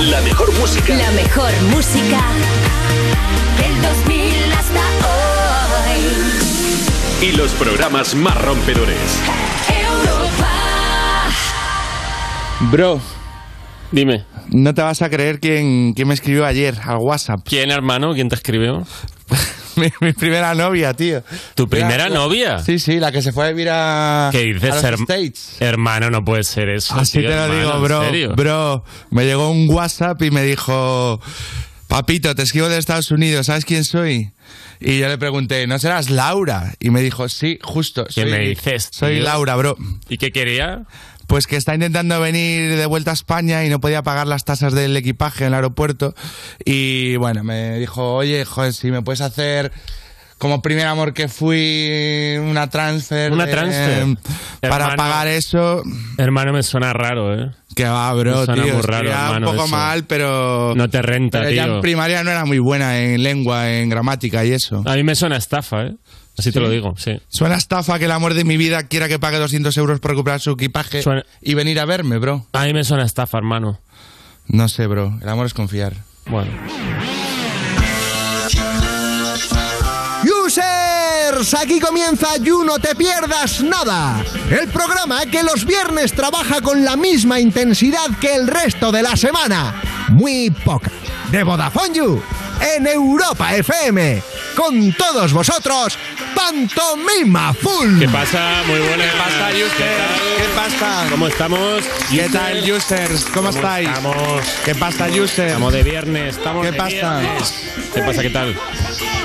La mejor música. La mejor música del 2000 hasta hoy. Y los programas más rompedores. Europa. Bro. Dime. No te vas a creer quién, quién me escribió ayer al WhatsApp. ¿Quién, hermano? ¿Quién te escribió? mi, mi, primera novia, tío. ¿Tu primera la, novia? Sí, sí, la que se fue a vivir a. ¿Qué dices, Ah, a los her States. hermano? No puede ser eso. Así tío, te lo hermano, digo, ¿en bro. serio? Bro, me llegó un WhatsApp y me dijo: Papito, te escribo de Estados Unidos, ¿sabes quién soy? Y yo le pregunté: ¿No serás Laura? Y me dijo: Sí, justo. ¿Qué soy- me dices? Soy tío? Laura, bro. ¿Y qué quería? Pues que está intentando venir de vuelta a España y no podía pagar las tasas del equipaje en el aeropuerto. Y bueno, me dijo, oye, joder, si me puedes hacer como primer amor que fui una transfer. Una de- transfer. para Hermano. pagar eso. Hermano, me suena raro, ¿eh? Que va, Me bro, suena tío. muy raro, escribía hermano, un poco eso. mal, pero. No te renta, pero ya tío. en primaria no era muy buena en lengua, en gramática y eso. A mí me suena estafa, ¿eh? Así te lo digo, sí. Suena estafa que el amor de mi vida quiera que pague 200 euros por recuperar su equipaje Suena- y venir a verme, bro. A mí me suena estafa, hermano. No sé, bro. El amor es confiar. Bueno. Users, aquí comienza You No Te Pierdas Nada, el programa que los viernes trabaja con la misma intensidad que el resto de la semana, muy poca, de Vodafone You, en Europa FM, con todos vosotros, Pantomima Full. ¿Qué pasa? Muy buena. ¿Qué pasa, users? ¿Qué pasa? ¿Cómo estamos? ¿Qué tal, users? ¿Cómo, estáis? Estamos, ¿Qué pasa, users? estamos de viernes. Estamos ¿Qué de pasa? viernes. ¿Qué pasa? ¿Qué tal?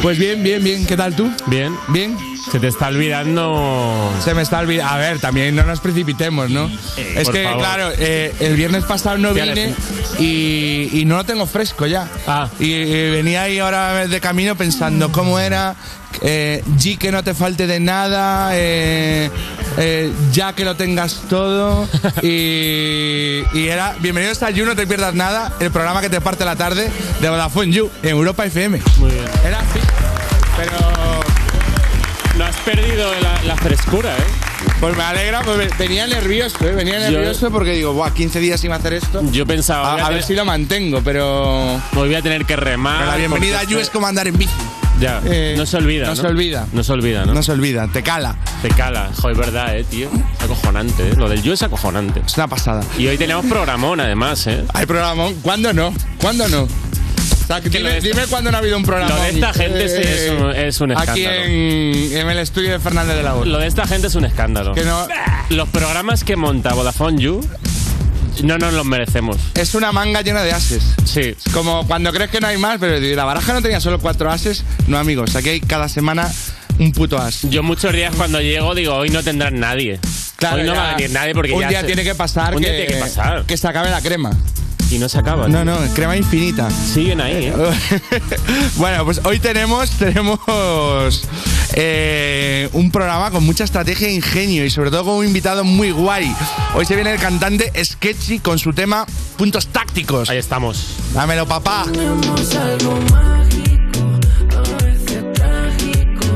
Pues bien, bien, bien. ¿Qué tal tú? ¿Bien? Bien. Se te está olvidando... Se me está olvidando. A ver, también no nos precipitemos, ¿no? Eh, es por que, favor. claro, eh, el viernes pasado no Ya le vine y, y no lo tengo fresco ya. Ah. Y, y venía ahí ahora de camino pensando cómo era. Eh, G, que no te falte de nada. eh, eh, ya que lo tengas todo. y, y era Bienvenido a You, no te pierdas nada. El programa que te parte la tarde de Vodafone You en Europa FM. Muy bien. Era así. Pero. No has perdido la, la frescura, ¿eh? Pues me alegra, pues ve- venía nervioso, ¿eh? venía nervioso porque digo, guau, 15 días sin hacer esto. Yo pensaba... voy A, a tener- Pues ver si lo mantengo, pero. Voy a tener que remar. pero la bienvenida a porque You es esto- como andar en bici. Ya, eh, no se olvida. no se olvida. No se olvida, ¿no? No se olvida, te cala. Te cala. Joder, verdad, eh, tío. Es acojonante, eh. Lo del You es acojonante. Es una pasada. Y hoy tenemos programón, además, eh. Hay programa, ¿cuándo no? ¿Cuándo no? O sea, lo de dime, esta- dime cuándo no ha habido un programa. lo de esta gente sí es un- es un Eh, Aquí escándalo. en, en el estudio de Fernández de la Voz. Lo de esta gente es un escándalo. Que no- Los programas que monta Vodafone You no nos los merecemos. es una manga llena de ases. Sí. Como cuando crees que no hay más, pero la baraja no tenía solo cuatro ases. No, amigos, aquí hay cada semana un puto as. Yo muchos días cuando llego digo, hoy no tendrán nadie. Claro, hoy no ya. va a venir nadie porque un ya día se- tiene que pasar un que, día tiene que pasar. que se acabe la crema. Y no se acaba. No, tío. no, crema infinita. Siguen ahí, ¿eh? bueno, pues hoy tenemos tenemos eh, un programa con mucha estrategia e ingenio y sobre todo con un invitado muy guay. Hoy se viene el cantante Sketchy con su tema Puntos Tácticos. Ahí estamos. Dámelo, papá. Tenemos algo mágico, a veces trágico.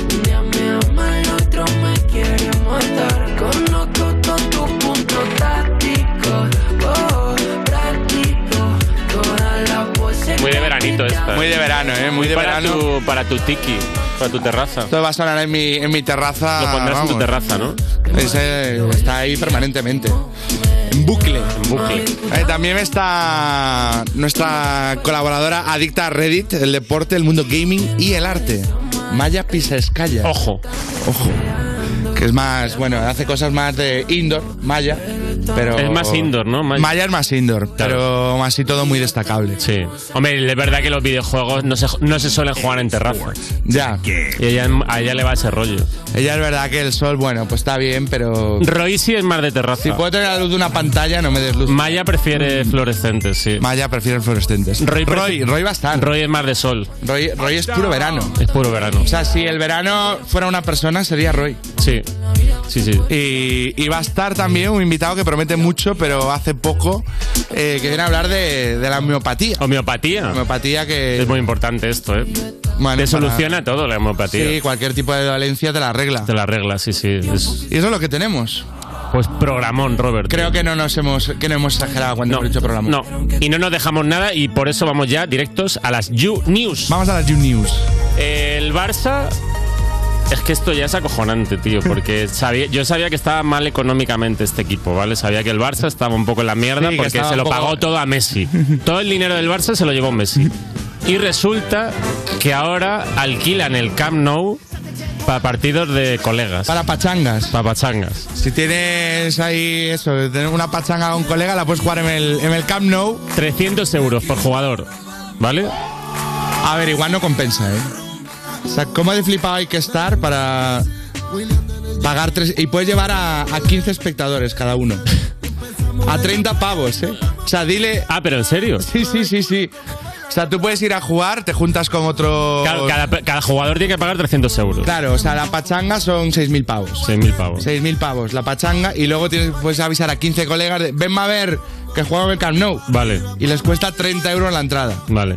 Un día me ama, el otro me quiere matar. Conozco todos tus puntos tácticos, oh, práctico. Todas las poses Muy de veranito esta. Muy de verano, ¿eh? Muy de para verano. Tu, para tu tiki, para tu terraza. Esto va a sonar en mi, en mi terraza. Lo pondrás en tu vamos. terraza, ¿no? Ese está ahí permanentemente. En bucle. En bucle. Eh, también está nuestra colaboradora adicta a Reddit, el deporte, el mundo gaming y el arte. Maya Pisescaya. Ojo. Ojo. Que es más, bueno, hace cosas más de indoor, Maya. Pero Es más indoor, ¿no? Maya. Maya, es más indoor, Claro. pero así todo muy destacable. Sí. Hombre, es verdad que los videojuegos no se, no se suelen jugar en terraza. Ya. Y ella, a ella le va ese rollo. Ella es verdad que el sol, bueno, pues está bien, pero. Roy sí es más de terraza. Si puedo tener la luz de una pantalla, no me des luz. Mm. Maya prefiere fluorescentes, sí. Maya prefiere fluorescentes. Roy prefi- Roy, Roy va a estar. Roy es más de sol. Roy, Roy es puro verano. Es puro verano. O sea, si el verano fuera una persona, sería Roy. Sí. Sí, sí. Y, y va a estar también un invitado que promete mucho, pero hace poco, eh, que viene a hablar de, de la homeopatía. Homeopatía. Homeopatía que... Es muy importante esto, ¿eh? bueno, Te para- soluciona todo la homeopatía. Sí, cualquier tipo de dolencia te la arregla. Te la arregla, sí, sí. Es- Y eso es lo que tenemos. Pues programón, Robert. Creo que no nos hemos, que no hemos exagerado cuando hemos dicho programón. No, y no nos dejamos nada y por eso vamos ya directos a las You News. Vamos a las You News. El Barça... Es que esto ya es acojonante, tío, porque sabía, yo sabía que estaba mal económicamente este equipo, ¿vale? Sabía que el Barça estaba un poco en la mierda Sí, que porque estaba se un lo poco- pagó todo a Messi. Todo el dinero del Barça se lo llevó Messi. Y resulta que ahora alquilan el Camp Nou para partidos de colegas. Para pachangas. Para pachangas. Si tienes ahí eso, de tener una pachanga con un colega, la puedes jugar en el, en el Camp Nou. 300 euros por jugador, ¿vale? A ver, igual no compensa, ¿eh? O sea, ¿cómo de flipado hay que estar para pagar tres... Y puedes llevar a, a 15 espectadores cada uno. A 30 pavos, ¿eh? O sea, dile... Ah, pero en serio. Sí, sí, sí, sí. O sea, tú puedes ir a jugar, te juntas con otro... Claro, cada, cada jugador tiene que pagar 300 euros. Claro, o sea, la pachanga son 6.000 pavos. 6.000 pavos. 6.000 pavos, la pachanga, y luego tienes puedes avisar a 15 colegas de, venme a ver que juego en el Camp Nou. Vale, Y les cuesta 30 euros la entrada. vale.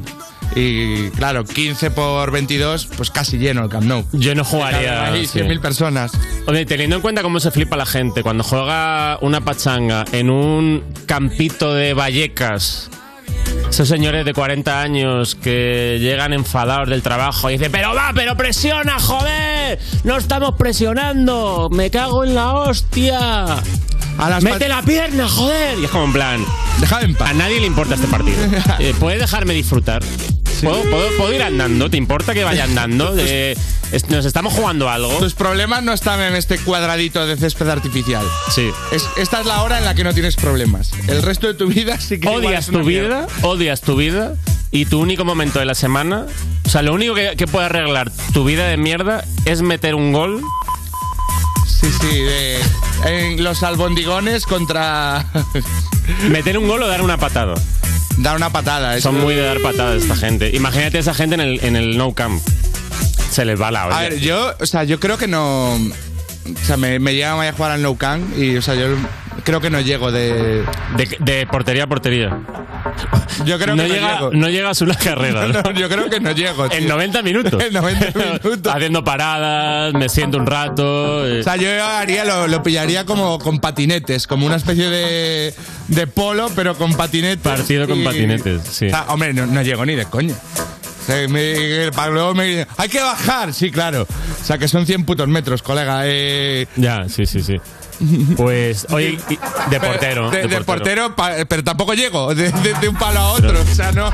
Y claro, 15 por 22, pues casi lleno el Camp Nou. Yo no jugaría. Ahí, sí. 100.000 personas. Oye, teniendo en cuenta cómo se flipa la gente cuando juega una pachanga en un campito de Vallecas. Esos señores de 40 años que llegan enfadados del trabajo y dicen, pero va, pero presiona, joder, no estamos presionando, me cago en la hostia. A las Mete la pierna, joder. Y es como en plan, Dejad en a paz. nadie le importa este partido. Eh, ¿Puedes dejarme disfrutar? ¿Puedo, puedo, puedo ir andando? ¿Te importa que vaya andando? Eh, es- ¿Nos estamos jugando algo? Tus problemas no están en este cuadradito de césped artificial. Sí. Es- esta es la hora en la que no tienes problemas. El resto de tu vida sí que... igual odias es una tu mierda. vida, odias tu vida y tu único momento de la semana, o sea, lo único que, que puede arreglar tu vida de mierda es meter un gol. Sí, sí, de- en los albondigones contra... Meter un gol o dar una patada. Dar una patada. eso- Son muy de dar patadas esta gente. Imagínate esa gente en el, en el no camp. Se les va la olla. A ver, yo, o sea, yo creo que no. O sea, me, me llegan a jugar al No Can y, o sea, yo creo que no llego de. de, de portería a portería. Yo creo no, que llega, no llego. no llegas una carrera. ¿no? No, yo creo que no llego. En tío. 90 minutos. En 90 minutos. Haciendo paradas, me siento un rato. eh. O sea, yo haría, lo, lo pillaría como con patinetes, como una especie de, de polo, pero con patinetes. Partido con patinetes, sí. O sea, hombre, no, no llego ni de coño. O sea, me- para luego me dicen, hay que bajar, sí, claro. O sea, que son 100 putos metros, colega. Eh, Ya, sí, sí, sí. Pues, oye, y- de portero. De, de portero, pa- pero tampoco llego, de, de- de un palo a otro. O sea, no.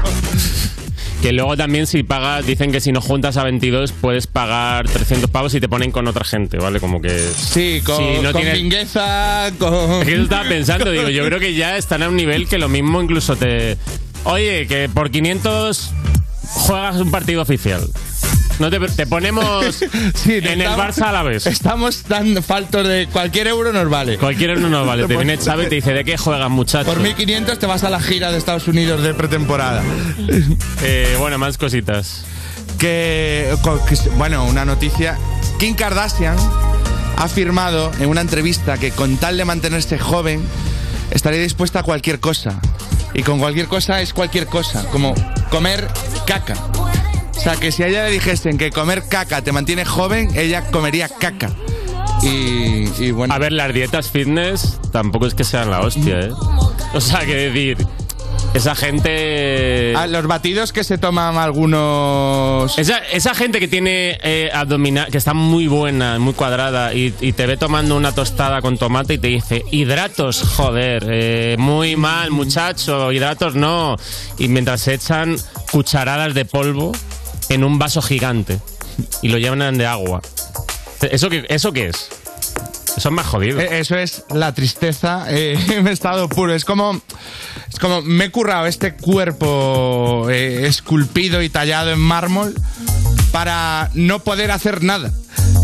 Que luego también si pagas, dicen que si no juntas a 22 puedes pagar 300 pavos y te ponen con otra gente, ¿vale? Como que... Sí, con, Sí, no con tiene- Mingueza, con... Es que yo estaba pensando, digo, yo creo que ya están a un nivel que lo mismo incluso te... Oye, que por 500 juegas un partido oficial. No te, te ponemos Sí, en el estamos- Barça a la vez. Estamos tan faltos de cualquier euro nos vale. Cualquiera no nos vale. Te viene Chávez y te dice, ¿de qué juegas, muchacho? Por 1.500 te vas a la gira de Estados Unidos de pretemporada. Eh, bueno, más cositas. Que, co- que- bueno, una noticia. Kim Kardashian ha afirmado en una entrevista que con tal de mantenerse joven estaría dispuesta a cualquier cosa. Y con cualquier cosa es cualquier cosa, como comer caca. O sea, que si a ella le dijesen que comer caca te mantiene joven, ella comería caca. Y, y bueno. A ver, las dietas fitness tampoco es que sean la hostia, ¿eh? O sea, que decir, esa gente... Ah, los batidos que se toman algunos. Esa, esa gente que tiene eh, abdominal, que está muy buena, muy cuadrada, y, y te ve tomando una tostada con tomate y te dice, hidratos, joder, eh, muy mal, muchacho, hidratos no. Y mientras se echan cucharadas de polvo en un vaso gigante y lo llenan de agua. ¿Eso qué, eso qué es? Eso es más jodido. Eh, Eso es la tristeza eh, en estado puro. Es como, es como me he currado este cuerpo eh, esculpido y tallado en mármol para no poder hacer nada.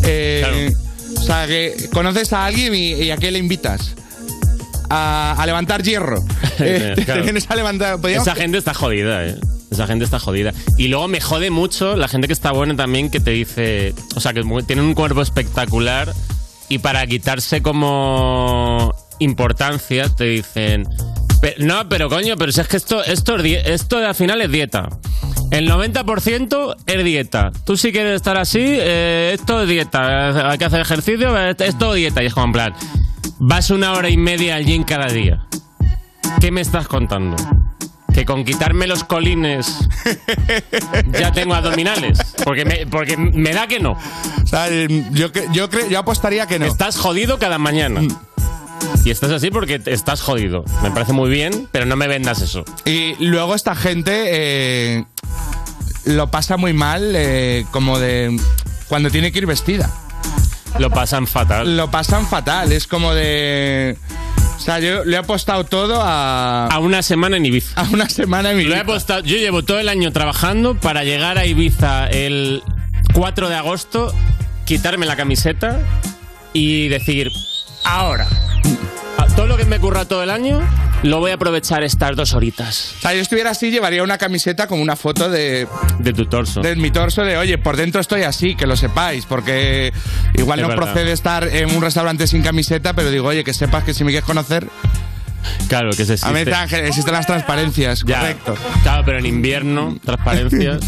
Eh, O sea, que conoces a alguien y, y a qué le invitas. A, a levantar hierro. Eh, te- Claro. Te vienes a levantar. podríamos- Esa gente está jodida, eh. Esa gente está jodida. Y luego me jode mucho la gente que está buena también, que te dice. O sea, que mu- tiene un cuerpo espectacular y para quitarse como importancia te dicen. "Pe- No, pero coño, pero si es que esto, esto, es die- esto al final es dieta. El 90% es dieta. Tú si quieres estar así, eh, esto es dieta. Hay que hacer ejercicio, eh, esto es dieta. Y es como en plan. Vas una hora y media al gym cada día. ¿Qué me estás contando? Que con quitarme los colines ya tengo abdominales. Porque me, porque me da que no. O sea, yo, cre- yo, cre- yo apostaría que no. Mm. Estás jodido cada mañana. Y estás así porque te- estás jodido. Me parece muy bien, pero no me vendas eso. Y luego esta gente eh, lo pasa muy mal, eh, como de cuando tiene que ir vestida. Lo pasan fatal. Lo pasan fatal, es como de... O sea, yo le he apostado todo a... A una semana en Ibiza. a una semana en mi Lo he vida. apostado- Yo llevo todo el año trabajando para llegar a Ibiza el 4 de agosto, quitarme la camiseta y decir, ahora, a- todo lo que me curra todo el año, lo voy a aprovechar estas dos horitas O sea, yo estuviera así, llevaría una camiseta con una foto de, de tu torso. de mi torso de, oye, por dentro estoy así, que lo sepáis, porque igual Es no verdad. procede estar en un restaurante sin camiseta, pero digo, oye, que sepas que si me quieres conocer, Claro, que se a mí existe. existen las transparencias, Ya, correcto. Claro, pero en invierno, transparencia.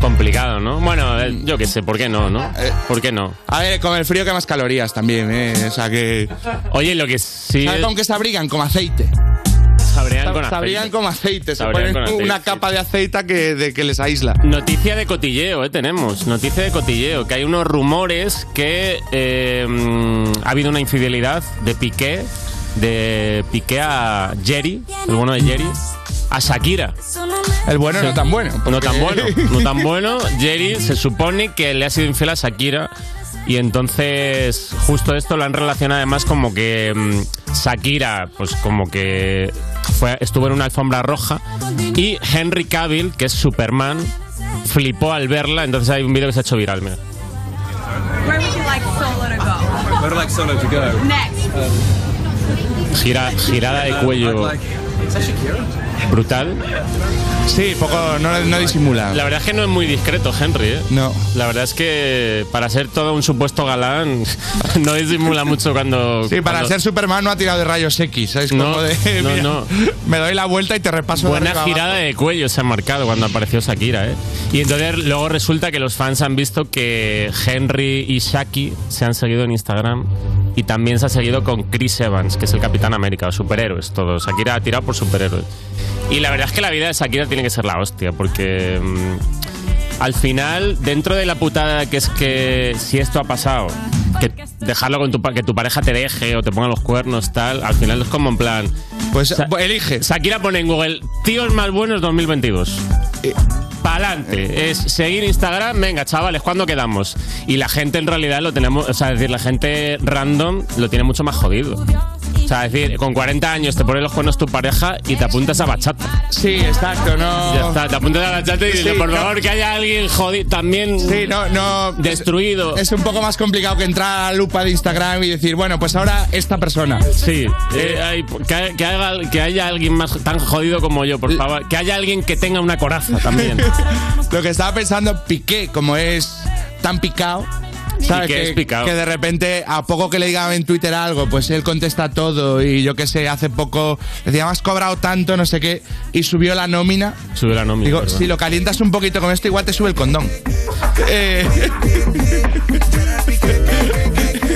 complicado, ¿no? Bueno, eh, yo qué sé, ¿por qué no, no? ¿Por qué no? Eh, A ver, con el frío que más calorías también, ¿eh? O sea que... Oye, lo que sí ¿Sabes es- con qué se abrigan? Con aceite. sabrían con se abrigan aceite. con aceite. Se Sabrían ponen con aceite, una sí. capa de aceite que, de que les aísla. Noticia de cotilleo, eh, tenemos. Noticia de cotilleo, que hay unos rumores que eh, mm, ha habido una infidelidad de Piqué, de Piqué a Jerry, el bueno de Jerry, a Shakira. El bueno no tan bueno. No tan porque- bueno, no tan bueno. Jerry se supone que le ha sido infiel a Shakira y entonces justo esto lo han relacionado además como que mm, Shakira pues como que fue, estuvo en una alfombra roja y Henry Cavill, que es Superman, flipó al verla, entonces hay un vídeo que se ha hecho viral. mira. Where would you like solo to go? Where would I like Solo to go? Next. Gira, girada de I'd cuello like. Is that Shakira? brutal. Sí, poco... No, no disimula. La verdad es que no es muy discreto Henry, ¿eh? No. La verdad es que para ser todo un supuesto galán no disimula mucho cuando... Sí, para cuando- ser Superman no ha tirado de rayos X, ¿sabes? Como No, de, no, no. Me doy la vuelta y te repaso. de Buena arriba abajo. girada de cuello se ha marcado cuando apareció Shakira, ¿eh? Y entonces luego resulta que los fans han visto que Henry y Shaki se han seguido en Instagram y también se ha seguido con Chris Evans, que es el Capitán América, o superhéroes, todo. Shakira ha tirado por superhéroes. Y la verdad es que la vida de Shakira tiene que ser la hostia, porque mm, al final, dentro de la putada que es que si esto ha pasado, que dejarlo con tu, pa- que tu pareja te deje o te ponga los cuernos, tal, al final es como en plan... Pues O sea, elige. Shakira pone en Google tíos más buenos 2022. Eh. Pa'lante. Es seguir Instagram. Venga, chavales, ¿cuándo quedamos? Y la gente en realidad lo tenemos. O sea, es decir, la gente random lo tiene mucho más jodido. O sea, es decir, con 40 años te pones los cuernos tu pareja y te apuntas a bachata. Sí, exacto, no. Ya está, te apuntas a bachata y Sí, dices, por no. favor, que haya alguien jodido. También Sí, no, no. destruido. Es un poco más complicado que entrar a la lupa de Instagram y decir, bueno, pues ahora esta persona. Sí, eh, hay- que, que haga- que haya alguien más tan jodido como yo, por favor. Que haya alguien que tenga una coraza también. Lo que estaba pensando, Piqué, como es tan picado. ¿sabes? Piqué que, es picao. que de repente, a poco que le digan en Twitter algo, pues él contesta todo. Y yo qué sé, hace poco decía, me has cobrado tanto, no sé qué, y subió la nómina. Sube la nómina. Digo, perdón. si lo calientas un poquito con esto, igual te sube el condón. Eh,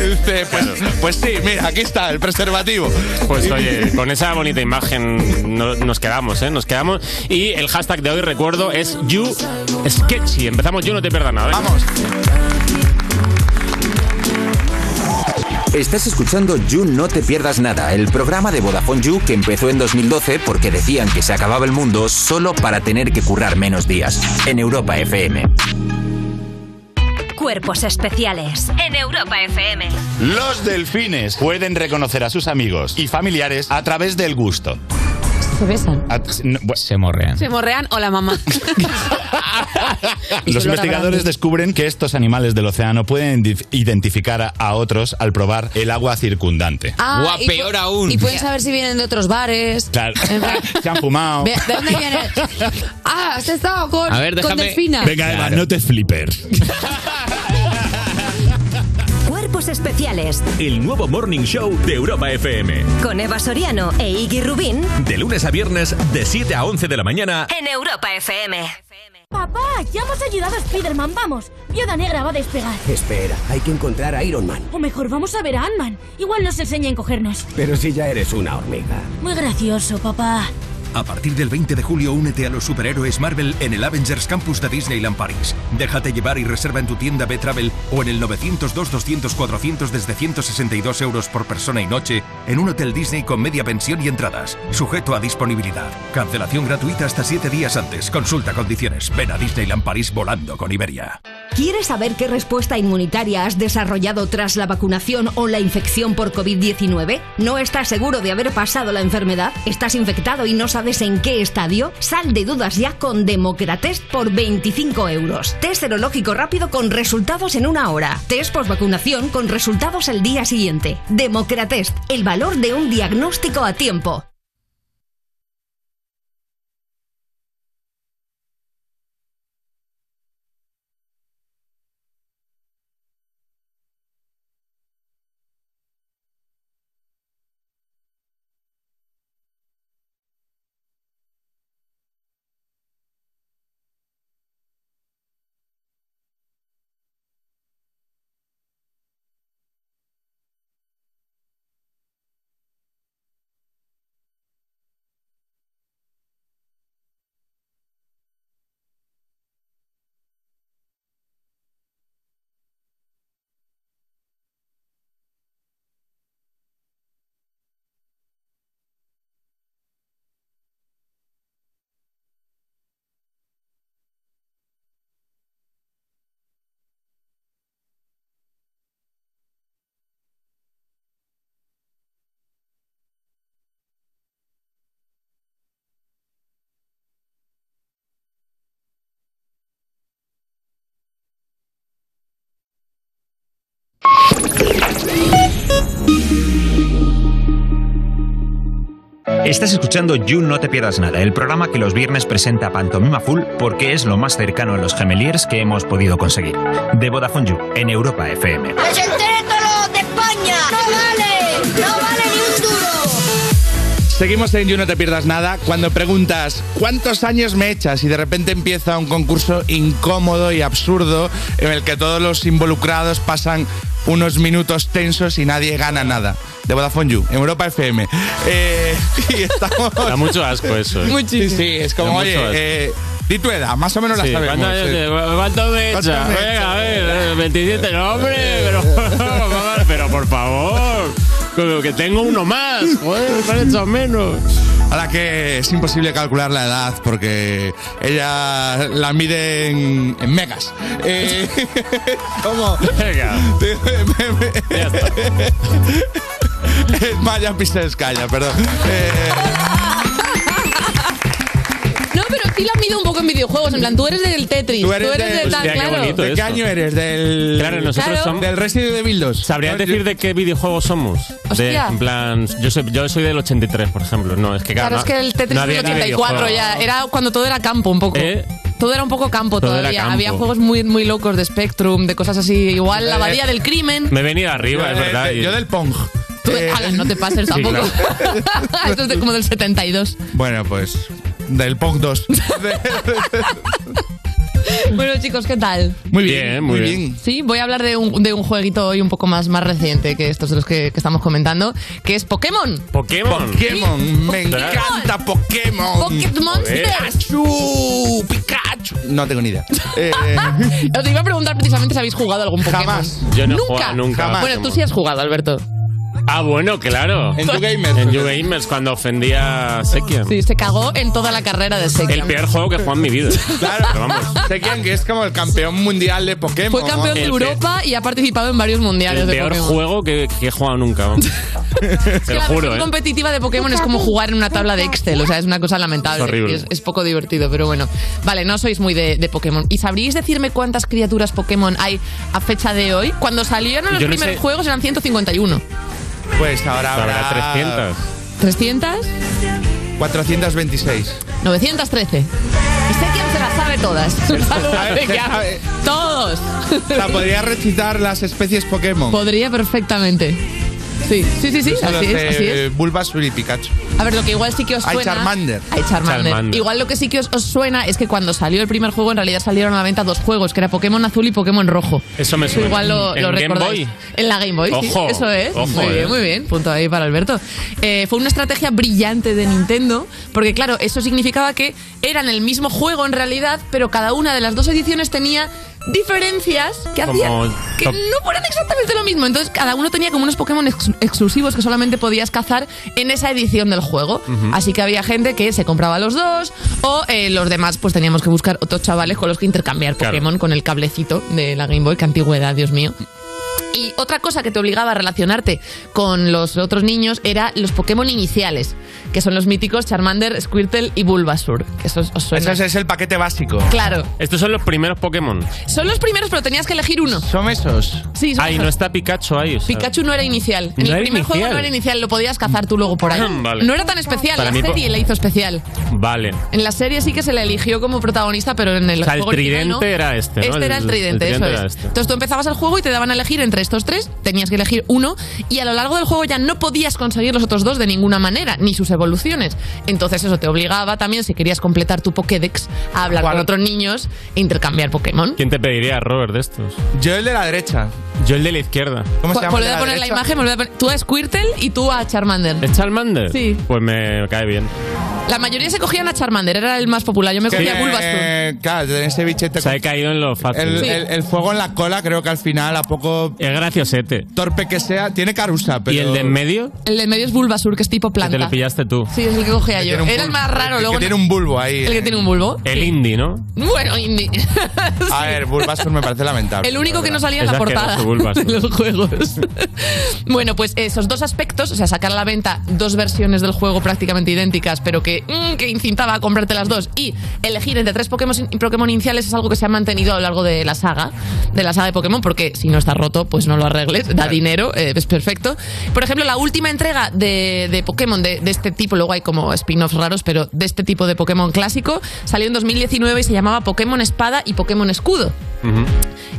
dice, pues, pues sí, mira, aquí está el preservativo. Pues oye, con esa bonita imagen no- nos quedamos, ¿eh? Nos quedamos. Y el hashtag de hoy, recuerdo, es You Sketchy. Empezamos, yo no te ¿eh? pierdas nada. venga. Vamos. Estás escuchando You No Te Pierdas Nada, el programa de Vodafone You que empezó en 2012 porque decían que se acababa el mundo solo para tener que currar menos días. En Europa FM. Cuerpos especiales en Europa FM. Los delfines pueden reconocer a sus amigos y familiares a través del gusto. Se besan. A- no, bu- Se morrean. Se morrean o la mamá. Los investigadores descubren que estos animales del océano pueden dif- identificar a, a otros al probar el agua circundante. Ah, Guau, y pu- peor aún. Y pueden saber si vienen de otros bares. Claro, En plan, se han fumado. ve- ¿De dónde vienen? Ah, has estado con, A ver, con déjame- Delfina. Venga, Eva, no te flipper. Cuerpos especiales El nuevo Morning Show de Europa FM. con Eva Soriano e Iggy Rubín De lunes a viernes, de 7 a 11 de la mañana. en Europa FM. Pop Papá, ya hemos ayudado a Spider-Man, vamos. Viuda Negra va a despegar. Espera, hay que encontrar a Iron Man. O mejor, vamos a ver a Ant-Man. Igual nos enseña a encogernos. Pero si ya eres una hormiga. Muy gracioso, papá. A partir del 20 de julio, únete a los superhéroes Marvel en el Avengers Campus de Disneyland París. Déjate llevar y reserva en tu tienda B-Travel o en el 902-200-400 desde 162 euros por persona y noche en un hotel Disney con media pensión y entradas, sujeto a disponibilidad. Cancelación gratuita hasta 7 días antes. Consulta condiciones. Ven a Disneyland París volando con Iberia. ¿Quieres saber qué respuesta inmunitaria has desarrollado tras la vacunación o la infección por COVID-19? ¿No estás seguro de haber pasado la enfermedad? ¿Estás infectado y no sabes en qué estadio? Sal de dudas ya con Democratest por 25 euros. Test serológico rápido con resultados en una hora. Test vacunación con resultados el día siguiente. Democratest, el valor de un diagnóstico a tiempo. Estás escuchando You No Te Pierdas Nada, el programa que los viernes presenta Pantomima Full porque es lo más cercano a los gemeliers que hemos podido conseguir. De Vodafone You, en Europa FM. ¡Es el de España! ¡No vale! ¡No vale ni un duro! Seguimos en You No Te Pierdas Nada. Cuando preguntas ¿cuántos años me echas? Y de repente empieza un concurso incómodo y absurdo en el que todos los involucrados pasan unos minutos tensos y nadie gana nada. De Vodafone You, en Europa FM. Eh, y estamos... Da mucho asco eso. ¿eh? Sí, sí, es como, Da oye, mucho asco. eh, di tu edad, más o menos la Sí, sabemos. ¿cuánto me- sí. ¿Cuánto me ¿Cuánto echa? me Venga, a ver, 27, no, hombre, pero, pero por favor, como que tengo uno más, joder, me han echado menos. Ahora que es imposible calcular la edad porque ella la mide en, en megas. Eh, ¿Cómo? Venga. Vaya Pisescaya, perdón. Eh, No, pero sí lo mido un poco en videojuegos. En plan, tú eres del Tetris. Tú eres, del tal, Hostia, qué claro. bonito ¿De qué eso. año eres? Del. Claro, nosotros Claro. somos. Del Resident Evil 2. ¿Sabrías decir de qué videojuego somos? De, Hostia. en plan, yo soy, yo soy del 83, por ejemplo. No, es que Claro, es que el Tetris es es del 84 ya. eh. Era cuando todo era campo un poco. ¿Eh? Todo era un poco campo Todo era todavía. campo. Había juegos muy, muy locos de Spectrum, de cosas así. Igual Eh. la abadía del crimen. Me he venido arriba, es verdad. yo del Pong. Eh, Tú- ala, no te Sí, pases tampoco. Esto es de- como del 72. Bueno, pues. Del Pong 2. Bueno, chicos, ¿qué tal? Muy bien, Eh, muy bien. Sí, voy a hablar de un, de un jueguito hoy un poco más, más reciente que estos de los que, que estamos comentando, que es Pokémon. Pokémon. Pokémon, me encanta Pokémon. Pokémon Joder. Pikachu, Pikachu. No tengo ni idea. Eh, Os iba a preguntar precisamente si habéis jugado algún Pokémon. Jamás. Yo no he nunca. jugado nunca. Jamás. Bueno, tú sí has jugado, Alberto. Ah, bueno, claro. En YouGamers. En YouGamers, cuando ofendía a Sekian. Sí, se cagó en toda la carrera de El Sekiam. peor juego que he jugado en mi vida. Claro. Pero vamos. Tekken, que es como el campeón mundial de Pokémon. Fue campeón de El pe- Europa y ha participado en varios El mundiales de peor Pokémon. juego que, que he jugado nunca. vamos. Te lo La juro, versión ¿eh? competitiva de Pokémon es como jugar en una tabla de Excel, o sea, es una cosa lamentable. Es horrible. y Es, es poco divertido, pero bueno. Vale, no sois muy de, de Pokémon. ¿Y sabríais decirme cuántas criaturas Pokémon hay a fecha de hoy? Cuando salieron los Yo no primeros sé. juegos eran 151. Pues ahora habrá. Habrá 300. 300, 426. 913. Y sé quién se las sabe todas. Saludos, A ver, Sekiam. a ver. Todos. O sea, podría recitar las especies Pokémon. Podría perfectamente. Sí, sí, sí, sí, Son los así es, de, así es. Ah, eh, Bulbasaur y Pikachu. A ver, lo que igual sí que os Hay suena. Charmander. Hay Charmander. Charmander. Igual lo que sí que os, os suena es que cuando salió el primer juego, en realidad salieron a la venta dos juegos, que era Pokémon azul y Pokémon rojo. Eso me Eso suena. igual lo, ¿En lo Game recordáis. Boy? En la Game Boy, sí. Ojo, Eso es. ojo, muy eh. bien, muy bien. Punto ahí para Alberto. Eh, fue una estrategia brillante de Nintendo, porque claro, eso significaba que eran el mismo juego en realidad, pero cada una de las dos ediciones tenía diferencias que Como hacían que top- no fueran exactamente lo mismo. Entonces cada uno tenía como unos Pokémon ex- exclusivos que solamente podías cazar en esa edición del juego. Ujú. Así que había gente que se compraba los dos o eh, los demás pues teníamos que buscar otros chavales con los que intercambiar Pokémon con el cablecito de la Game Boy. Qué antigüedad, Dios mío. Y otra cosa que te obligaba a relacionarte con los otros niños era los Pokémon iniciales, que son los míticos Charmander, Squirtle y Bulbasaur. Que eso os suena. Ese es el paquete básico. Claro. Estos son los primeros Pokémon. Son los primeros, pero tenías que elegir uno. ¿Son esos? Sí, son Ahí esos. no está Pikachu ahí. o sea. Pikachu no era inicial. En No el era primer juego inicial. Ah, no era inicial, lo podías cazar tú luego por ahí. Vale. No era tan especial, Para la mí po- serie la hizo especial. Vale. En la serie sí que se la eligió como protagonista, pero en el O sea, el juego original no. tridente era este, ¿no? Este era El- el el tridente, tridente eso era es. este. Entonces tú empezabas el juego y te daban a elegir entre estos tres, tenías que elegir uno, y a lo largo del juego ya no podías conseguir los otros dos de ninguna manera, ni sus evoluciones. Entonces eso te obligaba también, si querías completar tu Pokédex, a hablar con otros niños e intercambiar Pokémon. ¿Quién te pediría Robert de estos? Yo el de la derecha. Yo el de la izquierda. ¿Cómo Vol- Volver Pues a poner la imagen, volver a poner- tú a Squirtle y tú a Charmander. ¿Es Charmander? Sí. Pues me cae bien. La mayoría se cogían a Charmander, era el más popular. Yo me cogía a Bulbasaur. Eh, claro, tener ese bichete. Se ha caído en lo fácil. El, Sí. el- el fuego en la cola, creo que al final, a poco. Es graciosete. Torpe que sea, tiene carusa, pero. ¿Y el de en medio? El de en medio es Bulbasaur, que es tipo Que te lo planta. pillaste tú. Sí, es el que cogía yo. eh, tiene un Era el bulbo. más raro. luego un bulbo ahí. El que tiene un bulbo. El indie, ¿no? Bueno, indie. A ver, Bulbasaur me parece lamentable. El único que no salía en Es la portada asqueroso, Bulbasaur. de los juegos. bueno, pues esos dos aspectos, o sea, sacar a la venta dos versiones del juego prácticamente idénticas, pero que, mm, que incitaba a comprarte las dos, y elegir entre tres Pokémon, Pokémon iniciales es algo que se ha mantenido a lo largo de la saga, de la saga de Pokémon, porque si no está roto, pues no lo arregles, da dinero, eh, es perfecto. Por ejemplo, la última entrega de, de Pokémon de, de este tipo, luego hay como spin-offs raros, pero de este tipo de Pokémon clásico, salió en 2019 y se llamaba Pokémon Espada y Pokémon Escudo.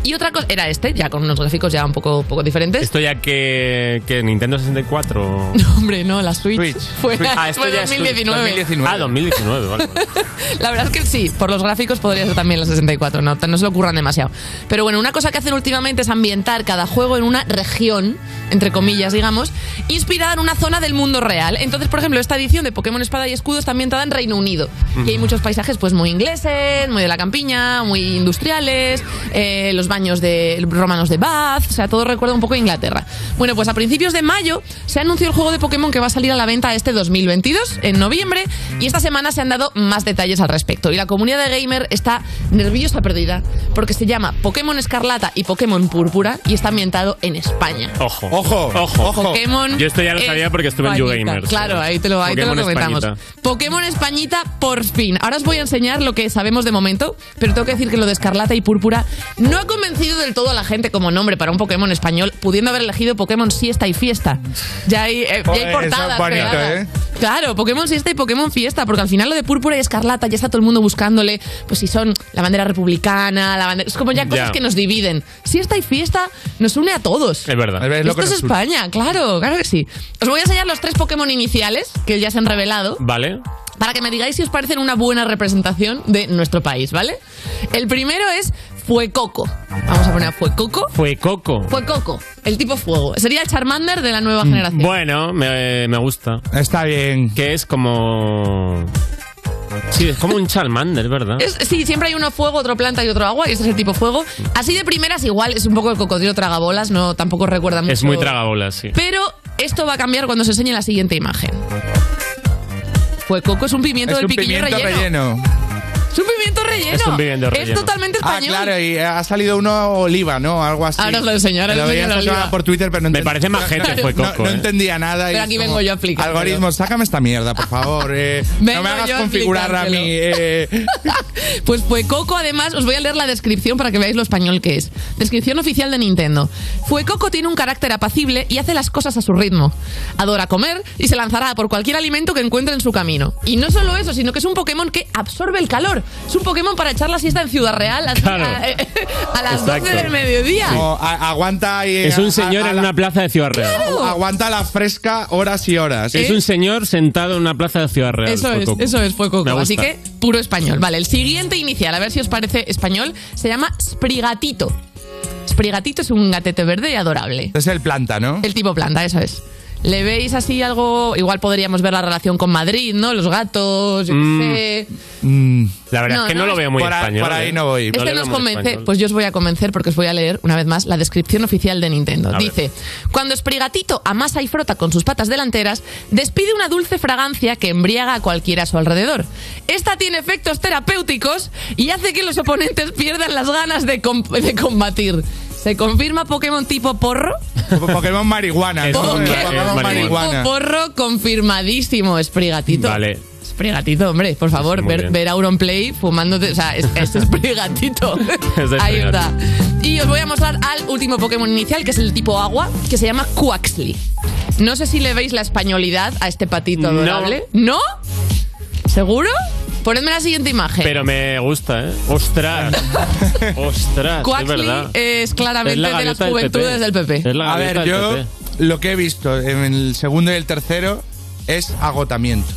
Y otra cosa era este, ya con unos gráficos ya un poco, poco diferentes. Esto ya que, que Nintendo 64. Hombre, no, la Switch, Ah, fue, fue 2019. Ah, 2019, vale. La verdad es que sí, por los gráficos podría ser también la 64, no, no se lo ocurran demasiado. Pero bueno, una cosa que hacen últimamente es ambientar cada juego en una región, entre comillas, digamos, inspirada en una zona del mundo real. Entonces, por ejemplo, esta edición de Pokémon Espada y Escudo está ambientada en Reino Unido. Ujú. Y hay muchos paisajes pues muy ingleses, muy de la campiña, muy industriales, eh, los baños de romanos de Bath, o sea, todo recuerda un poco a Inglaterra. Bueno, pues a principios de mayo se anunció el juego de Pokémon que va a salir a la venta este 2022, en noviembre, y esta semana se han dado más detalles al respecto. Y la comunidad de gamer está nerviosa perdida, porque se llama Pokémon Escarlata y Pokémon Púrpura y está ambientado en España. Ojo. Ojo. Ojo. Pokémon Yo esto ya lo sabía porque estuve en Españita. YouGamers. Claro, ahí te lo, ahí te lo Pokémon comentamos. Españita. Pokémon Españita, por fin. Ahora os voy a enseñar lo que sabemos de momento, pero tengo que decir que lo de Escarlata y Púrpura no ha convencido del todo a la gente como nombre para un Pokémon español, pudiendo haber elegido Pokémon Siesta y Fiesta. Ya hay, eh, ya hay Joder, eso es portadas bonito, creadas. ¿eh? Claro, Pokémon Siesta y Pokémon Fiesta, porque al final lo de Púrpura y Escarlata ya está todo el mundo buscándole, pues si son la bandera republicana, la bandera... Es como ya cosas Ya. que nos dividen. Siesta y Fiesta nos une a todos. Es verdad. Esto es España, claro, claro que sí. Os voy a enseñar los tres Pokémon iniciales que ya se han revelado Vale. para que me digáis si os parecen una buena representación de nuestro país, ¿vale? El primero es Fuecoco. Vamos a poner a Fuecoco. Fue Coco. Fuecoco, el tipo fuego. Sería el Charmander de la nueva generación. Mm, Bueno, me, me gusta. Mm. Está bien. Que es como. Sí, es como un Charmander, ¿verdad? Es- sí, siempre hay uno fuego, otro planta y otro agua, y este es el tipo fuego. Así de primeras, igual es un poco el cocodrilo tragabolas, no tampoco recuerda mucho. Es muy tragabolas, sí. Pero esto va a cambiar cuando se enseñe la siguiente imagen. Fuecoco es un pimiento Es del un piquillo pimiento relleno. Es un pimiento relleno. Es un pimiento relleno. totalmente Ah, español. claro, y ha salido uno oliva, ¿no? Algo así. Ahora os lo enseño, ahora Me os lo enseño veía esta la oliva. semana por Twitter, pero no Me entendía- parece más gente, fue No- Coco, no ¿eh? entendía nada. y Pero es aquí como, vengo yo a explicar. Algoritmo, sácame esta mierda, por favor. eh. no Vengo me hagas yo a configurar a mí. eh. Pues fue Coco, además, os voy a leer la descripción para que veáis lo español que es. Descripción oficial de Nintendo. Fue Coco tiene un carácter apacible y hace las cosas a su ritmo. Adora comer y se lanzará por cualquier alimento que encuentre en su camino. Y no solo eso, sino que es un Pokémon que absorbe el calor. Es un Pokémon para echar la siesta en Ciudad Real así, Claro. a, a las Exacto. 12 del mediodía. O a- aguanta y. Es un señor en una plaza de Ciudad Real. Aguanta la fresca horas y horas. Es un señor sentado en una plaza de Ciudad Real. ¿Eh? Eso es, Fococo. eso es, fue Coco. Me gusta. Así que puro español. Vale, el siguiente inicial, a ver si os parece español, se llama Sprigatito. Sprigatito es un gatete verde y adorable. Es el planta, ¿no? El tipo planta, eso es. ¿Le veis así algo? Igual podríamos ver la relación con Madrid, ¿no? Los gatos, yo qué Mm. sé. La verdad es que no, lo veo muy Mm. Por ahí- español. por ahí ¿eh? no voy. Este lo nos veo muy convence. español. Pues yo os voy a convencer porque os voy a leer una vez más la descripción oficial de Nintendo. A ver. Dice: Cuando Sprigatito amasa y frota con sus patas delanteras, despide una dulce fragancia que embriaga a cualquiera a su alrededor. Esta tiene efectos terapéuticos y hace que los oponentes pierdan las ganas de, com- de combatir. ¿Se confirma Pokémon tipo porro? Po- Pokémon marihuana. ¿no? Pokémon Pokémon marihuana. Tipo porro confirmadísimo, Sprigatito. Vale. Sprigatito, hombre, por favor, muy ver, bien. ver a Auronplay fumándote. O sea, es, es Sprigatito. Es de Ahí Sprigatito. está. Y os voy a mostrar al último Pokémon inicial, que es el tipo agua, que se llama Quaxly. No sé si le veis la españolidad a este patito No. adorable. ¿No? ¿Seguro? Ponedme la siguiente imagen. Pero me gusta, ¿eh? ¡Ostras! ¡Ostras! Es Quaxly verdad. es claramente Es la de las gaviota del juventudes del PP. A ver, yo lo que he visto en el segundo y el tercero es agotamiento.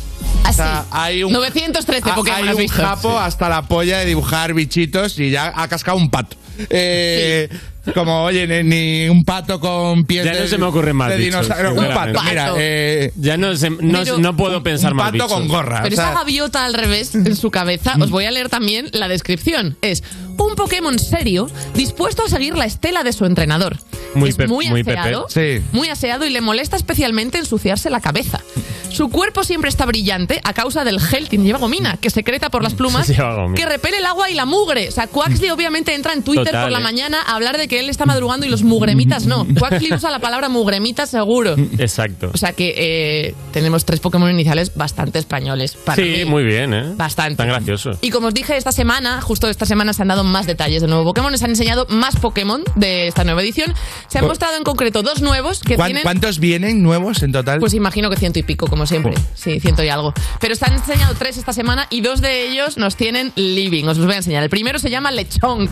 Así. hay un- 913 Ah, Pokémon, Hay has un visto. japo hasta la polla de dibujar bichitos y ya ha cascado un pato. Eh, Como, oye, ni, ni un pato con pies Ya de- no se me ocurren más de bichos, dinosaurio. Un pato, sinceramente. mira. Pato. eh, Ya no, se- no, Pero- no puedo pensar un más pato bichos. con gorra. Pero esa gaviota al revés en su cabeza, os voy a leer también la descripción. Es un Pokémon serio dispuesto a seguir la estela de su entrenador. Muy es pep- muy muy aseado, pepe. Sí. muy aseado y le molesta especialmente ensuciarse la cabeza. Su cuerpo siempre está brillante a causa del gel que lleva gomina, que secreta por las plumas, Lleva gomina. que repele el agua y la mugre. O sea, Quaxley obviamente entra en Twitter Total, por la eh. mañana a hablar de que él está madrugando y los mugremitas no. Quaxley usa la palabra mugremita seguro. Exacto. O sea que eh, tenemos tres Pokémon iniciales bastante españoles. Para sí, mí. muy bien, ¿eh? Bastante. Tan gracioso. Y como os dije esta semana, justo esta semana se han dado más detalles de nuevo Pokémon, se han enseñado más Pokémon de esta nueva edición. Se han Cu- mostrado en concreto dos nuevos que ¿cuán- tienen... ¿Cuántos vienen nuevos en total? Pues imagino que ciento y pico, como siempre. Sí, ciento y algo. Pero se han enseñado tres esta semana y dos de ellos nos tienen living. Os los voy a enseñar. El primero se llama Lechonk.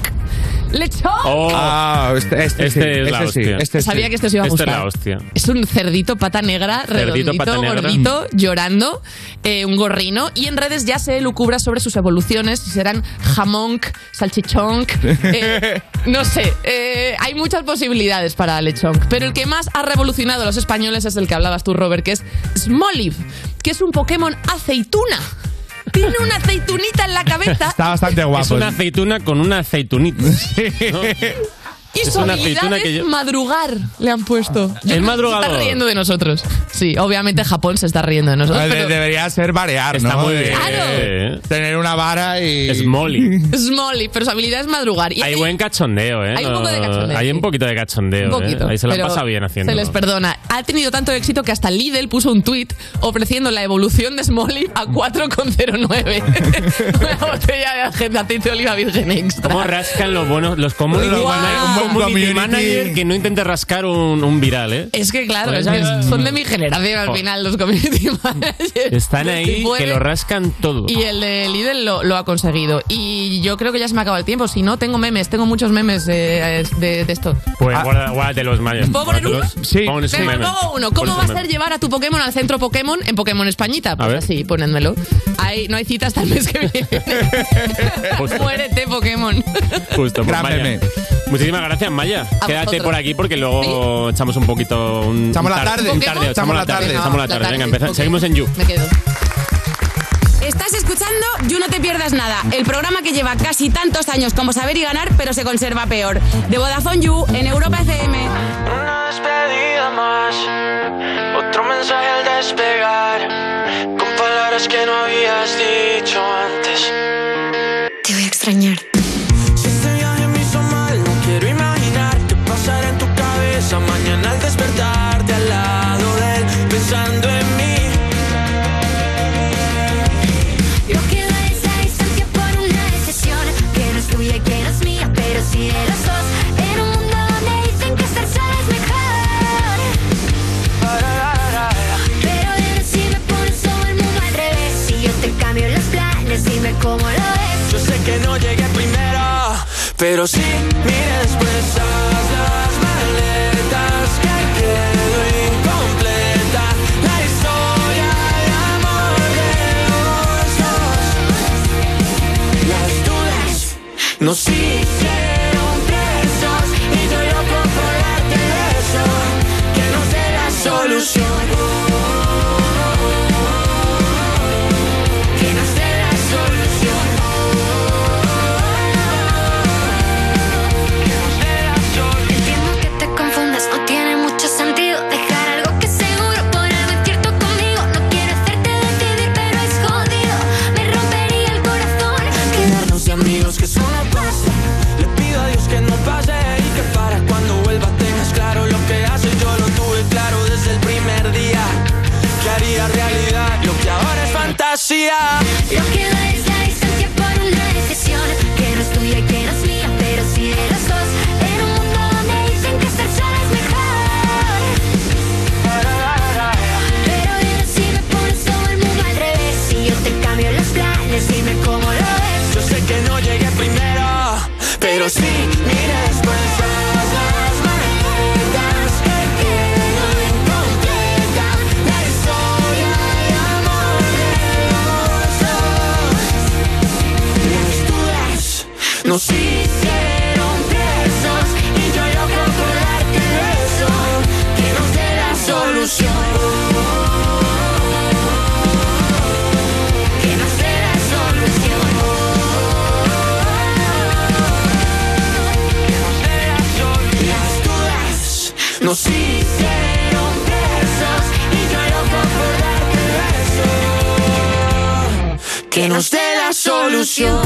¡Lechonk! Oh, Ah, este, este Este sí, es la este sí, hostia. este sí. Sabía que este os iba a Esta es gustar. la hostia. Es un cerdito pata negra, Cerdito, redondito, pata negra. gordito, llorando, eh, un gorrino. Y en redes ya se lucubra sobre sus evoluciones, si serán jamonk, salchichonk, eh, no sé. eh, hay muchas posibilidades para lechonk. Pero el que más ha revolucionado a los españoles es el que hablabas tú, Robert, que es Smoliv, que es un Pokémon aceituna. Tiene una aceitunita en la cabeza Está bastante guapo. Es una aceituna con una aceitunita. ¿no? y Es su una habilidad aceituna que es yo- madrugar, le han puesto. Yo creo que se madrugador. Está riendo de nosotros. Sí, obviamente Japón se está riendo de Ah, nosotros. Eh, de- pero- debería ser variar, Está ¿no? muy De- bien. Claro. Tener una vara y. Es Molly. Smolly, pero su habilidad es madrugar. Y Hay buen cachondeo, ¿eh? Hay un poco de cachondeo, Hay sí. un poquito de cachondeo, un poquito, ¿eh? Ahí se la pero pasa bien haciendo. Se les perdona. Ha tenido tanto éxito que hasta Lidl puso un tuit ofreciendo la evolución de Smolly a 4,09. Una botella de agendatín de oliva virgen extra. ¿Cómo rascan los buenos, los community, Los man- buenos- un buen community community. manager que no intente rascar un, un viral, eh? Es que claro, Pues es que es- son de mi generación al Joder. final los community managers. Están Si ahí que pueden. lo rascan todo. Y eh, el de Lidl lo, lo ha conseguido. Y yo creo que ya se me acaba el tiempo. Si no, tengo memes, tengo muchos memes eh, de, de esto. Ah. Pues guarda- guárdatelos, Mario. ¿Puedo poner uno? Guárdatelos. Pones un Venga, meme. pongo uno. ¿Cómo Pones va un a ser meme. llevar a tu Pokémon al centro Pokémon en Pokémon Españita? Pues ver. así, ponedmelo. Ahí no hay cita hasta el mes que viene. Pues Justo. Muérete, Pokémon. Justo, pues, Gran Maya. meme. Muchísimas gracias, Maya. A Quédate vosotros. por aquí porque luego echamos un poquito. Un, Echamos un la tarde. un Pokémon. Echamos la tarde. Venga, Echamos la Ah, tarde. Venga, empeza- seguimos en You. Me quedo. Estás escuchando You No Te Pierdas Nada, el programa que lleva casi tantos años como saber y ganar, pero se conserva peor. De Vodafone You en Europa FM. Una despedida más, otro mensaje al despegar, con palabras que no habías dicho antes. Te voy a extrañar. Si este viaje me hizo mal, no quiero imaginar qué pasará en tu cabeza mañana al despertarte al lado de él, pensando en mí. Yo queda esa distancia por una decisión que no es tuya y que no es mía, pero sí de los dos. En un mundo donde dicen que estar sola es mejor. Pero dime si me pones todo el mundo al revés. Si yo te cambio los planes, dime cómo lo ves. Pero si mires pues haz las maletas que quedó incompleta la historia de amor de los dos. Las dudas nos hicieron presos y yo loco por darte eso que no sé la solución. Que no sé la solución. Entiendo que te confundas, no tiene mucho sentido Dejar algo que es seguro por algo incierto conmigo No quiero hacerte decidir, pero es jodido Me rompería el corazón Quedarnos de amigos que solo pasa. Le pido a Dios que no pase y que para cuando vuelva tengas claro lo que haces. Yo lo tuve claro desde el primer día. Que haría realidad lo que ahora es fantasía. Lo que da es la distancia por una decisión Que no es tuya y que no es mía, pero sí de los dos En un mundo donde dicen que estar sola es mejor Pero dime si me pones todo el mundo al revés Si yo te cambio los planes, dime cómo lo ves Yo sé que no llegué primero, pero sí, mira después. haz las maletas que quedó incompleta, la historia de amor de los dos. Las dudas nos hicieron presos y yo logro acordarte de eso, que nos dé la solución. Que nos dé la solución. Las dudas nos hicieron presos y yo loco por darte besos. Que nos dé la solución.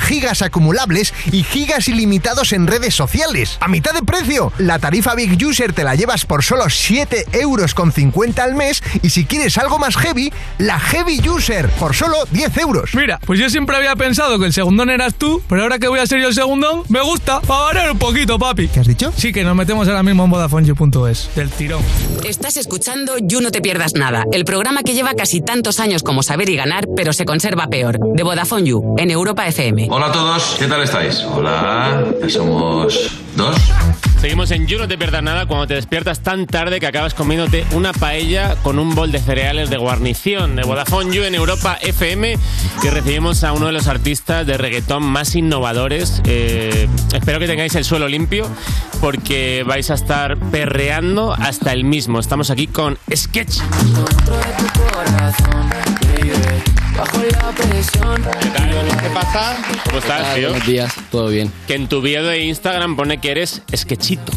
gigas acumulables y gigas ilimitados en redes sociales. A mitad de precio. La tarifa Big User te la llevas por solo 7 euros con 50 al mes y si quieres algo más heavy, la Heavy User por solo 10 euros. Mira, pues yo siempre había pensado que el segundón eras tú, pero ahora que voy a ser yo el segundón, me gusta, para variar un poquito, papi. ¿Qué has dicho? Sí, que nos metemos ahora mismo en VodafoneYou.es, del tirón. Estás escuchando You No Te Pierdas Nada, el programa que lleva casi tantos años como saber y ganar, pero se conserva peor, de Vodafone You, en Europa FM. Hola a todos, ¿qué tal estáis? Hola, ya somos dos. Seguimos en You No Te Pierdas Nada cuando te despiertas tan tarde que acabas comiéndote una paella con un bol de cereales de guarnición de Vodafone You en Europa FM y recibimos a uno de los artistas de reggaetón más innovadores. Eh, espero que tengáis el suelo limpio porque vais a estar perreando hasta el mismo. Estamos aquí con Sketch. Bajo la presión. ¿Qué pasa? ¿Cómo estás, tío? Buenos días, todo bien. Que en tu bio de Instagram pone que eres Sketchito.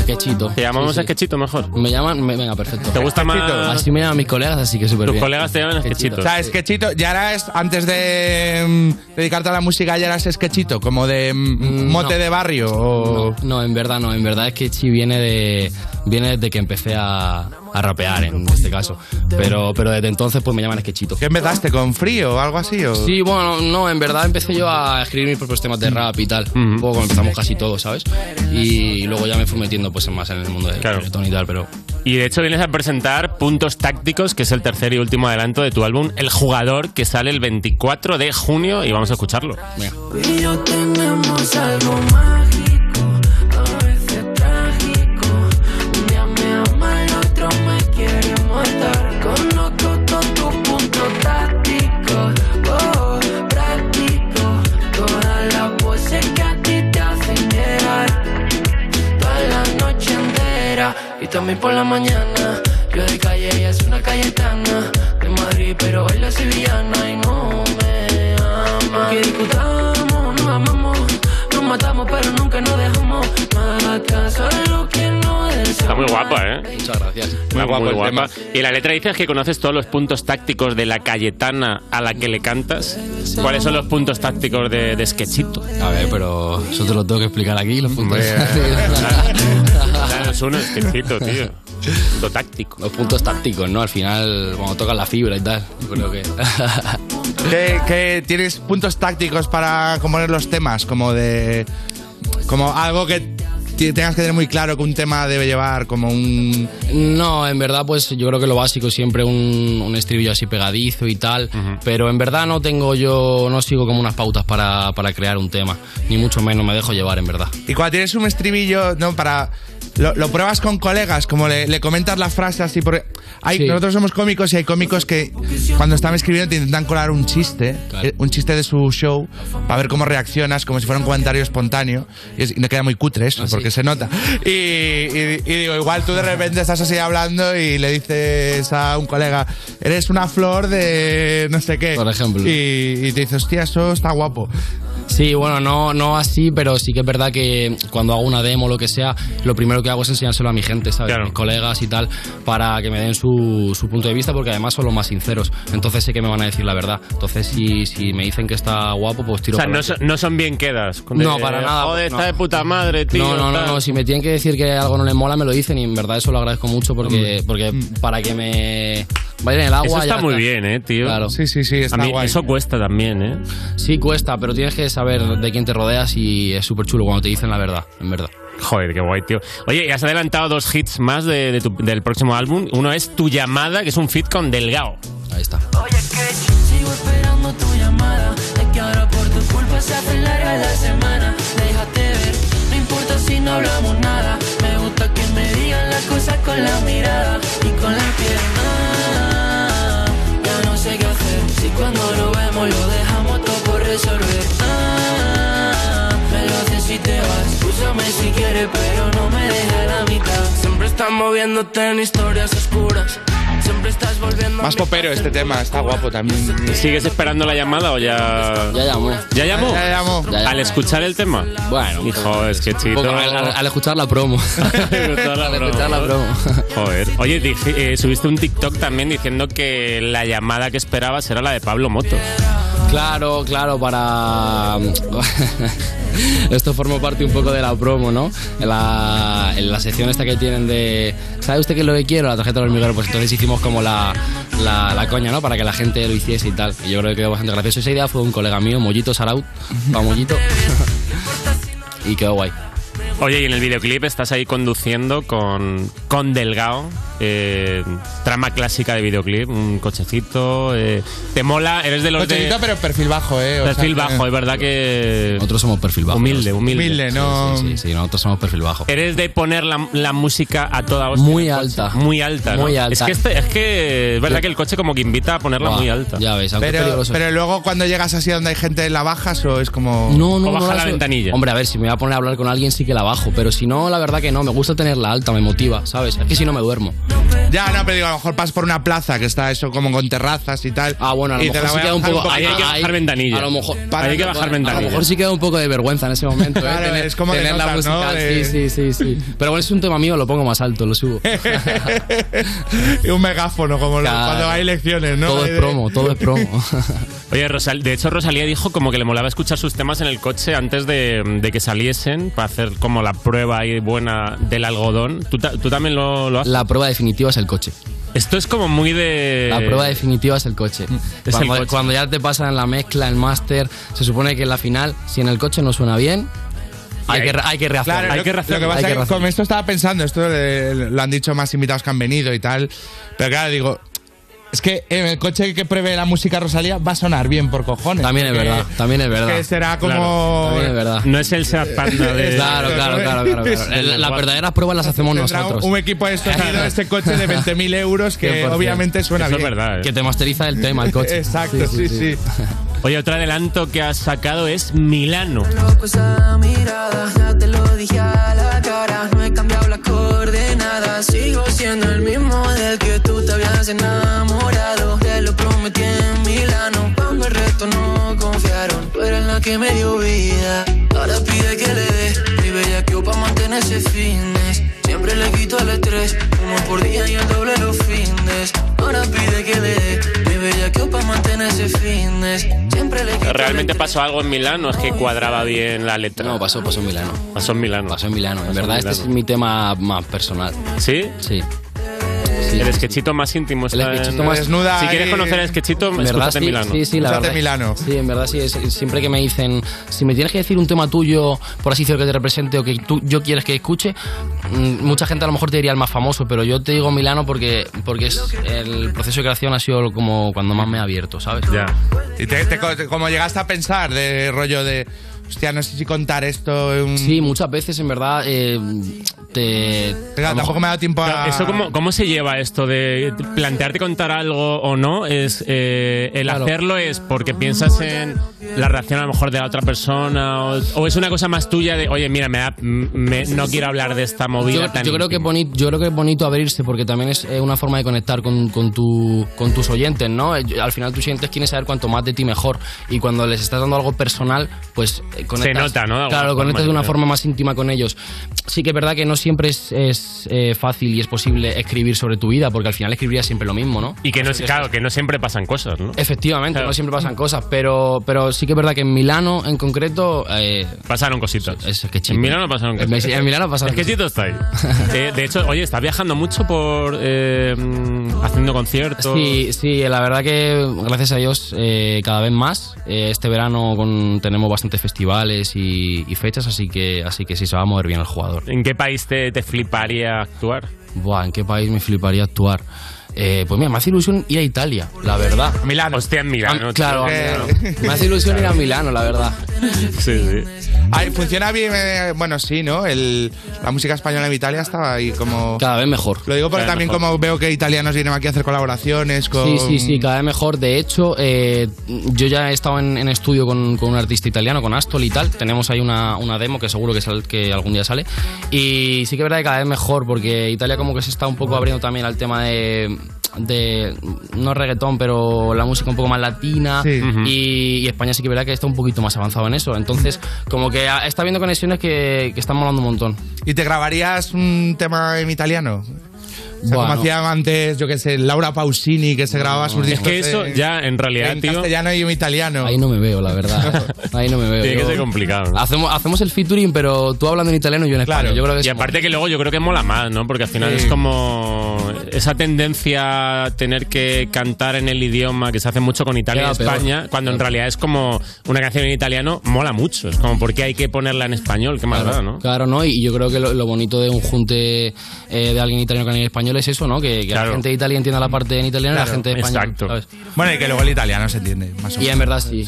Sketchito. Te llamamos Sí, sí. Sketchito mejor. Me llaman, me- venga, perfecto. ¿Te gusta más- Así me llaman mis colegas, así que súper Tus bien. colegas te llaman Sketchito. Sketchito. O sea, sketchito, ya eras, antes de mm, dedicarte a la música, ya eras sketchito, como de mm, mote de barrio. No, no, en verdad no. En verdad es que Chi viene de viene desde que empecé a, a rapear, en este caso. Pero, pero desde entonces pues me llaman Sketchito. ¿Qué empezaste, con frío o algo así? o? Sí, bueno, no, en verdad empecé yo a escribir mis propios temas de rap y tal. Un poco como empezamos casi todos, ¿sabes? Y luego ya me fui metiendo pues en más en el mundo del reggaetón y tal, pero... Y de hecho vienes a presentar Puntos Tácticos, que es el tercer y último adelanto de tu álbum El Jugador, que sale el 24 de junio y vamos a escucharlo. Tú y yo tenemos algo mágico, todo es trágico. Un día me ama, el otro me quiere matar. Conozco todo tu punto táctico, oh, práctico. Todas las voces que a ti te hacen llegar. Toda la noche entera y también por la mañana. Yo de calle, ella es una cayetana. De Madrid, pero baila sevillana y no me ama. Que discutamos, nos amamos, nos matamos, pero nunca nos dejamos. Nada caso de lo que no deseamos. Está muy Muy guapa, ¿eh? Muchas gracias. Muy, Muy guapo el guapa. tema. Y la letra dices que conoces todos los puntos tácticos de la Cayetana a la que le cantas. ¿Cuáles son los puntos tácticos de, de Sketchito? A ver, pero eso te lo tengo que explicar aquí, los puntos. Claro, es un Sketchito, tío. Lo táctico. Los puntos tácticos, ¿no? Al final, cuando tocan la fibra y tal, yo creo que... ¿Qué, qué tienes puntos tácticos para componer los temas? Como de. Como algo que ti- tengas que tener muy claro que un tema debe llevar, como un. No, en verdad, pues yo creo que lo básico siempre un, un estribillo así pegadizo y tal. Pero en verdad no tengo yo, no sigo como unas pautas para, para crear un tema. Ni mucho menos me dejo llevar, en verdad. Y cuando tienes un estribillo, ¿no? Para. Lo, lo pruebas con colegas, como le, le comentas las frases así, porque hay, Sí. nosotros somos cómicos y hay cómicos que cuando están escribiendo te intentan colar un chiste, Claro. eh, un chiste de su show, para ver cómo reaccionas, como si fuera un comentario espontáneo, y, es- y no queda muy cutre eso, porque se nota. Y, y- y digo, igual tú de repente estás así hablando y le dices a un colega, eres una flor de no sé qué. Por ejemplo. Y, y te dice, hostia, eso está guapo. Sí, bueno, no, no así, pero sí que es verdad que cuando hago una demo o lo que sea, lo primero que hago es enseñárselo a mi gente, ¿sabes? A mis colegas y tal, para que me den su, su punto de vista, porque además son los más sinceros. Entonces sé que me van a decir la verdad. Entonces, si, si me dicen que está guapo, pues O tiro sea, para no, adelante. son- no son bien quedas. Con- No, de- para nada. Joder, no. está de puta madre, tío. No, no, tal. no, no, Si me tienen que decir que algo no les mola, me lo dicen y en verdad eso lo agradezco mucho porque, porque para que me vaya en el agua. Mm. Eso está ya muy bien, eh, tío. Claro. Sí, sí, sí, está A mí guay. eso cuesta también, eh. Sí, cuesta, pero tienes que saber de quién te rodeas y es súper chulo cuando te dicen la verdad, en verdad. Joder, qué guay, tío. Oye, ya has adelantado dos hits más de- de tu- del próximo álbum. Uno es Tu Llamada, que es un fit con Delgado. Ahí está. Oye, que yo sigo esperando tu llamada. Es que ahora por tu culpa se hace larga la semana. Déjate ver, no importa si no hablamos nada. Me gusta que me digan las cosas con la mirada y con la pierna. Ya no sé qué hacer. Si cuando lo vemos lo dejamos todo por resolver. Ah, me lo haces si te vas. Úsame si quieres, pero no me dejes a la mitad. Siempre estás moviéndote en historias oscuras. Siempre estás volviendo a Más popero este tema, está guapo también. ¿Sigues esperando la llamada o ya.? Ya llamó. ¿Ya llamó? Ya llamó. Ya llamó. Al escuchar el tema. Bueno. Hijo, es que chito. Poco, al, al- al escuchar la promo. Al escuchar la promo. Joder. Oye, dije- eh, subiste un TikTok también diciendo que la llamada que esperabas era la de Pablo Moto. Claro, claro, para... um, Esto forma parte un poco de la promo, ¿no? En la, en la sección esta que tienen de... ¿Sabe usted qué es lo que quiero? La tarjeta del hormiguero. Pues entonces hicimos como la, la, la coña, ¿no? Para que la gente lo hiciese y tal. Y yo creo que quedó bastante gracioso. Esa idea fue de un colega mío, Mollito Saraut. Va Mollito. y quedó guay. Oye, y en el videoclip estás ahí conduciendo con, con Delgado, eh, trama clásica de videoclip, un cochecito. eh, ¿Te mola? Eres de los de- Cochecito, pero perfil bajo, ¿eh? O sea perfil que- bajo, es verdad que. Nosotros somos perfil bajo. Humilde, humilde. Humilde, no. Sí, sí, nosotros somos perfil bajo. Eres de poner la, la música a toda hostia. Muy en el alta. coche. Muy alta. ¿no? Muy alta. Es que, este- es que es verdad que el coche como que invita a ponerla Buah, muy alta. ya ves, aunque es Pero, peligroso. pero luego cuando llegas así donde hay gente la bajas o es como... No, no, no suelo- Hombre, a ver, si me voy a poner a hablar con alguien sí que la bajo, pero si no, la verdad que no, me gusta tenerla alta, me motiva, ¿sabes? Es que si no me duermo. Ya, no, pero digo, a lo mejor pasas por una plaza que está eso como con terrazas y tal. Ah, bueno, a lo mejor sí queda un poco- ahí hay que bajar ventanilla. A lo mejor- Ahí hay que bajar ventanilla. A lo mejor sí queda un poco de vergüenza en ese momento. ¿eh? Claro, Tener- es como de tener la notas, ¿no? música, De- Sí, sí, sí, sí. Pero bueno, es un tema mío, lo pongo más alto, lo subo. Y un megáfono, como lo- Claro. cuando hay elecciones, ¿no? eh, Todo Ahí es de- promo, todo es promo. Oye, Rosal, de hecho Rosalía dijo como que le molaba escuchar sus temas en el coche antes de, de que saliesen para hacer como la prueba ahí buena del algodón. ¿Tú, ta- tú también lo, lo haces? La prueba definitiva es el coche. Esto es como muy de... La prueba definitiva es el coche. Mm. Es cuando, el coche. cuando ya te pasan la mezcla, el máster, se supone que en la final, si en el coche no suena bien, hay, que, re- hay que rehacer. Claro, lo- Lo que pasa es que con esto estaba pensando, esto eh, lo han dicho más invitados que han venido y tal. Pero claro, digo, es que en el coche que prevé la música Rosalía va a sonar bien por cojones. También es porque- verdad, también es verdad. que será como- Claro, también es verdad. No es el Seat Panda de... Claro, claro, claro, claro. claro. La- Las verdaderas pruebas las hacemos Tendrá un- nosotros. un equipo de sonido de este coche de 20.000 euros que 100%. obviamente suena bien. ¿eh? Que te masteriza el tema, el coche. Exacto, sí, sí. Oye, otro adelanto que has sacado es Milano. loco esa mirada. Ya te lo dije a la cara. No he cambiado la coordenada. Sigo siendo el mismo del que tú te habías enamorado. Te lo prometí en Milano. Cuando el resto no confiaron. Tú eres la que me dio vida. Ahora pide que le dé. Mi bella que para mantenerse fines. Siempre le quito el doble tres, uno por día y el doble los fines. Ahora pide que le dé, mi bella que para mantenerse fines. Siempre le quita ¿Realmente pasó algo en Milán o es que cuadraba bien la letra? No, pasó, pasó en Milano. Pasó en Milano. Pasó en Milano. En verdad, este es mi tema más personal. ¿Sí? Sí. el sketchito más íntimo está El sketchito en- más- Desnuda Si quieres ahí. conocer el sketchito, En verdad, escúchate sí, en Milano. Sí, sí, la verdad. Sí, en verdad, sí. es- es- siempre que me dicen, si me tienes que decir un tema tuyo, por así decirlo, que te represente o que tú, yo quieres que escuche, mm, mucha gente a lo mejor te diría el más famoso, pero yo te digo Milano porque, porque es, el proceso de creación ha sido como cuando más me he abierto, ¿sabes? Ya. Y te- te co- te- como llegaste a pensar de rollo de, hostia, no sé si contar esto. en un- Sí, muchas veces, en verdad, eh, te... Venga, tampoco me ha dado tiempo a... ¿Eso cómo, cómo se lleva esto de plantearte contar algo o no? Es eh, El Claro. hacerlo es porque piensas en la reacción a lo mejor de la otra persona o, o es una cosa más tuya de, oye, mira, me da- me- no quiero hablar de esta movida yo, tan yo creo que es bonito yo creo que es bonito abrirse porque también es eh, una forma de conectar con, con tu- con tus oyentes no Eh, yo- al final tus oyentes quieren saber cuanto más de ti mejor y cuando les estás dando algo personal pues eh, conectas nota, ¿no? De alguna claro forma, conectas de una yo creo. forma más íntima con ellos sí que es verdad que no siempre es, es, eh, fácil y es posible escribir sobre tu vida porque al final escribirías siempre lo mismo no Y que no, claro, que no siempre pasan cosas, ¿no? Efectivamente, no siempre pasan cosas, pero, pero sí que es verdad que en Milano en concreto... pasaron cositas. Eh, Es, que En Milano pasaron En Mes- en Milano pasaron El sketchito está ahí. Eh, de hecho, oye, estás viajando mucho por eh, mm, haciendo conciertos. Sí, sí, la verdad que gracias a Dios eh, cada vez más. Eh, este verano con- tenemos bastantes festivales y, y fechas, así que, así que sí, se va a mover bien el jugador. ¿En qué país te, te fliparía actuar? Buah, ¿en qué país me fliparía actuar? Eh, pues mira, me hace ilusión ir a Italia, la verdad. Milano. Hostia, en Milano. Ah, claro, tío. a Milano. Me hace ilusión ir a Milano, la verdad. Sí, sí. Ay, funciona bien, eh, bueno, sí, ¿no? El, la música española en Italia estaba ahí como... Cada vez mejor. Lo digo porque Cada también vez mejor. como veo que italianos vienen aquí a hacer colaboraciones con... Sí, sí, sí, cada vez mejor. De hecho, eh, yo ya he estado en, en estudio con, con un artista italiano, con Astol y tal. Tenemos ahí una, una demo que seguro que, sal- que algún día sale. Y sí que es verdad que cada vez mejor, porque Italia como que se está un poco abriendo también al tema de, de no reggaetón, pero la música un poco más latina. Sí. Ujú. Y, y España sí que es verdad que está un poquito más avanzado en eso. Entonces, como que ah, está habiendo conexiones que, que están molando un montón. ¿Y te grabarías un tema en italiano? O sea, Bueno. como hacían antes, yo qué sé, Laura Pausini, que se grababa sus Es discos. que eso en- ya, en realidad, en tío. castellano y en italiano. Ahí no me veo, la verdad. Ahí no me veo. Tiene que Yo- ser complicado. ¿no? Hacemos, hacemos el featuring, pero tú hablando en italiano y yo en español. Yo creo que y sí. aparte que luego yo creo que mola más, ¿no? Porque al final es Sí. como esa tendencia a tener que cantar en el idioma que se hace mucho con Italia y Queda peor. España, cuando en realidad es como una canción en italiano mola mucho. Es como porque hay que ponerla en español, qué más da, ¿no? Claro, ¿no? Y yo creo que lo, lo bonito de un junte eh, de alguien italiano con alguien español es eso, ¿no? Que, que la gente de Italia entienda la parte en italiano y la Claro, gente de España. exacto. Bueno, y que luego el italiano se entiende, más o Y en verdad sí.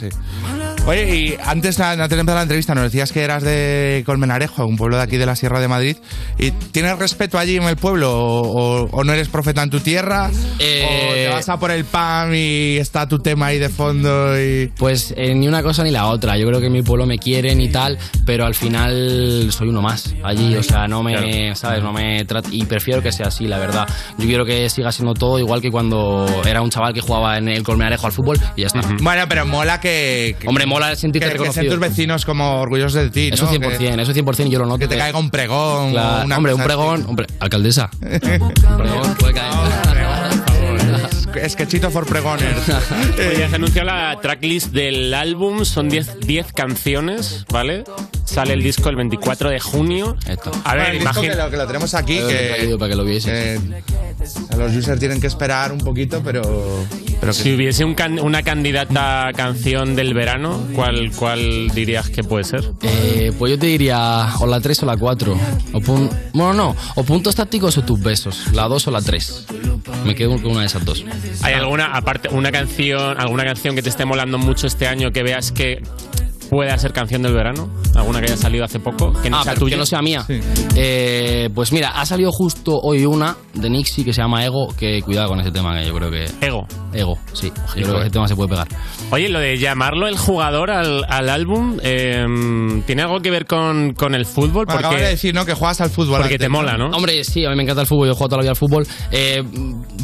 Oye, y antes, antes de empezar la entrevista, nos decías que eras de Colmenarejo, un pueblo de aquí de la Sierra de Madrid. ¿Y tienes respeto allí en el pueblo? ¿O, o- o no eres profeta en tu tierra? Eh, ¿O te vas a por el pan y está tu tema ahí de fondo? y Pues eh, ni una cosa ni la otra. Yo creo que en mi pueblo me quieren y tal, pero al final soy uno más allí. O sea, no me, Claro. ¿sabes? No me trat- Y prefiero que sea así, la verdad. Yo quiero que siga siendo todo igual que cuando era un chaval que jugaba en el Colmenarejo al fútbol y ya está. Bueno, pero mola que. que- Hombre, mola que, sentirte que reconocido. sean tus vecinos como orgullosos de ti, Eso ¿no? 100%, Que- eso 100% yo lo noto. Que te caiga un pregón. Claro, o una hombre, un cosa pregón. Hombre, alcaldesa. Es que Chito for Pregoner. Oye, Pues se anunció la tracklist del álbum, son 10 10 canciones, ¿vale? Sale el disco el 24 de junio. A Bueno, ver, Ah, el disco imagina- que lo, que lo tenemos aquí, Lo que, eh, hemos traído para que lo a los users tienen que esperar un poquito, pero... si hubiese un can- una candidata a canción del verano, ¿cuál, ¿cuál dirías que puede ser? Eh, pues yo te diría o la 3 o la 4. O pun- bueno, no. O puntos tácticos o tus besos. La 2 o la 3. Me quedo con una de esas dos. ¿Hay alguna, aparte, una canción, alguna canción que te esté molando mucho este año que veas que pueda ser canción del verano? ¿Alguna que haya salido hace poco? Que no Ah, sea pero tuya. que no sea mía. Eh, pues mira, ha salido justo hoy una de Nixie que se llama Ego. Que cuidado con ese tema, que yo creo que. Ego. Ego, sí. Yo creo que ese tema se puede pegar. Oye, lo de llamarlo el jugador al, al álbum, eh, ¿tiene algo que ver con, con el fútbol? Bueno, acabas de decir, ¿no? Que juegas al fútbol. Porque te mola, ¿no? Hombre, sí, a mí me encanta el fútbol, yo juego toda la vida al fútbol. Eh,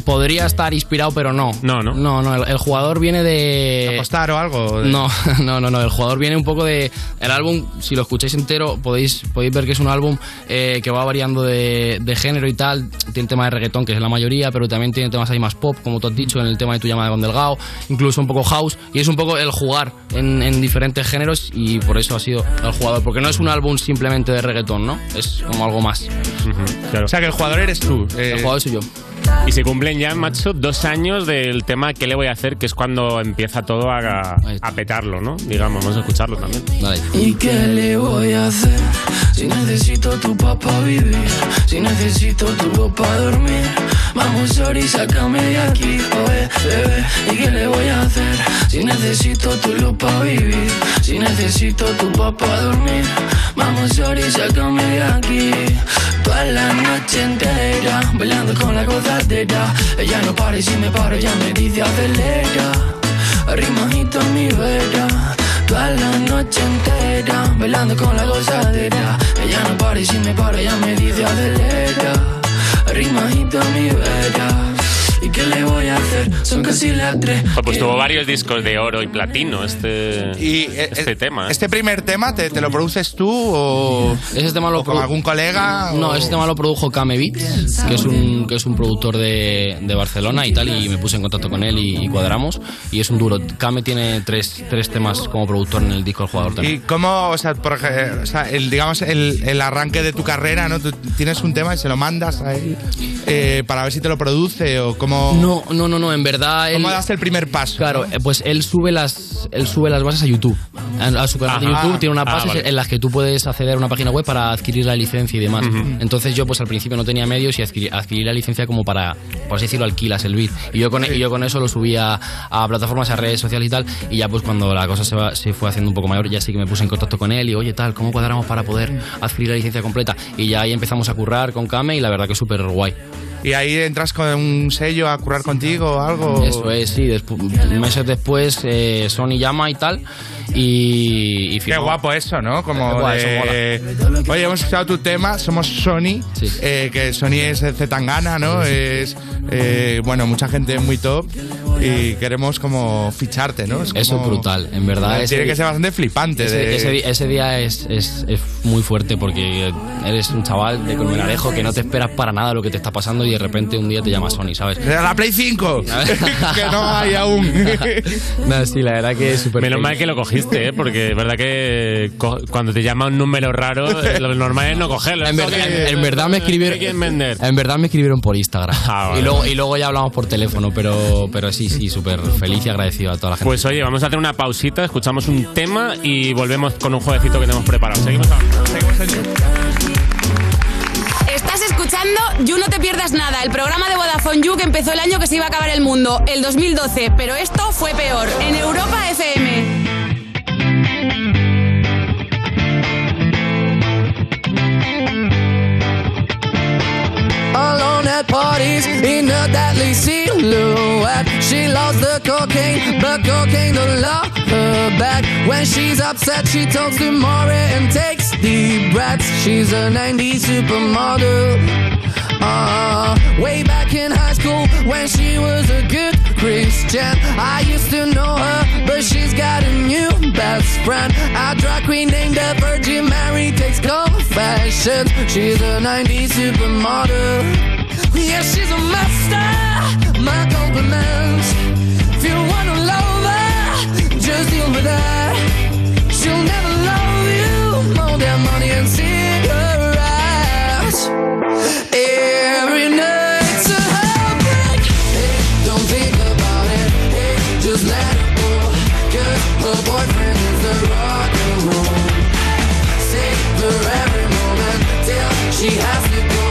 podría estar inspirado, pero no. No, no. No, no, el, el jugador viene de. ¿Apostar o algo? No, no, no, no. El jugador viene un poco de. El álbum, si lo escucháis entero, podéis, podéis ver que es un álbum eh, que va variando de, de género y tal. Tiene el tema de reggaetón, que es la mayoría, pero también tiene temas ahí más pop, como tú has dicho, en el tema de tu llamada con Delgado, incluso un poco house. Y es un poco el jugar en, en diferentes géneros y por eso ha sido el jugador. Porque no es un álbum simplemente de reggaetón, ¿no? Es como algo más. O sea, que el jugador eres tú. eh. El jugador soy yo. Y se cumplen ya, macho, dos años del tema que le voy a hacer, que es cuando empieza todo a, a petarlo, ¿no? Digamos, vamos a escucharlo también. ¿Y qué le voy a hacer? Si necesito tu papá vivir, si necesito tu voz para dormir. Vamos, sorry, sácame de aquí, joder, bebé. ¿Y qué le voy a hacer? Si necesito tu luz para vivir, si necesito tu voz para dormir. Vamos, sorry, sácame de aquí. Toda la noche entera, bailando con la gozadera. Ella no para y si me paro, ya me dice acelera. Rimajito en mi vera. Toda la noche entera, bailando con la gozadera. Ella no para y si me paro, ya me dice acelera. Rimajito en mi vera. ¿Y qué le voy a hacer? Son casi las tres. Joder, Pues tuvo varios discos de oro y platino este, este tema. ¿eh? ¿Este primer tema te, te lo produces tú o, ese tema lo o con produ- algún colega? No, o- ese tema lo produjo Kame Beats, que es un, que es un productor de, de Barcelona y tal, y me puse en contacto con él y, y cuadramos. Y es un duro. Kame tiene tres, tres temas como productor en el disco El Jugador también. ¿Y cómo, o sea, por ej- eh, o sea, el, digamos, el, el arranque de tu carrera, ¿no? Tú tienes un tema y se lo mandas a él eh, para ver si te lo produce o cómo... No, no, no, no, en verdad... ¿Cómo das el primer paso? Claro, eh, pues él sube las él sube las bases a YouTube. A, a Ah, su canal de Ajá. YouTube tiene una Ah, base vale. en las que tú puedes acceder a una página web para adquirir la licencia y demás. Entonces yo pues al principio no tenía medios y adquirí, adquirí la licencia como para, por así decirlo, alquilas el beat. Y yo con, y yo con eso lo subía a plataformas, a redes sociales y tal. Y ya pues cuando la cosa se, va- se fue haciendo un poco mayor, ya sí que me puse en contacto con él y oye tal, ¿cómo cuadramos para poder adquirir la licencia completa? Y ya ahí empezamos a currar con Kame y la verdad que es súper guay. ¿Y ahí entras con un sello a currar contigo o algo? Eso es, sí. despu- meses después, eh, Sony llama y tal. Y, Qué guapo ¿eh? eso, ¿no? Como Guau, eso de- Oye, hemos escuchado tu tema, somos Sony, eh, que Sony es eh, Zetangana, ¿no? Es, eh, bueno, mucha gente muy top y queremos como ficharte, ¿no? Eso es brutal, en verdad, ese Tiene di- que ser bastante flipante. Ese, de- ese di- ese día es, es- es muy fuerte porque eres un chaval de Colmenarejo que no te esperas para nada lo que te está pasando y de repente un día te llama Sony, ¿sabes? ¡La Play 5! que no hay aún. no, sí, la verdad que es súper Menos feliz. mal que lo cogiste, ¿eh? porque es verdad que co- cuando te llama un número raro, eh, lo normal es no cogerlo. En verdad, en- en verdad me escribieron. En verdad me escribieron por Instagram. Ah, y, luego, y luego ya hablamos por teléfono, pero, pero sí, sí, súper feliz y agradecido a toda la gente. Pues oye, vamos a hacer una pausita, escuchamos un tema y volvemos con un jueguecito que tenemos preparado. Seguimos hablando. Estás escuchando You No Te Pierdas Nada, el programa de Vodafone You que empezó el año que se iba a acabar el mundo, el 2012, pero esto fue peor, en Europa FM. Alone at parties in a deadly silhouette. She loves the cocaine, but cocaine don't love her back. When she's upset, she talks to Maury and takes deep breaths. She's a 90s supermodel. Uh, way back in high school, when she was a good Christian, I used to know her, but she's got a new best friend. A drag queen named the Virgin Mary takes confessions. She's a 90s supermodel. Yeah, she's a master. My compliments. If you wanna love her, just deal with her. She'll never love you more than money and cigarettes. Every night's a heartbreak. Hey, don't think about it. Hey, just let it go. 'Cause her boyfriend is a rock and roll. Savor every moment till she has to go.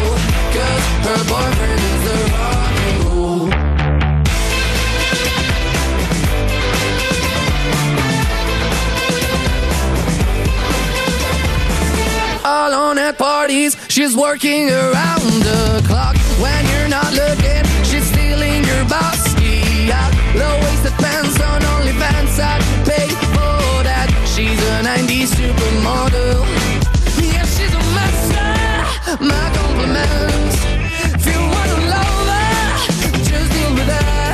'Cause her boyfriend is a rock and roll. Alone at parties, she's working around the clock. When you're not looking, she's stealing your bossy out. Low waisted pants on OnlyFans, I'd pay for that. She's a 90s supermodel. Yeah, she's a master. My compliments. If you wanna love her, just deal with her.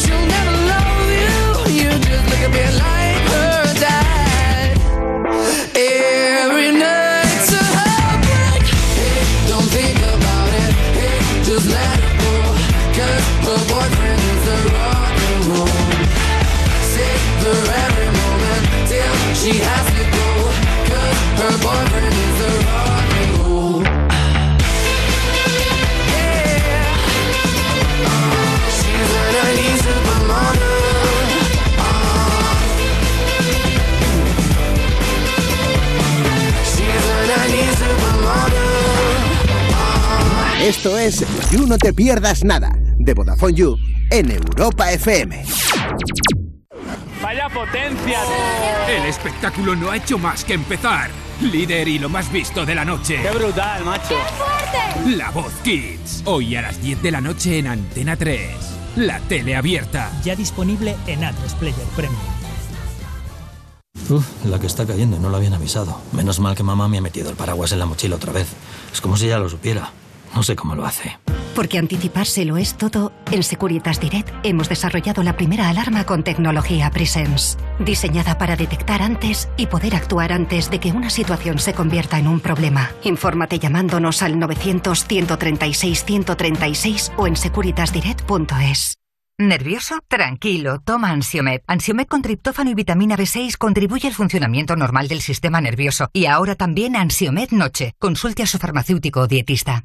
She'll never love you. You just look a bit like her dad. Esto es You No Te Pierdas Nada de Vodafone You en Europa FM. ¡Vaya potencia! El espectáculo no ha hecho más que empezar. Líder y lo más visto de la noche. ¡Qué brutal, macho! La Voz Kids. Hoy a las 10 de la noche en Antena 3. La tele abierta. Ya disponible en A3 Player Premium. Uf, la que está cayendo, no lo habían avisado. Menos mal que mamá me ha metido el paraguas en la mochila otra vez. Es como si ya lo supiera. No sé cómo lo hace. Porque anticipárselo es todo, en Securitas Direct hemos desarrollado la primera alarma con tecnología Presence, diseñada para detectar antes y poder actuar antes de que una situación se convierta en un problema. Infórmate llamándonos al 900 136 136 o en securitasdirect.es. ¿Nervioso? Tranquilo, toma Ansiomed. Ansiomed con triptófano y vitamina B6 contribuye al funcionamiento normal del sistema nervioso. Y ahora también Ansiomed Noche. Consulte a su farmacéutico o dietista.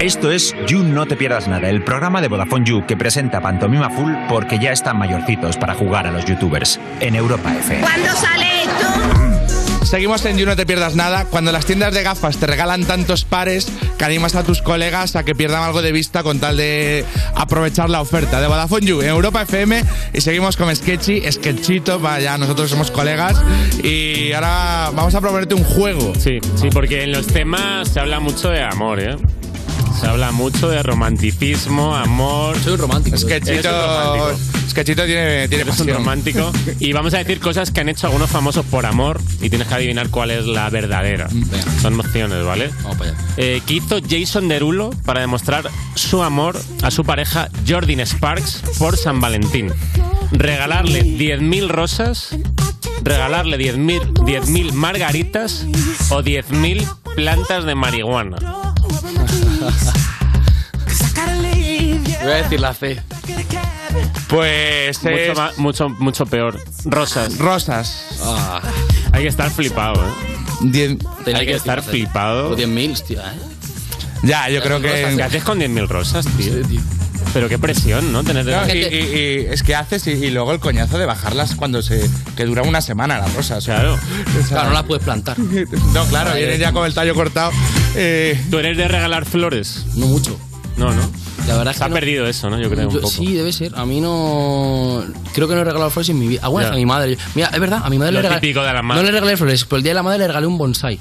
Esto es You No Te Pierdas Nada, el programa de Vodafone You que presenta Pantomima Full porque ya están mayorcitos para jugar a los youtubers en Europa FM. sale Seguimos en You No Te Pierdas Nada. Cuando las tiendas de gafas te regalan tantos pares que animas a tus colegas a que pierdan algo de vista con tal de aprovechar la oferta de Vodafone You en Europa FM. Y seguimos con Sketchy, Sketchito, vaya, nosotros somos colegas. Y ahora vamos a proponerte un juego. Sí, sí, porque en los temas se habla mucho de amor, ¿eh? Se habla mucho de romanticismo, amor. Soy un romántico. Sketchito- Sketchito tiene, tiene Eres un pasión. romántico. Y vamos a decir cosas que han hecho algunos famosos por amor y tienes que adivinar cuál es la verdadera. Mm, Son opciones, ¿vale? Eh, ¿Qué hizo Jason Derulo para demostrar su amor a su pareja Jordan Sparks por San Valentín? Regalarle 10.000 rosas, regalarle 10.000 10.000 margaritas o 10.000 plantas de marihuana. Voy a decir la C. Pues mucho, es- ma- mucho, mucho peor. Rosas. Ah, Rosas. Hay que estar flipado, ¿eh? Hay que estar flipado. 10.000, hostia, ¿eh? Ya, yo creo que. ¿Qué haces con 10.000 rosas, tío? Pero qué presión, ¿no? Tener No, y, y- y es que haces y, y luego el coñazo de bajarlas cuando se. que dura una semana las rosas. Claro. Claro, no las puedes plantar. Eh, No, claro, viene ya con el tallo cortado. Eh, ¿Tú eres de regalar flores? No mucho. No, no. La verdad es Se que ha no- perdido eso, ¿no? Yo creo un Yo- poco. Sí, debe ser. A mí no. Creo que no he regalado flores en mi vida. Algunas Ya. a mi madre. Mira, es verdad, a mi madre Lo le regalé. típico de la madre. No le regalé flores, pero el día de la madre le regalé un bonsai.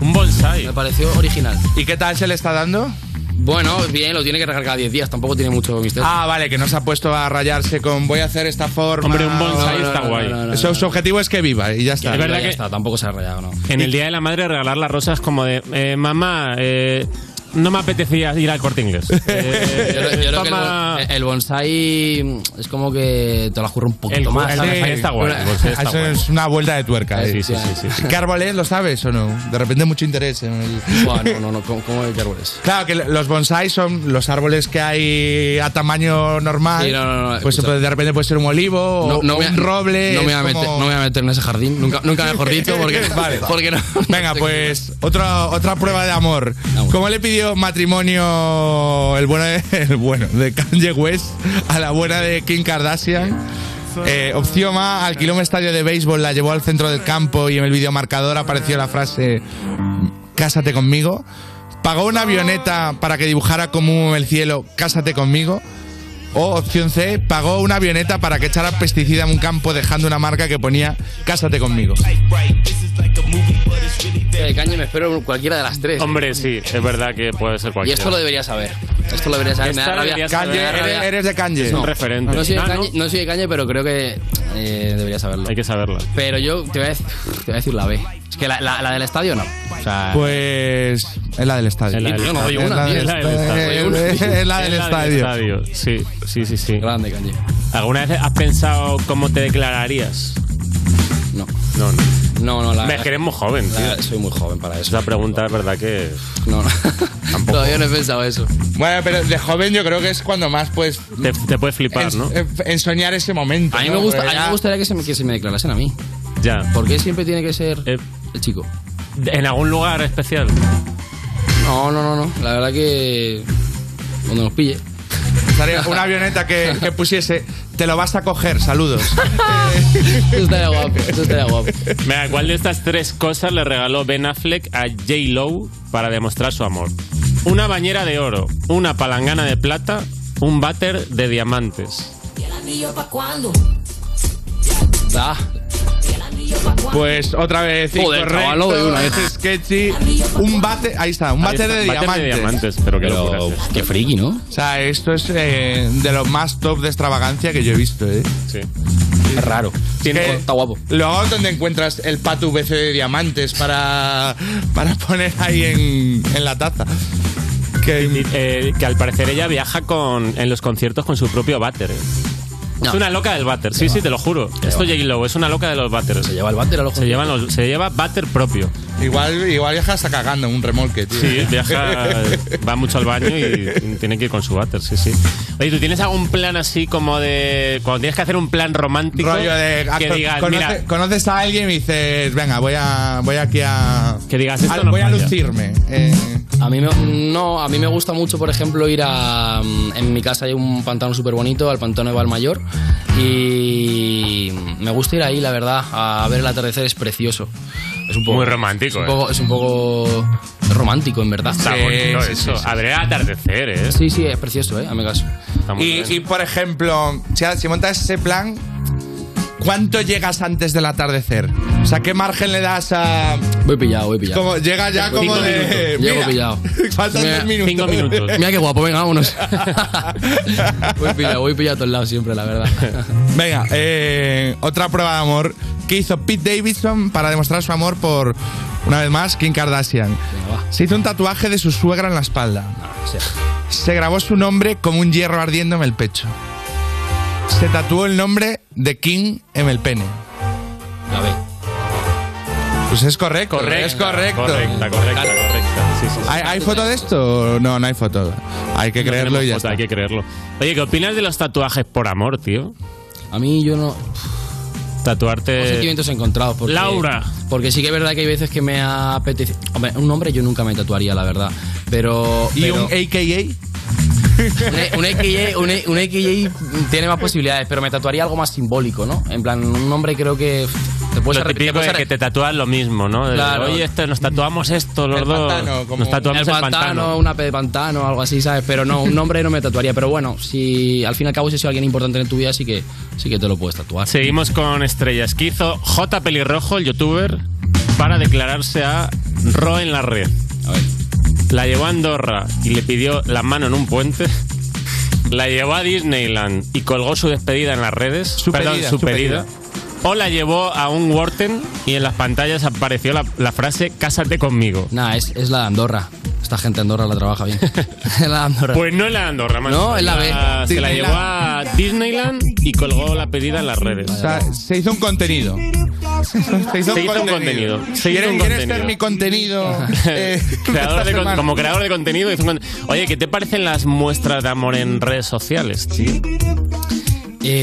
¿Un bonsai? Me pareció original. ¿Y qué tal se le está dando? Bueno, bien, lo tiene que regalar cada 10 días. Tampoco tiene mucho misterio. Ah, vale, que no se ha puesto a rayarse con voy a hacer esta forma. Hombre, un bonsai o- está guay. no, no, Eso, su objetivo es que viva y ya está. Es verdad Ya que- está, tampoco se ha rayado, ¿no? En el Día de la Madre regalar las rosas como de, eh, mamá, eh, no me apetecía ir al corte inglés. Eh, Yo, creo- yo creo que el, toma- bon- el bonsai mm, es como que te lo curro un poquito El- más. el ¿sabes? bonsai está guay, el bonsai está Eso es una vuelta de tuerca. Sí, eh. sí, sí, sí. ¿Qué árbol es? ¿Lo sabes o no? De repente mucho interés en el- Buah, no, no, no, ¿cómo, cómo de qué árboles? Claro, que los bonsai son los árboles que hay a tamaño Ah, normal. Sí, no, no, no, pues escucha. puede- de repente puede ser un olivo o voy a- un roble. No me, voy a es meter, como- no me voy a meter en ese jardín, nunca, nunca mejor dicho, porque, Vale. porque no. Venga, pues otra, otra prueba de amor. ¿Cómo le pidió matrimonio el bueno de, el bueno de Kanye West a la buena de Kim Kardashian? Eh, opción A, alquiló un estadio de béisbol, la llevó al centro del campo y en el videomarcador apareció la frase Cásate conmigo. pagó una avioneta para que dibujara como el cielo, cásate conmigo. O opción C, pagó una avioneta para que echara pesticida en un campo dejando una marca que ponía cásate conmigo. De Eh, caño me espero cualquiera de las tres. Hombre, sí, es verdad que puede ser Y cualquiera. esto lo debería saber. Esto lo debería saber. Me da Esta rabia. debería saber. Me da Kanye, rabia. eres- eres de Kanye. Es un referente. No soy, de Ah, Kanye, no soy de Kanye, pero creo que eh, debería saberlo. Hay que saberlo. Pero yo te voy a decir, te voy a decir la B. Es que la, la- la del estadio no. O sea, Pues es la del estadio. Es la del- Yo no doy Es una, la tío. del Es la del estadio. estadio. Doy una. Es la del Es la del estadio. Sí, sí, sí, sí. Grande, Kanye. ¿Alguna vez has pensado cómo te declararías? No. No, no. No, no, la Me es que eres muy joven, la- tío. soy muy joven para eso. Esa pregunta es verdad que. No, no. Todavía no he pensado eso. Bueno, pero de joven yo creo que es cuando más puedes. Te, te puedes flipar, en- ¿no? en- Ensoñar ese momento. A mí ¿no? me, gusta, a Porque mí ya- me gustaría que se, me, que se me declarasen a mí. Ya. Eh, ¿Por qué siempre tiene que ser el chico? ¿En algún lugar especial? No, no, no, no. La verdad que. Cuando nos pille. Estaría una avioneta que, que pusiese, te lo vas a coger, saludos. Eso estaría guapo, eso estaría guapo. Mira, ¿cuál de estas tres cosas le regaló Ben Affleck a J. Lowe para demostrar su amor? Una bañera de oro, una palangana de plata, un váter de diamantes. anillo pa' cuándo? Ah. Pues otra vez Joder, incorrecto, chaval, lo de una vez. sketchy. Un bate, ahí está, un Ahí bate está, de, váter de diamantes. diamantes, pero qué Pero, locura es Qué friki, ¿no? O sea, esto es eh, de lo más top de extravagancia que yo he visto, ¿eh? Sí. Es raro. está guapo. Luego, donde encuentras el pato VC de diamantes para, para poner ahí en, en la taza? Que, eh, que al parecer ella viaja con, en los conciertos con su propio váter. ¿eh? Es una loca del váter, sí, sí, te lo juro. Esto J. Lowe es una loca de los váteres. Se lleva el váter a los se, llevan los- se lleva váter propio. Igual, igual viaja hasta cagando en un remolque, tío. Sí, viaja, va mucho al baño y tiene que ir con su váter, sí, sí. Oye, ¿tú tienes algún plan así como de. cuando tienes que hacer un plan romántico? Rollo de. ah, que con- digas, conoce- mira. Conoces a alguien y dices, venga, voy, a, voy aquí a. Que digas, esto a- no Ah, Voy a falla". lucirme. Eh, A mí me, no, a mí me gusta mucho, por ejemplo, ir a. mm, En mi casa hay un pantano súper bonito, al pantano de Valmayor. Y me gusta ir ahí, la verdad, a ver el atardecer, es precioso. Es un poco, Muy romántico, Es un eh. poco, es un poco romántico, en verdad. Está bonito eso. A ver el atardecer, ¿eh? Sí, sí, es precioso, ¿eh? A mi caso. Y, y, por ejemplo, si, si montas ese plan, ¿cuánto llegas antes del atardecer? O sea, ¿qué margen le das a. Voy pillado, voy pillado. Como, llega ya Cinco como de. minutos. mira, Llego pillado. Faltan Mira, 10 minutos. Mira qué guapo, venga, vámonos. voy pillado, voy pillado a todos lados siempre, la verdad. Venga, eh, otra prueba de amor que hizo Pete Davidson para demostrar su amor por, una vez más, Kim Kardashian. Se hizo un tatuaje de su suegra en la espalda. Se grabó su nombre como un hierro ardiendo en el pecho. Se tatuó el nombre de Kim en el pene. A ver. Pues es correcto. es correcto. Correcta, correcta, correcta. Sí, sí, sí. ¿Hay, hay foto de esto? No, no hay foto. Hay que No creerlo tenemos y ya foto, está. Hay que creerlo. Oye, ¿qué opinas de los tatuajes por amor, tío? A mí yo no. Tatuarte. Tengo sentimientos encontrados. Porque, Eh, Laura. Porque sí que es verdad que hay veces que me apetece. Hombre, un nombre yo nunca me tatuaría, la verdad. Pero. ¿Y pero- un AKA? un AKA, un A- un AKA tiene más posibilidades, pero me tatuaría algo más simbólico, ¿no? En plan, un nombre creo que. pff, Te puedes lo arre- te típico puedes es arre- que te tatúas lo mismo, ¿no? De, Claro. Oye, este, nos tatuamos esto, los dos. nos tatuamos el pantano, un AP de pantano, algo así, ¿sabes? Pero no, un nombre no me tatuaría. Pero bueno, si al fin y al cabo si soy alguien importante en tu vida, sí que, sí que te lo puedes tatuar. Seguimos con estrellas. ¿Qué hizo J Pelirrojo, el youtuber, para declararse a Ro en la red? La llevó a Andorra y le pidió la mano en un puente. La llevó a Disneyland y colgó su despedida en las redes. Perdón, pedida, su su pedida. pedida. O la llevó a un Wharton y en las pantallas apareció la, la frase Cásate conmigo. Nah, es, es la de Andorra. Esta gente de Andorra la trabaja bien. Es la de Andorra. Pues no es la de Andorra, macho. No, es la B. Se la llevó a Disneyland y colgó la pedida en las redes. O sea, se hizo un contenido. Se hizo, Se hizo un contenido, se hizo ¿Quieres, un quieres contenido. ser mi contenido? eh, Creador esta de con- semana? como creador de contenido. hizo un con- Oye, ¿qué te parecen las muestras de amor en redes sociales, tío?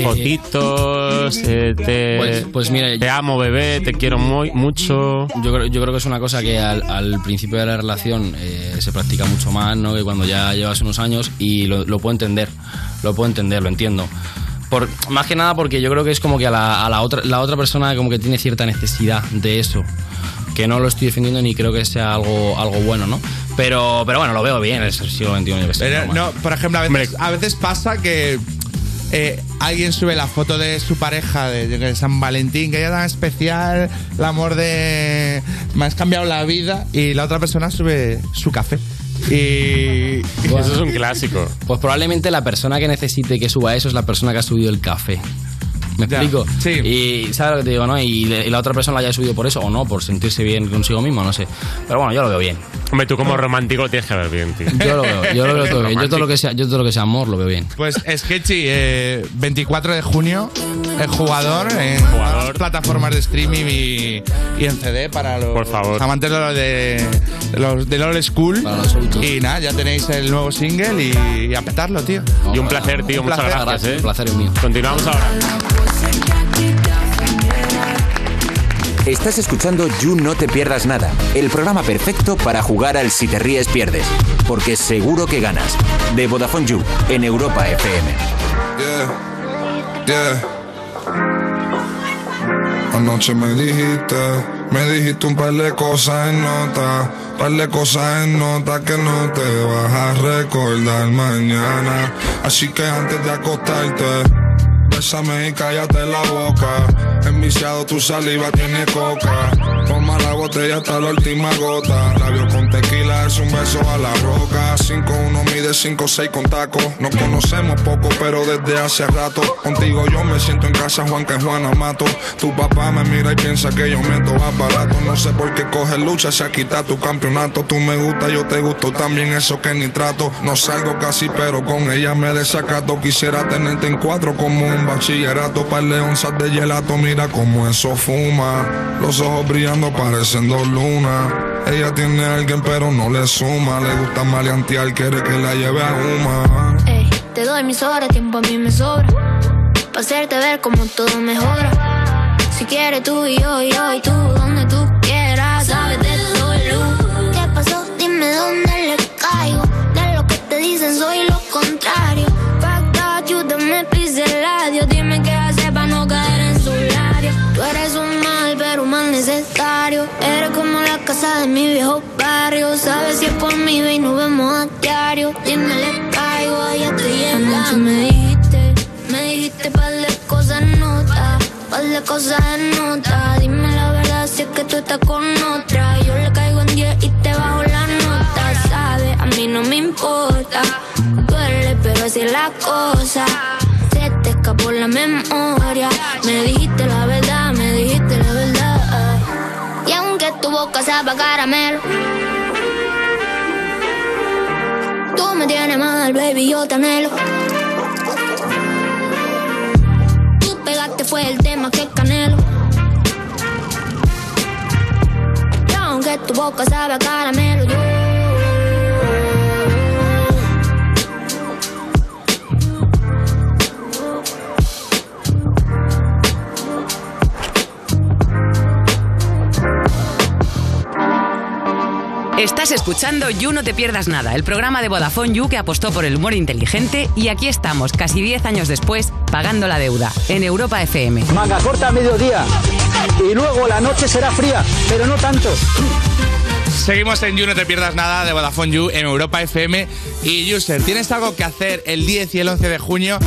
Fotitos, eh, te, Pues- mira, te amo, bebé, te quiero muy, mucho. Yo creo, yo creo que es una cosa que al, al principio de la relación eh, se practica mucho más, ¿no? Que cuando ya llevas unos años y lo, lo puedo entender, lo puedo entender, lo entiendo. Por, más que nada porque yo creo que es como que a, la, a la otra, la otra persona como que tiene cierta necesidad de eso. Que no lo estoy defendiendo ni creo que sea algo, algo bueno, ¿no? Pero, pero bueno, lo veo bien, es el siglo XXI, yo qué sé, Pero, normal. no, por ejemplo, a veces, a veces pasa que eh, alguien sube la foto de su pareja de, de San Valentín, que ella tan especial, el amor de. Me has cambiado la vida, y la otra persona sube su café. Y. Eso es un clásico. Pues probablemente la persona que necesite que suba eso es la persona que ha subido el café. ¿Me explico? Sí. Y sabes lo que te digo, ¿no? Y, le- y la otra persona la haya subido por eso o no, por sentirse bien consigo mismo, no sé. Pero bueno, yo lo veo bien. Hombre, tú como romántico lo tienes que ver bien, tío. Yo lo veo, yo lo veo todo bien. Yo todo lo que sea, yo todo lo que sea amor lo veo bien. Pues Sketchy, eh, 24 de junio, el jugador eh, en todas las plataformas de streaming y, y en CD para los Por favor. amantes de, lo de, de los del old school. Y nada, ya tenéis el nuevo single y, y a petarlo, tío. Y un placer, tío. Un muchas placer. gracias, ¿eh? Un placer es mío. Continuamos ahora. Estás escuchando You No Te Pierdas Nada, el programa perfecto para jugar al Si Te Ríes Pierdes, porque seguro que ganas. De Vodafone You, en Europa FM. Yeah. Anoche me dijiste, me dijiste un par de cosas en nota, par de cosas en nota que no te vas a recordar mañana. Así que antes de acostarte, bésame y cállate la boca. Enviciado tu saliva tiene coca. Toma la botella hasta la última gota. Labio con tequila es un beso a la roca. 5-1 mide 5-6 con taco. Nos conocemos poco, pero desde hace rato. Contigo yo me siento en casa, Juan que Juana mato. Tu papá me mira y piensa que yo meto aparato. No sé por qué coges lucha, se ha quitado tu campeonato. Tú me gusta, yo te gusto también, eso que ni trato. No salgo casi, pero con ella me desacato. Quisiera tenerte en cuatro como un bachillerato. Par de onzas de gelato, mira cómo eso fuma. Los ojos brillando parecen dos lunas. Ella tiene a alguien, pero no le suma. Le gusta maleantear, quiere que la lleve a Uma. Ey, te doy mis horas, tiempo a mí me sobra. Para hacerte ver cómo todo mejora. Si quieres tú y yo, y yo y tú, donde tú quieras, sabes de luz. ¿Qué pasó? Dime dónde le caigo. De lo que te dicen soy lo contrario. Facta, ayúdame, pise el ladio. Dime qué hacer para no caer en su lario. Tú eres un mal, pero un mal necesario. Eres como la casa de mi viejo barrio. Sabes si es por mí, ve y nos vemos a diario. Dime, le caigo, ahí estoy llegando. me dijiste, me dijiste par de cosas en nota, par de cosas en nota. Dime la verdad si es que tú estás con otra. Yo le caigo en 10 y te bajo la nota, ¿sabes? A mí no me importa, duele, pero así es la cosa. Se te escapó la memoria, me dijiste la verdad, me dijiste la verdad. Y aunque tu boca sepa caramelo. Tú me tienes mal, baby, yo te anhelo. Tú pegaste fue el tema que canelo. Y aunque tu boca sabe a caramelo, yo. Estás escuchando You No Te Pierdas Nada, el programa de Vodafone You que apostó por el humor inteligente y aquí estamos, casi 10 años después, pagando la deuda en Europa FM. Manga corta a mediodía. Y luego la noche será fría, pero no tanto. Seguimos en You, no te pierdas nada de Vodafone You en Europa FM. Y User, ¿tienes algo que hacer el 10 y el 11 de junio?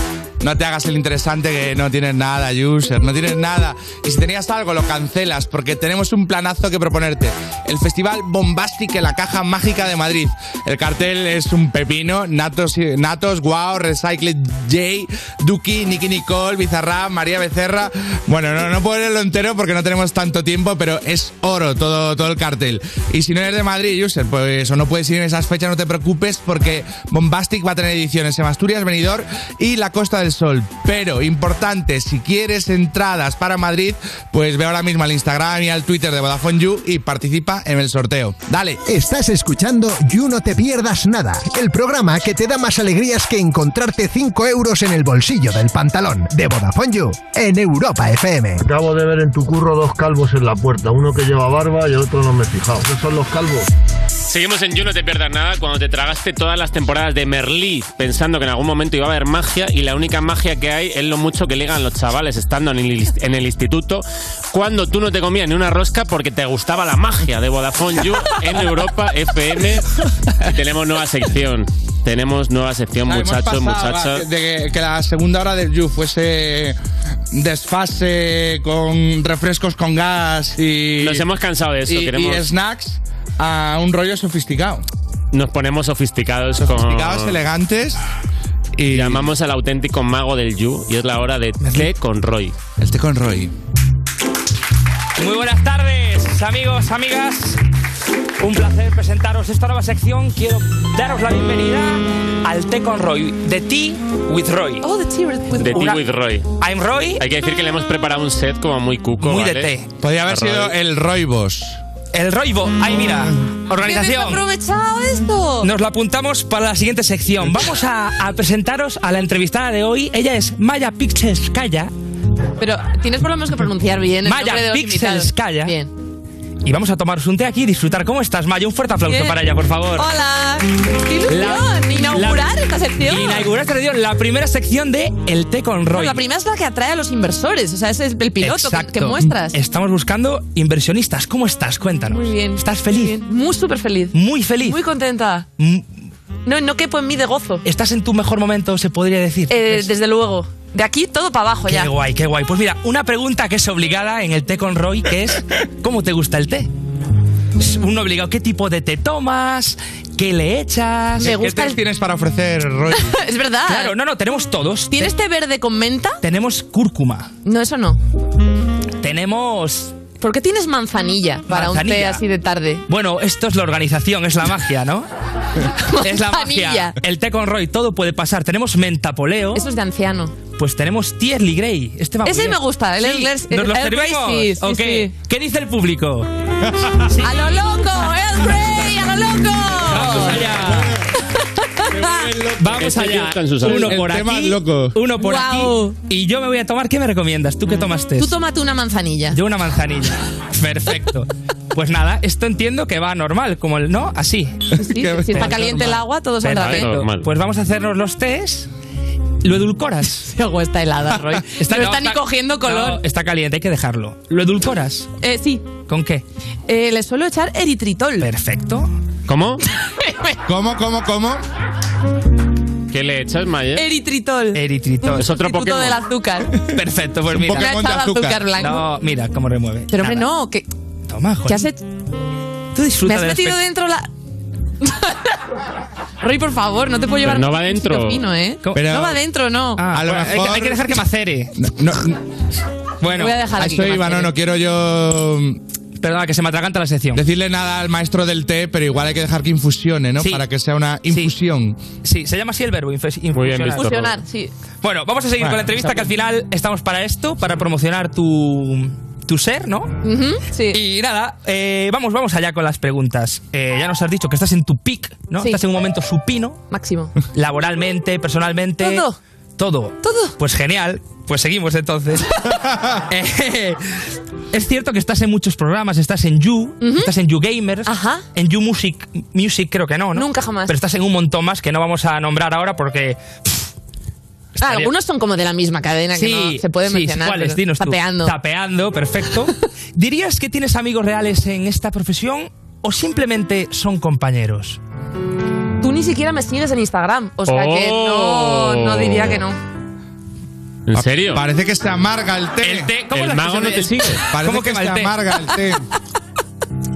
No te hagas el interesante que no tienes nada, User, no tienes nada. Y si tenías algo, lo cancelas, porque tenemos un planazo que proponerte. El Festival Bombastic en la Caja Mágica de Madrid. El cartel es un pepino. Natos, Natos Wow, Recycled J, Duki, Nicky Nicole, Bizarrap, María Becerra. Bueno, no, no puedo leerlo entero porque no tenemos tanto tiempo, pero es oro todo, todo el cartel. Y si no eres de Madrid, user, pues o no puedes ir en esas fechas, no te preocupes porque Bombastic va a tener ediciones en Asturias, Benidorm y la Costa del Sol. Pero, importante, si quieres entradas para Madrid, pues ve ahora mismo al Instagram y al Twitter de Vodafone You y participa en el sorteo. Dale. Estás escuchando You No Te Pierdas Nada, el programa que te da más alegrías que encontrarte 5 euros en el bolsillo del pantalón de Vodafone You en Europa FM. Acabo de ver en tu curro dos calvos en la puerta, uno que lleva barba y el otro no me he fijado. ¿Qué son los calvos? Seguimos en You, no te pierdas nada. Cuando te tragaste todas las temporadas de Merlí pensando que en algún momento iba a haber magia y la única magia que hay es lo mucho que ligan los chavales estando en el, inst- en el instituto cuando tú no te comías ni una rosca porque te gustaba la magia de Vodafone You en Europa FM. Y tenemos nueva sección. Tenemos nueva sección, sea, Ah, hemos muchachos, pasado muchachas. De que, que la segunda hora del You fuese desfase con refrescos con gas y. Nos hemos cansado de eso, y- y queremos- snacks a un rollo sofisticado. Nos ponemos sofisticados, Sofisticados, con... elegantes. Y llamamos al auténtico mago del You y es la hora de té con Roy. El té con Roy. Muy buenas tardes, amigos, amigas. Un placer presentaros esta nueva sección. Quiero daros la bienvenida al Té con Roy. The Tea with Roy. Oh, The Tea with, De Tea with Roy. I'm Roy. Hay que decir que le hemos preparado un set como muy cuco. Muy de Pues ¿vale? té. Podría haber sido eh, el Roibos. El Roibo. Ay, mira. Organización. aprovechado esto? Nos la apuntamos para la siguiente sección. Vamos a, a presentaros a la entrevistada de hoy. Ella es Maya Pixelskaya. Pero tienes por lo menos que pronunciar bien el Maya nombre de los invitados. Pixelskaya. Bien. Y vamos a tomaros un té aquí y disfrutar. ¿Cómo estás, Maya? Un fuerte aplauso Bien. para ella, por favor. Hola. Qué ilusión. La- inaugurar la- esta sección. Inaugurar esta sección, la primera sección de El té con Bueno, Roy. la primera es la que atrae a los inversores. O sea, ese es el piloto que- que, Exacto. muestras. Estamos buscando inversionistas. ¿Cómo estás? Cuéntanos. Muy bien. ¿Estás feliz? Muy, súper feliz. Muy feliz. Muy contenta. Mm, No, no quepo en mí de gozo. ¿Estás en tu mejor momento, se podría decir? Eh, desde luego. De aquí todo para abajo Qué ya. guay, qué guay. Pues mira, una pregunta que es obligada en el té con Roy, que es ¿cómo te gusta el té? Es un obligado, ¿qué tipo de té tomas? ¿Qué le echas? Me ¿Qué gusta té el- tienes para ofrecer, Roy? es verdad. Claro, no, no, tenemos todos. ¿Tienes té verde con menta? Tenemos cúrcuma. No, eso no. Tenemos. ¿Por qué tienes manzanilla para un té Manzanilla. así de tarde? Bueno, esto es la organización, es la magia, ¿no? es la Manzanilla. magia. El té con Roy, todo puede pasar. Tenemos mentapoleo. Eso es de anciano. Pues tenemos Tierly Grey. Este va muy Ese bien. me gusta, el Sí, inglés. ¿Nos lo el Grey, servimos? sí, sí, ¿O qué? sí. ¿Qué dice el público? ¡A lo loco! ¡El Grey! ¡A lo loco! Vamos allá. Uno El por tema aquí, loco. uno por Guau. aquí. Y yo me voy a tomar. ¿Qué me recomiendas? ¿Tú qué tomaste? Tú tómate una manzanilla. Yo una manzanilla. Perfecto. Pues nada, esto entiendo que va normal, como el no, así. sí, si está caliente el agua, todo saldrá Perfecto. bien. Pues vamos a hacernos los tés. Lo edulcoras. El agua está helada, Roy. No está ni cogiendo color. no, está caliente, hay que dejarlo. ¿Lo edulcoras? Eh, sí, ¿Con qué? Eh, le suelo echar eritritol. Perfecto. ¿Cómo? ¿Cómo, cómo, cómo? ¿Qué le echas, Maya? Eritritol. Eritritol. Es otro Instituto Pokémon. del azúcar. Perfecto, pues un mira. Pokémon de Una azúcar. azúcar blanco. No, mira cómo remueve. Pero hombre, no, que, Toma, joder. que has hecho- Tú Me disfruta has del metido espe- dentro la. Roy, por favor, no te puedo Pero llevar. no va dentro. Vino, ¿eh? ¿Cómo? Pero- No va dentro, no. Ah, A lo bueno, hay que- mejor- hay, que dejar que macere. Bueno, Voy a dejar A aquí eso que iba, no, macere. no quiero yo. mm, Perdona, que se me atraganta la sección. Decirle nada al maestro del té, pero igual hay que dejar que infusione, ¿no? Sí. Para que sea una infusión. Sí, se llama así el verbo, infes- infusionar. Fusionar, sí. Bueno, vamos a seguir Bueno, con la entrevista que al final estamos para esto, para promocionar tu, tu ser, ¿no? Ujú, sí. Y nada, eh, vamos, vamos allá con las preguntas. Eh, ya nos has dicho que estás en tu pic, ¿no? Sí. Estás en un momento supino, Máximo. laboralmente, personalmente. Todo. Todo. Todo. Pues genial. Pues seguimos entonces. Eh, es cierto que estás en muchos programas, estás en You, estás en You Gamers, Ajá. en You Music, Music creo que no, ¿no? Nunca jamás. Pero estás en un montón más que no vamos a nombrar ahora porque Ah, algunos son como de la misma cadena que no se puede sí, mencionar. ¿Cuáles? pero Dinos tú. tapeando. Tapeando, perfecto. ¿Dirías que tienes amigos reales en esta profesión o simplemente son compañeros? Tú ni siquiera me sigues en Instagram. O sea que no, no diría que no. ¿En serio? Parece que se amarga el té. El té- ¿cómo El lo has mago dicho? no te sigue. Parece ¿Cómo que quema se el té? amarga el té.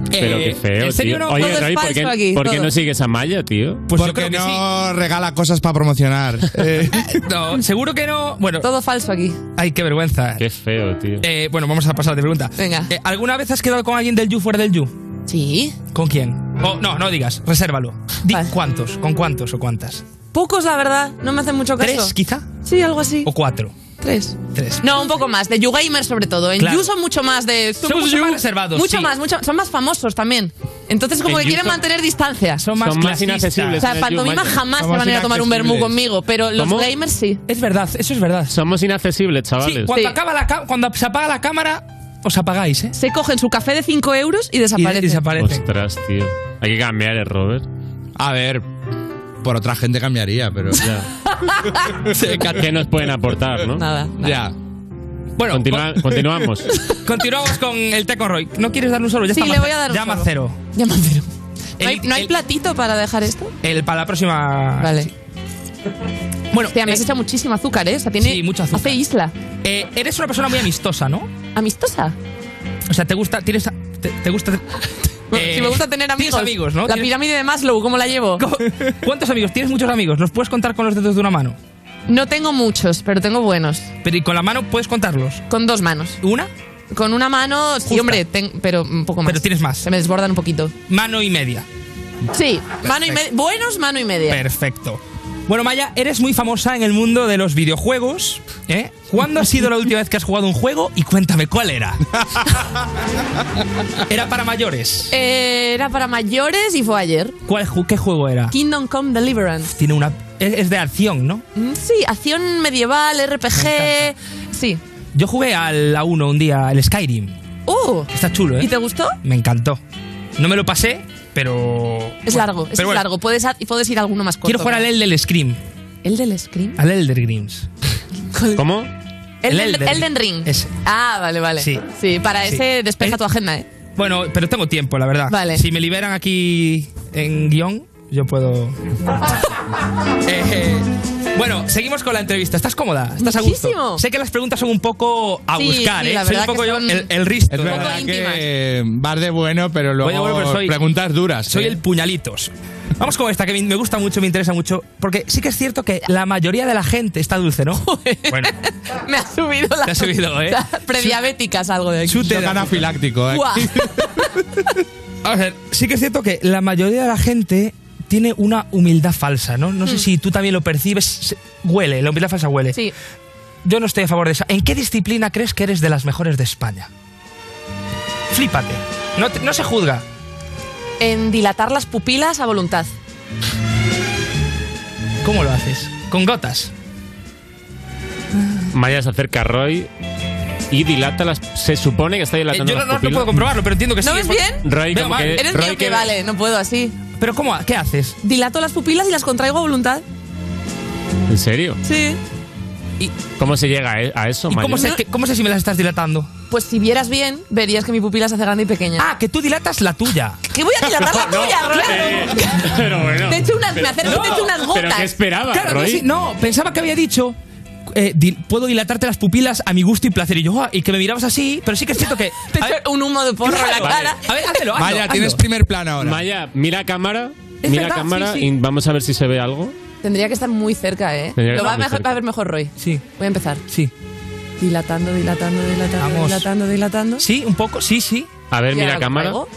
Pero Eh, qué feo, ¿en serio tío. no? Oye, Todo es Roy, ¿por falso qué, aquí, por qué todo. no sigues a Maya, tío? Pues yo Porque creo que no regala cosas para promocionar. Eh, sí. No, seguro que no. Bueno, Todo falso aquí. ay, qué vergüenza. Qué feo, tío. Eh, bueno, vamos a pasar de pregunta. Venga. Eh, ¿Alguna vez has quedado con alguien del You fuera del You? Sí. ¿Con quién? Oh, no, no digas, resérvalo. Di cuántos, con cuántos o cuántas. Pocos, la verdad. No me hacen mucho caso. ¿Tres, quizá? Oh, Sí, algo así. ¿O cuatro? Tres. Tres. No, un poco más. De YouGamer sobre todo. En Claro. You son mucho más de... Son mucho más reservados, Mucho sí. más. mucho- son más famosos también. Entonces como En que You quieren son- mantener distancia. Son más, Son más clasistas. inaccesibles. O sea, en el You, pantomima Maya. jamás se Somos van a ir a tomar un vermú inaccesibles. conmigo, pero los ¿Cómo? gamers sí. Es verdad, eso es verdad. Somos inaccesibles, Sí, chavales. cuando, Sí. acaba la ca- cuando se apaga la cámara, os apagáis, ¿eh? Se cogen su café de 5 euros y Y Pues, desaparecen. desaparece. ¿eh, Ostras, tío. Hay que cambiar el Robert. a ver. por otra gente cambiaría, pero ¿Qué nos pueden aportar, no? Nada. ya. Bueno, Continua- con- continuamos. Continuamos con el té con Roy. ¿No quieres darle un solo? Ya Sí, está le más- voy a dar un Ya más solo. cero. Llama cero. ¿No hay, El- no hay el- platito para dejar esto? El, para la próxima. Vale. Bueno, Hostia, me has eh, hecho muchísimo azúcar, ¿eh? O sea, tiene, Sí, mucho azúcar. Hace isla. eh, eres una persona muy amistosa, ¿no? ¿Amistosa? O sea, te gusta. Tienes, te, te gusta. eh, si me gusta tener tienes amigos. amigos, ¿no? La Tienes- pirámide de Maslow, ¿cómo la llevo? ¿Cuántos amigos? ¿Tienes muchos amigos? ¿Los puedes contar con los dedos de una mano? No tengo muchos, pero tengo buenos. Pero ¿y con la mano puedes contarlos? Con dos manos. ¿Una? Con una mano, sí, Justa. hombre, ten- pero un poco más. Pero tienes más. Se me desbordan un poquito. Mano y media. Sí, mano y media. Buenos, mano y media. Perfecto. Bueno, Maya, eres muy famosa en el mundo de los videojuegos. ¿eh? ¿Cuándo ha sido la última vez que has jugado un juego? Y cuéntame, ¿cuál era? era para mayores. Eh, era para mayores y fue ayer. ¿Cuál, ju- ¿Qué juego era? Kingdom Come Deliverance. Tiene una. Es, es de acción, ¿no? Mm, Sí, acción medieval, RPG. Sí. Yo jugué al A1 un día, el Skyrim. Uh, Está chulo, ¿eh? ¿y te gustó? Me encantó. No me lo pasé, pero. Es bueno, largo, es pero bueno, largo. Puedes, ha- puedes ir a alguno más corto. Quiero jugar al ¿no? Elden Scream. ¿El del Scream? Al Elder Grims. ¿Cómo? El, El del- Elden- Elden Ring. ese. Ah, vale, vale. Sí. para Sí. ese despeja tu agenda, ¿eh? Bueno, pero tengo tiempo, la verdad. Vale. Si me liberan aquí en guión, yo puedo. Eh, eh, Bueno, seguimos con la entrevista. ¿Estás cómoda? ¿Estás a gusto? Muchísimo. Sé que las preguntas son un poco a Sí, buscar, sí, ¿eh? la Soy un verdad poco que yo son el, el risto. es ¿no? verdad que vas de bueno, pero luego Oye, bueno, pero soy- preguntas duras. Soy ¿eh? el puñalitos. Vamos con esta, que me- me gusta mucho, me interesa mucho. Porque sí que es cierto que la mayoría de la gente está dulce, ¿no? Bueno, Me ha subido la. Te ha subido, ¿eh? O sea, Prediabéticas, algo de aquí. Shock chute de azúcar. anafiláctico. ¿eh? Buah. A ver, sí que es cierto que la mayoría de la gente tiene una humildad falsa, ¿no? No sé si tú también lo percibes. se- Huele, la humildad falsa huele. Mm. Sí. Yo no estoy a favor de esa. ¿En qué disciplina crees que eres de las mejores de España? Flípate. No, te- no se juzga. En dilatar las pupilas a voluntad. ¿Cómo lo haces? Con gotas. Eh, Maya se acerca a Roy y dilata las. Se supone que está Eh, yo dilatando no, las no- no pupilas. puedo comprobarlo, pero entiendo que sí. ¿No ves es porque- bien? Roy, Veo como mal. que- Eres Roy, mío que que- vale, no puedo así. Pero ¿cómo? ha- ¿Qué haces? Dilato las pupilas y las contraigo a voluntad. ¿En serio? Sí. ¿Cómo se llega a e- a eso, ¿Y Maya? cómo sé, que- cómo sé si me las estás dilatando? Pues si vieras bien, verías que mi pupila se hace grande y pequeña. Ah, que tú dilatas la tuya. ¿Qué voy a dilatar la tuya, claro? Pero bueno. Te echo unas, me acerco y te echo unas ¿Pero qué gotas. esperaba, Claro, no, Roy? sí, no, pensaba que había dicho. eh, di- puedo dilatarte las pupilas a mi gusto y placer. Y yo, ah, y que me mirabas así, pero sí que es cierto que. Te a ver, echo un humo de porro en la claro, cara. A ver, hazlo, hazlo. Vaya, hazlo. tienes primer plano ahora. Maya, mira a cámara. Es Mira a verdad, cámara sí, sí. y vamos a ver si se ve algo. Tendría que estar muy cerca, ¿eh? Tendría que Lo va a, estar muy mejor, cerca. va a ver mejor Roy. Sí, Voy a empezar. sí. Dilatando, dilatando, dilatando, Vamos. dilatando, dilatando. Sí, un poco, sí, sí. A ver, Y ahora mira a lo cámara. traigo.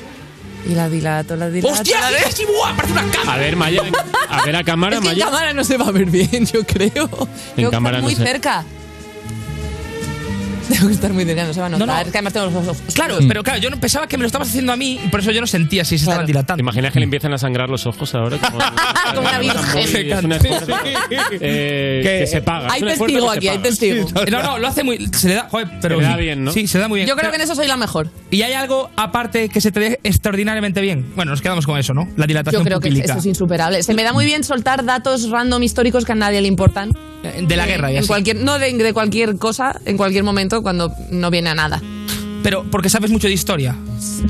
Y la dilato, la dilato. ¡Hostia! la sí, sí, buah, parece una cámara. A ver, Maya. A ver a cámara, Es que en Maya. cámara no se va a ver bien, yo creo. Tengo que estar cámara no muy se- cerca. Tengo que estar muy cerca, no se va a No, notar. no. Es que además tengo los ojos. Claro, Mm. pero claro, yo no pensaba que me lo estabas haciendo a mí y por eso yo no sentía si se estaban ¿Te dilatando. imaginas que le empiezan a sangrar los ojos ahora? Como, Como una virgen. Es un esfuerzo, eh, Que- que se paga. Es Hay un esfuerzo testigo que se aquí, hay paga. testigo. No, no, lo hace muy. Se le da. Joder, pero. Se le da bien, ¿no? Sí, se le da muy bien. Yo creo que Pero- en eso soy la mejor. ¿Y hay algo aparte que se te dé extraordinariamente bien? Bueno, nos quedamos con eso, ¿no? La dilatación Yo creo que pupílica. eso es insuperable. Se me da muy bien soltar datos random históricos que a nadie le importan. De la guerra y En así. cualquier, no de, de cualquier cosa, en cualquier momento, cuando no viene a nada. Pero porque sabes mucho de historia.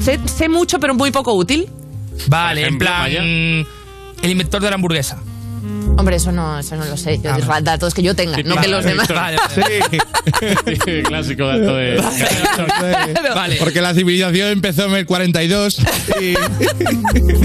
Sé, sé mucho, pero muy poco útil. Por Vale, ejemplo, en plan. vaya. mm, El inventor de la hamburguesa. Hombre, eso no, eso no lo sé. Yo Ah, digo, vale. datos que yo tenga, Sí, no vale, que los demás. Vale, Sí, clásico dato de. vale, Porque la civilización empezó en el 42 y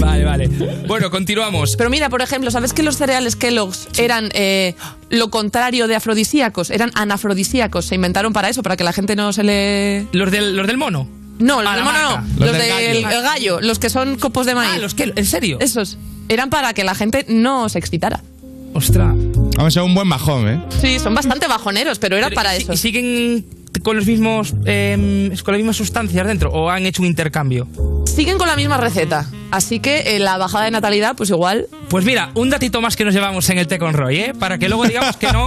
vale, vale. Bueno, continuamos. Pero mira, por ejemplo, ¿sabes que los cereales Kellogg's eran eh, lo contrario de afrodisíacos? Eran anafrodisíacos. Se inventaron para eso, para que la gente no se le. Los del, los del mono. No, los Ah, la del mono no. marca. Los, Los del del gallo. los que son copos de maíz. Ah, los que. ¿En serio? Esos. Eran para que la gente no se excitara. Ostras. vamos a un buen bajón, ¿eh? Sí, son bastante bajoneros, pero era Pero, para ¿y si- eso. ¿Y siguen con los mismos. em, con las mismas sustancias dentro? ¿O han hecho un intercambio? Siguen con la misma receta. Así que eh, la bajada de natalidad, pues igual. Pues mira, un datito más que nos llevamos en el té con Roy, ¿eh? Para que luego digamos que no,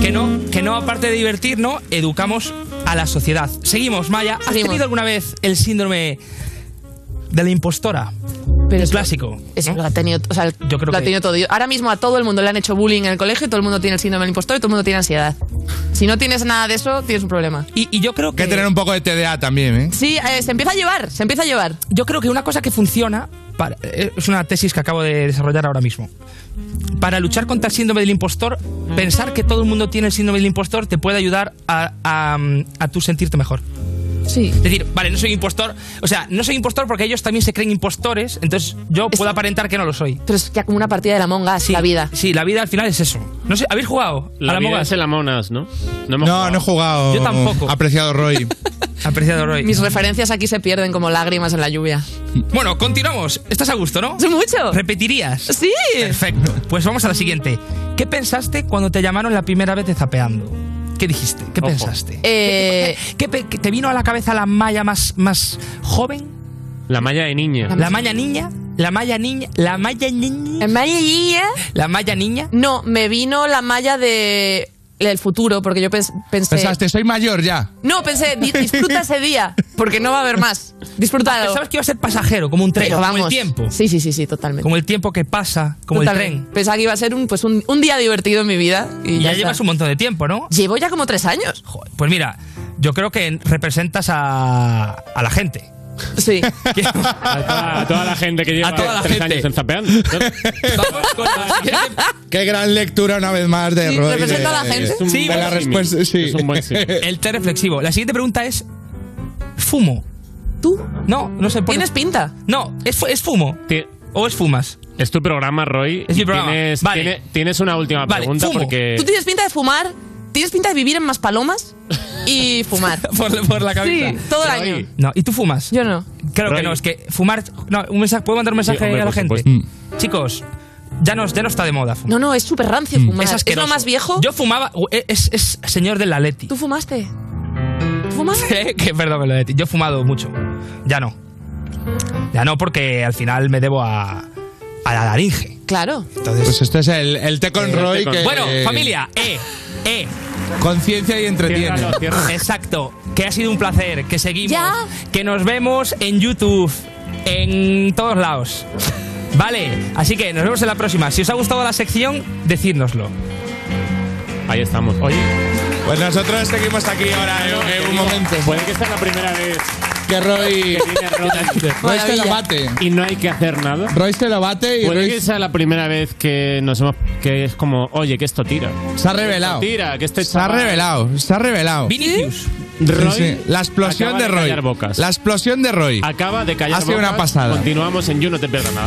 que no, que no, aparte de divertirnos, educamos a la sociedad. Seguimos, Maya. ¿Has Seguimos. tenido alguna vez el síndrome de la impostora? Pero un clásico. Es- lo ha tenido, o sea, Yo creo lo ha que- tenido todo. Yo- Ahora mismo a todo el mundo le han hecho bullying en el colegio, todo el mundo tiene el síndrome del impostor y todo el mundo tiene ansiedad. Si no tienes nada de eso, tienes un problema. Y, y yo creo que... Hay que tener un poco de TDA también, ¿eh? Sí, eh, se empieza a llevar, se empieza a llevar. Yo creo que una cosa que funciona, para- eh, es una tesis que acabo de desarrollar ahora mismo. Para luchar contra el síndrome del impostor, pensar que todo el mundo tiene el síndrome del impostor te puede ayudar a, a, a tú sentirte mejor. Sí. Es decir, vale, no soy impostor. O sea, no soy impostor porque ellos también se creen impostores, entonces yo puedo aparentar que no lo soy. Pero es ya como una partida de la monga, la vida. Sí, la vida al final es eso. No sé, ¿habéis jugado? La a la vida Among Us? es el Amonas, ¿no? No, No, no he jugado. Yo tampoco. Apreciado Roy. Apreciado Roy. Mis referencias aquí se pierden como lágrimas en la lluvia. Bueno, continuamos. Estás a gusto, ¿no? Mucho. ¿Repetirías? Sí. Perfecto. Pues vamos a la siguiente. ¿Qué pensaste cuando te llamaron la primera vez de zapeando? ¿Qué dijiste? ¿Qué pensaste? Eh, ¿Qué, pe- qué- te vino a la cabeza la malla más, más joven? La malla de niña. La malla niña. La malla niña. La malla niña. ¿En Maya Niña? La malla niña. No, me vino la malla de el futuro, porque yo pens- pensé. Pensaste, soy mayor ya. No, pensé, "Di- disfruta ese día, porque no va a haber más. Disfrutado. Pensabas que iba a ser pasajero, como un tren, Pero como el vamos. tiempo. Sí, sí, sí, sí, totalmente. Como el tiempo que pasa, como Totalmente. el tren. Pensaba que iba a ser un, pues un, un día divertido en mi vida. Y, Y ya, está. llevas un montón de tiempo, ¿no? Llevo ya como tres años. Pues mira, yo creo que representas a, a la gente. Eh. Sí. A toda, a toda la gente que lleva A toda la tres gente. años en zapeando. Qué gran lectura una vez más de Roy. de- de Sí, la respuesta, sí. El té reflexivo. La siguiente pregunta es: ¿fumo? ¿Tú? No, no sé. ¿Tienes pinta? No, es, fu- es fumo. ¿O es fumas? Es tu programa, Roy. Es mi y programa. Tienes, Vale. tiene- tienes una última Vale, pregunta fumo. porque. Tú tienes pinta de fumar, tienes pinta de vivir en más palomas y fumar. Por, por la cabeza. Sí, todo el año. No, ¿y tú fumas? Yo no. Claro que no, es que fumar. No, un mensaje, ¿Puedo mandar un mensaje Sí, hombre, a la por gente? Mm. Chicos, ya no, ya no está de moda fumar. No, no, es súper rancio fumar. Mm. Es es asqueroso. lo más viejo. Yo fumaba. Es, es señor del Atleti. ¿Tú fumaste? ¿Tú fumaste? Eh, que perdón que lo de ti. Yo he fumado mucho. Ya no. Ya no, porque al final me debo a, a la laringe. Claro. pues esto es el, el té con Eh, Roy. que- Bueno, familia, E, eh, eh. Conciencia y entretiene. Ciérralo, ciérralo. Exacto. Que ha sido un placer. Que seguimos. Que nos vemos en YouTube. En todos lados. Vale. Así que nos vemos en la próxima. Si os ha gustado la sección, decídnoslo. Ahí estamos. Oye, Pues nosotros seguimos aquí ahora en, en un momento. puede que sea la primera vez Que Roy. que viene Roy. Roy se lo bate. Y no hay que hacer nada. Roy se lo bate y Puede Roy que sea la primera vez que nos hemos. que es como, oye, que esto tira. se ha revelado. Tira, que este Se ha chaval- revelado, se ha revelado. Vinicius. Roy Sí, sí. La explosión acaba de de Roy. callar bocas. La explosión de Roy. Acaba de callar. Ha sido bocas. una pasada. Continuamos en You, no te pierdas nada.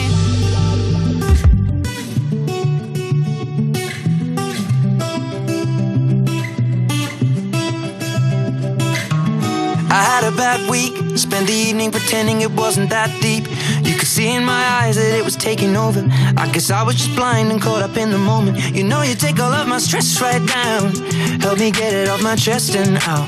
I had a bad week, spent the evening pretending it wasn't that deep. You could see in my eyes that it was taking over. I guess I was just blind and caught up in the moment. You know, you take all of my stress right down. Help me get it off my chest and out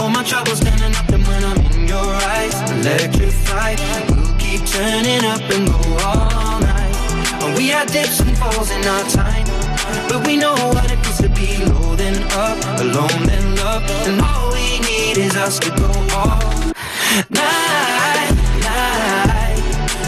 All my troubles standing up and when I'm in your eyes, electrified. We'll keep turning up and go all night. And we had dips and falls in our time. But we know what it means to be low then up, alone then loved. And all we need is us to go all night, night.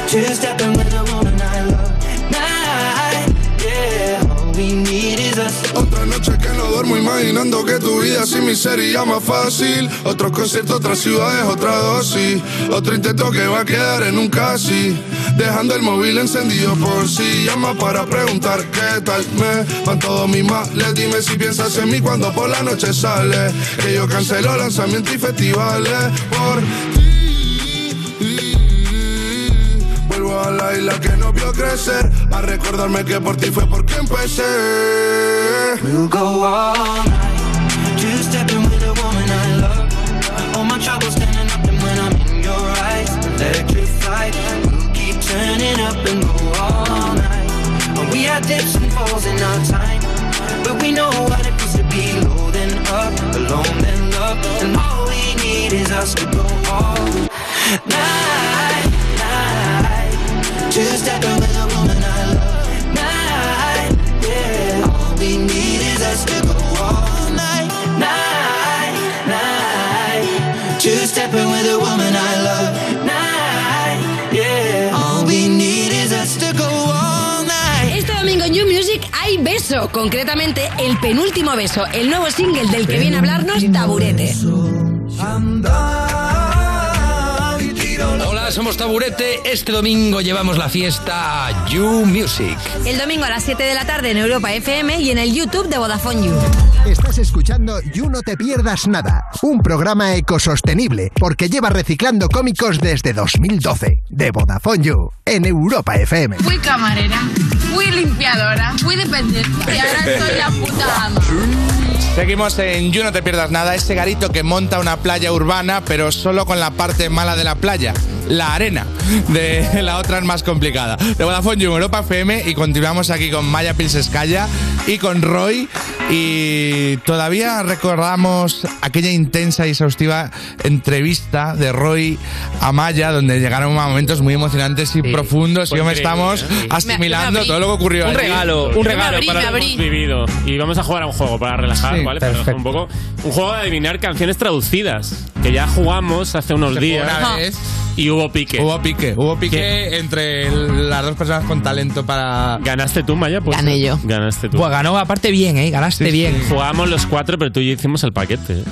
Just happen with the woman I love. Night, yeah. All we need is us to go Otra noche que no duermo imaginando que tu vida sin mi sería más fácil. Otros conciertos, otras ciudades, otra dosis. Otro intento que va a quedar en un casi. Dejando el móvil encendido por si llama para preguntar qué tal me van todos mis males. Dime si piensas en mí cuando por la noche sale. Que yo cancelo lanzamientos y festivales por ti. Vuelvo a la sola y la que no vio crecer. A recordarme que por ti fue porque empecé. We'll go all night. Two stepping with a woman I love. All my troubles standing up, and when I'm in your eyes, electrified. We'll keep turning up and go all night. And we had dips and falls in our time, but we know what it means to be low then up, alone then loved. And all we need is us to go all night, night. Two stepping with a woman I love. Night, yeah. All we need is us to go all night, night, night. Two stepping with a woman I love. Night, yeah. All we need is us to go all night. Este domingo en You Music hay beso, concretamente el penúltimo beso, el nuevo single del que viene a hablarnos Taburete. Hola, somos Taburete. Este domingo llevamos la fiesta a You Music. El domingo a las 7 de la tarde en Europa FM y en el YouTube de Vodafone You. Estás escuchando You No Te Pierdas Nada, un programa ecosostenible porque lleva reciclando cómicos desde 2012 de Vodafone You en Europa FM. Fui camarera, fui limpiadora, fui dependiente y ahora soy la puta ama. Seguimos en You No Te Pierdas Nada, ese garito que monta una playa urbana, pero solo con la parte mala de la playa, la arena. De la otra es más complicada. De Vodafone You, Europa FM, y continuamos aquí con Maya Pilseskaya y con Roy. Y todavía recordamos aquella intensa y exhaustiva entrevista de Roy a Maya, donde llegaron a momentos muy emocionantes y profundos. Y fue yo me increíble, estamos ¿eh? Sí. asimilando Me- me abrí. todo lo que ocurrió Un allí. regalo, un regalo para lo que hemos vivido. Y vamos a jugar a un juego para relajar, Sí, ¿vale? Para relajar un poco. Un juego de adivinar canciones traducidas, que ya jugamos hace unos Se jugó días. una vez. Y hubo pique. Hubo pique, hubo pique entre las dos personas con talento para. Ganaste tú, Maya, pues. Gané yo. Ganaste tú. Pues ganó aparte bien, ¿eh? Ganaste bien. Jugamos los cuatro, pero tú y yo hicimos el paquete. ¿eh?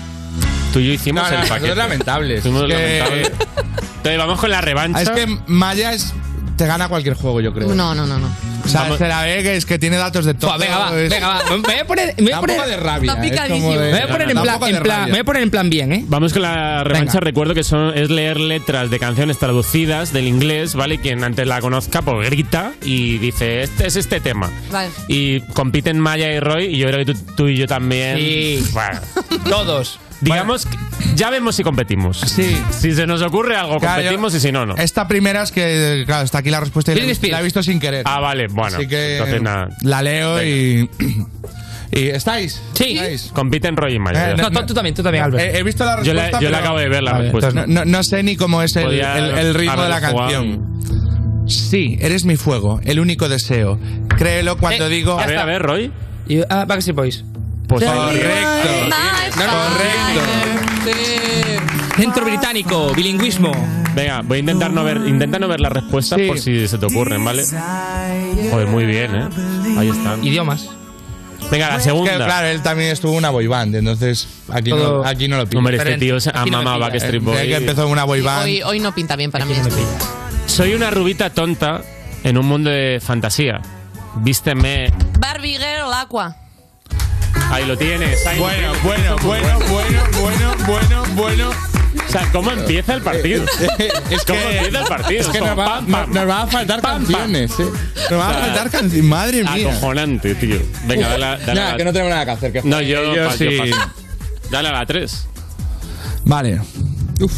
Tú y yo hicimos No, no, el nosotros paquete. lamentables. Fuimos Es que- lamentables. Entonces vamos con la revancha. Ah, Es que Maya es- te gana cualquier juego, yo creo. No, no, no, no. O sea, se la ve que es que tiene datos de todo. Pues venga, va, es- venga, va. Me voy a poner, me voy a Da un poner poco de rabia, ¿eh? Está es como picadísimo. de- me voy a poner en Da un plan, poco de en plan- rabia. me voy a poner en plan bien, ¿eh? Vamos con la revancha. Recuerdo que son, es leer letras de canciones traducidas del inglés, ¿vale? Quien antes la conozca, pues grita y dice, este es este tema. Vale. Y compiten Maya y Roy, y yo creo que tú, tú y yo también. Sí. Bueno. Todos. Digamos, que ya vemos si competimos. Sí. Si se nos ocurre algo, Claro, competimos y si no, no. Esta primera es que, claro, está aquí la respuesta y la, la he visto sin querer. Ah, vale, bueno. Así que entonces nada. la leo y, y. ¿Estáis? Sí. Compiten Roy y Maya. Eh, ya no, está. tú también, tú también, Albert. He, he visto la Yo la- respuesta. yo la pero- acabo de ver la Vale, respuesta. entonces no, no- no sé ni cómo es el, Podía el- el ritmo de la haberlo jugado. canción. Sí, eres mi fuego, el único deseo. Créelo cuando Eh, digo. ya A ver, está. a ver, Roy. Pues Y, ah, Backstreet Boys. Pues Correcto. eh, Centro británico, bilingüismo. Venga, voy a intentar no ver, intenta no ver las respuestas por si se te ocurren, ¿vale? Joder, muy bien, ¿eh? Ahí están. Idiomas. Venga, la segunda. Que, claro, él también estuvo en una boy band, entonces aquí, Todo- no, aquí no lo pillo. Hombre, este tío se- Aquí no ama me a pilla. Backstreet Eh, Boys. que empezó en una boy band. Hoy, hoy no pinta bien para mí esto. Soy una rubita tonta en un mundo de fantasía. Vísteme. Barbie Girl Aqua. Ahí lo tienes. ahí lo Bueno, tienes. bueno, bueno, bueno, bueno, bueno, bueno. O sea, ¿cómo empieza el partido? Es ¿Cómo que- empieza el partido? Es que Son nos va, pam, pam. nos va a faltar canciones, eh. Nos va a O sea, faltar canciones. Madre mía. Acojonante, tío. Venga, dale, a- dale Nada, a la- que no tenemos nada que hacer. que No, joder, yo, yo paso, yo sí. paso. Dale a la 3. Vale. Uf.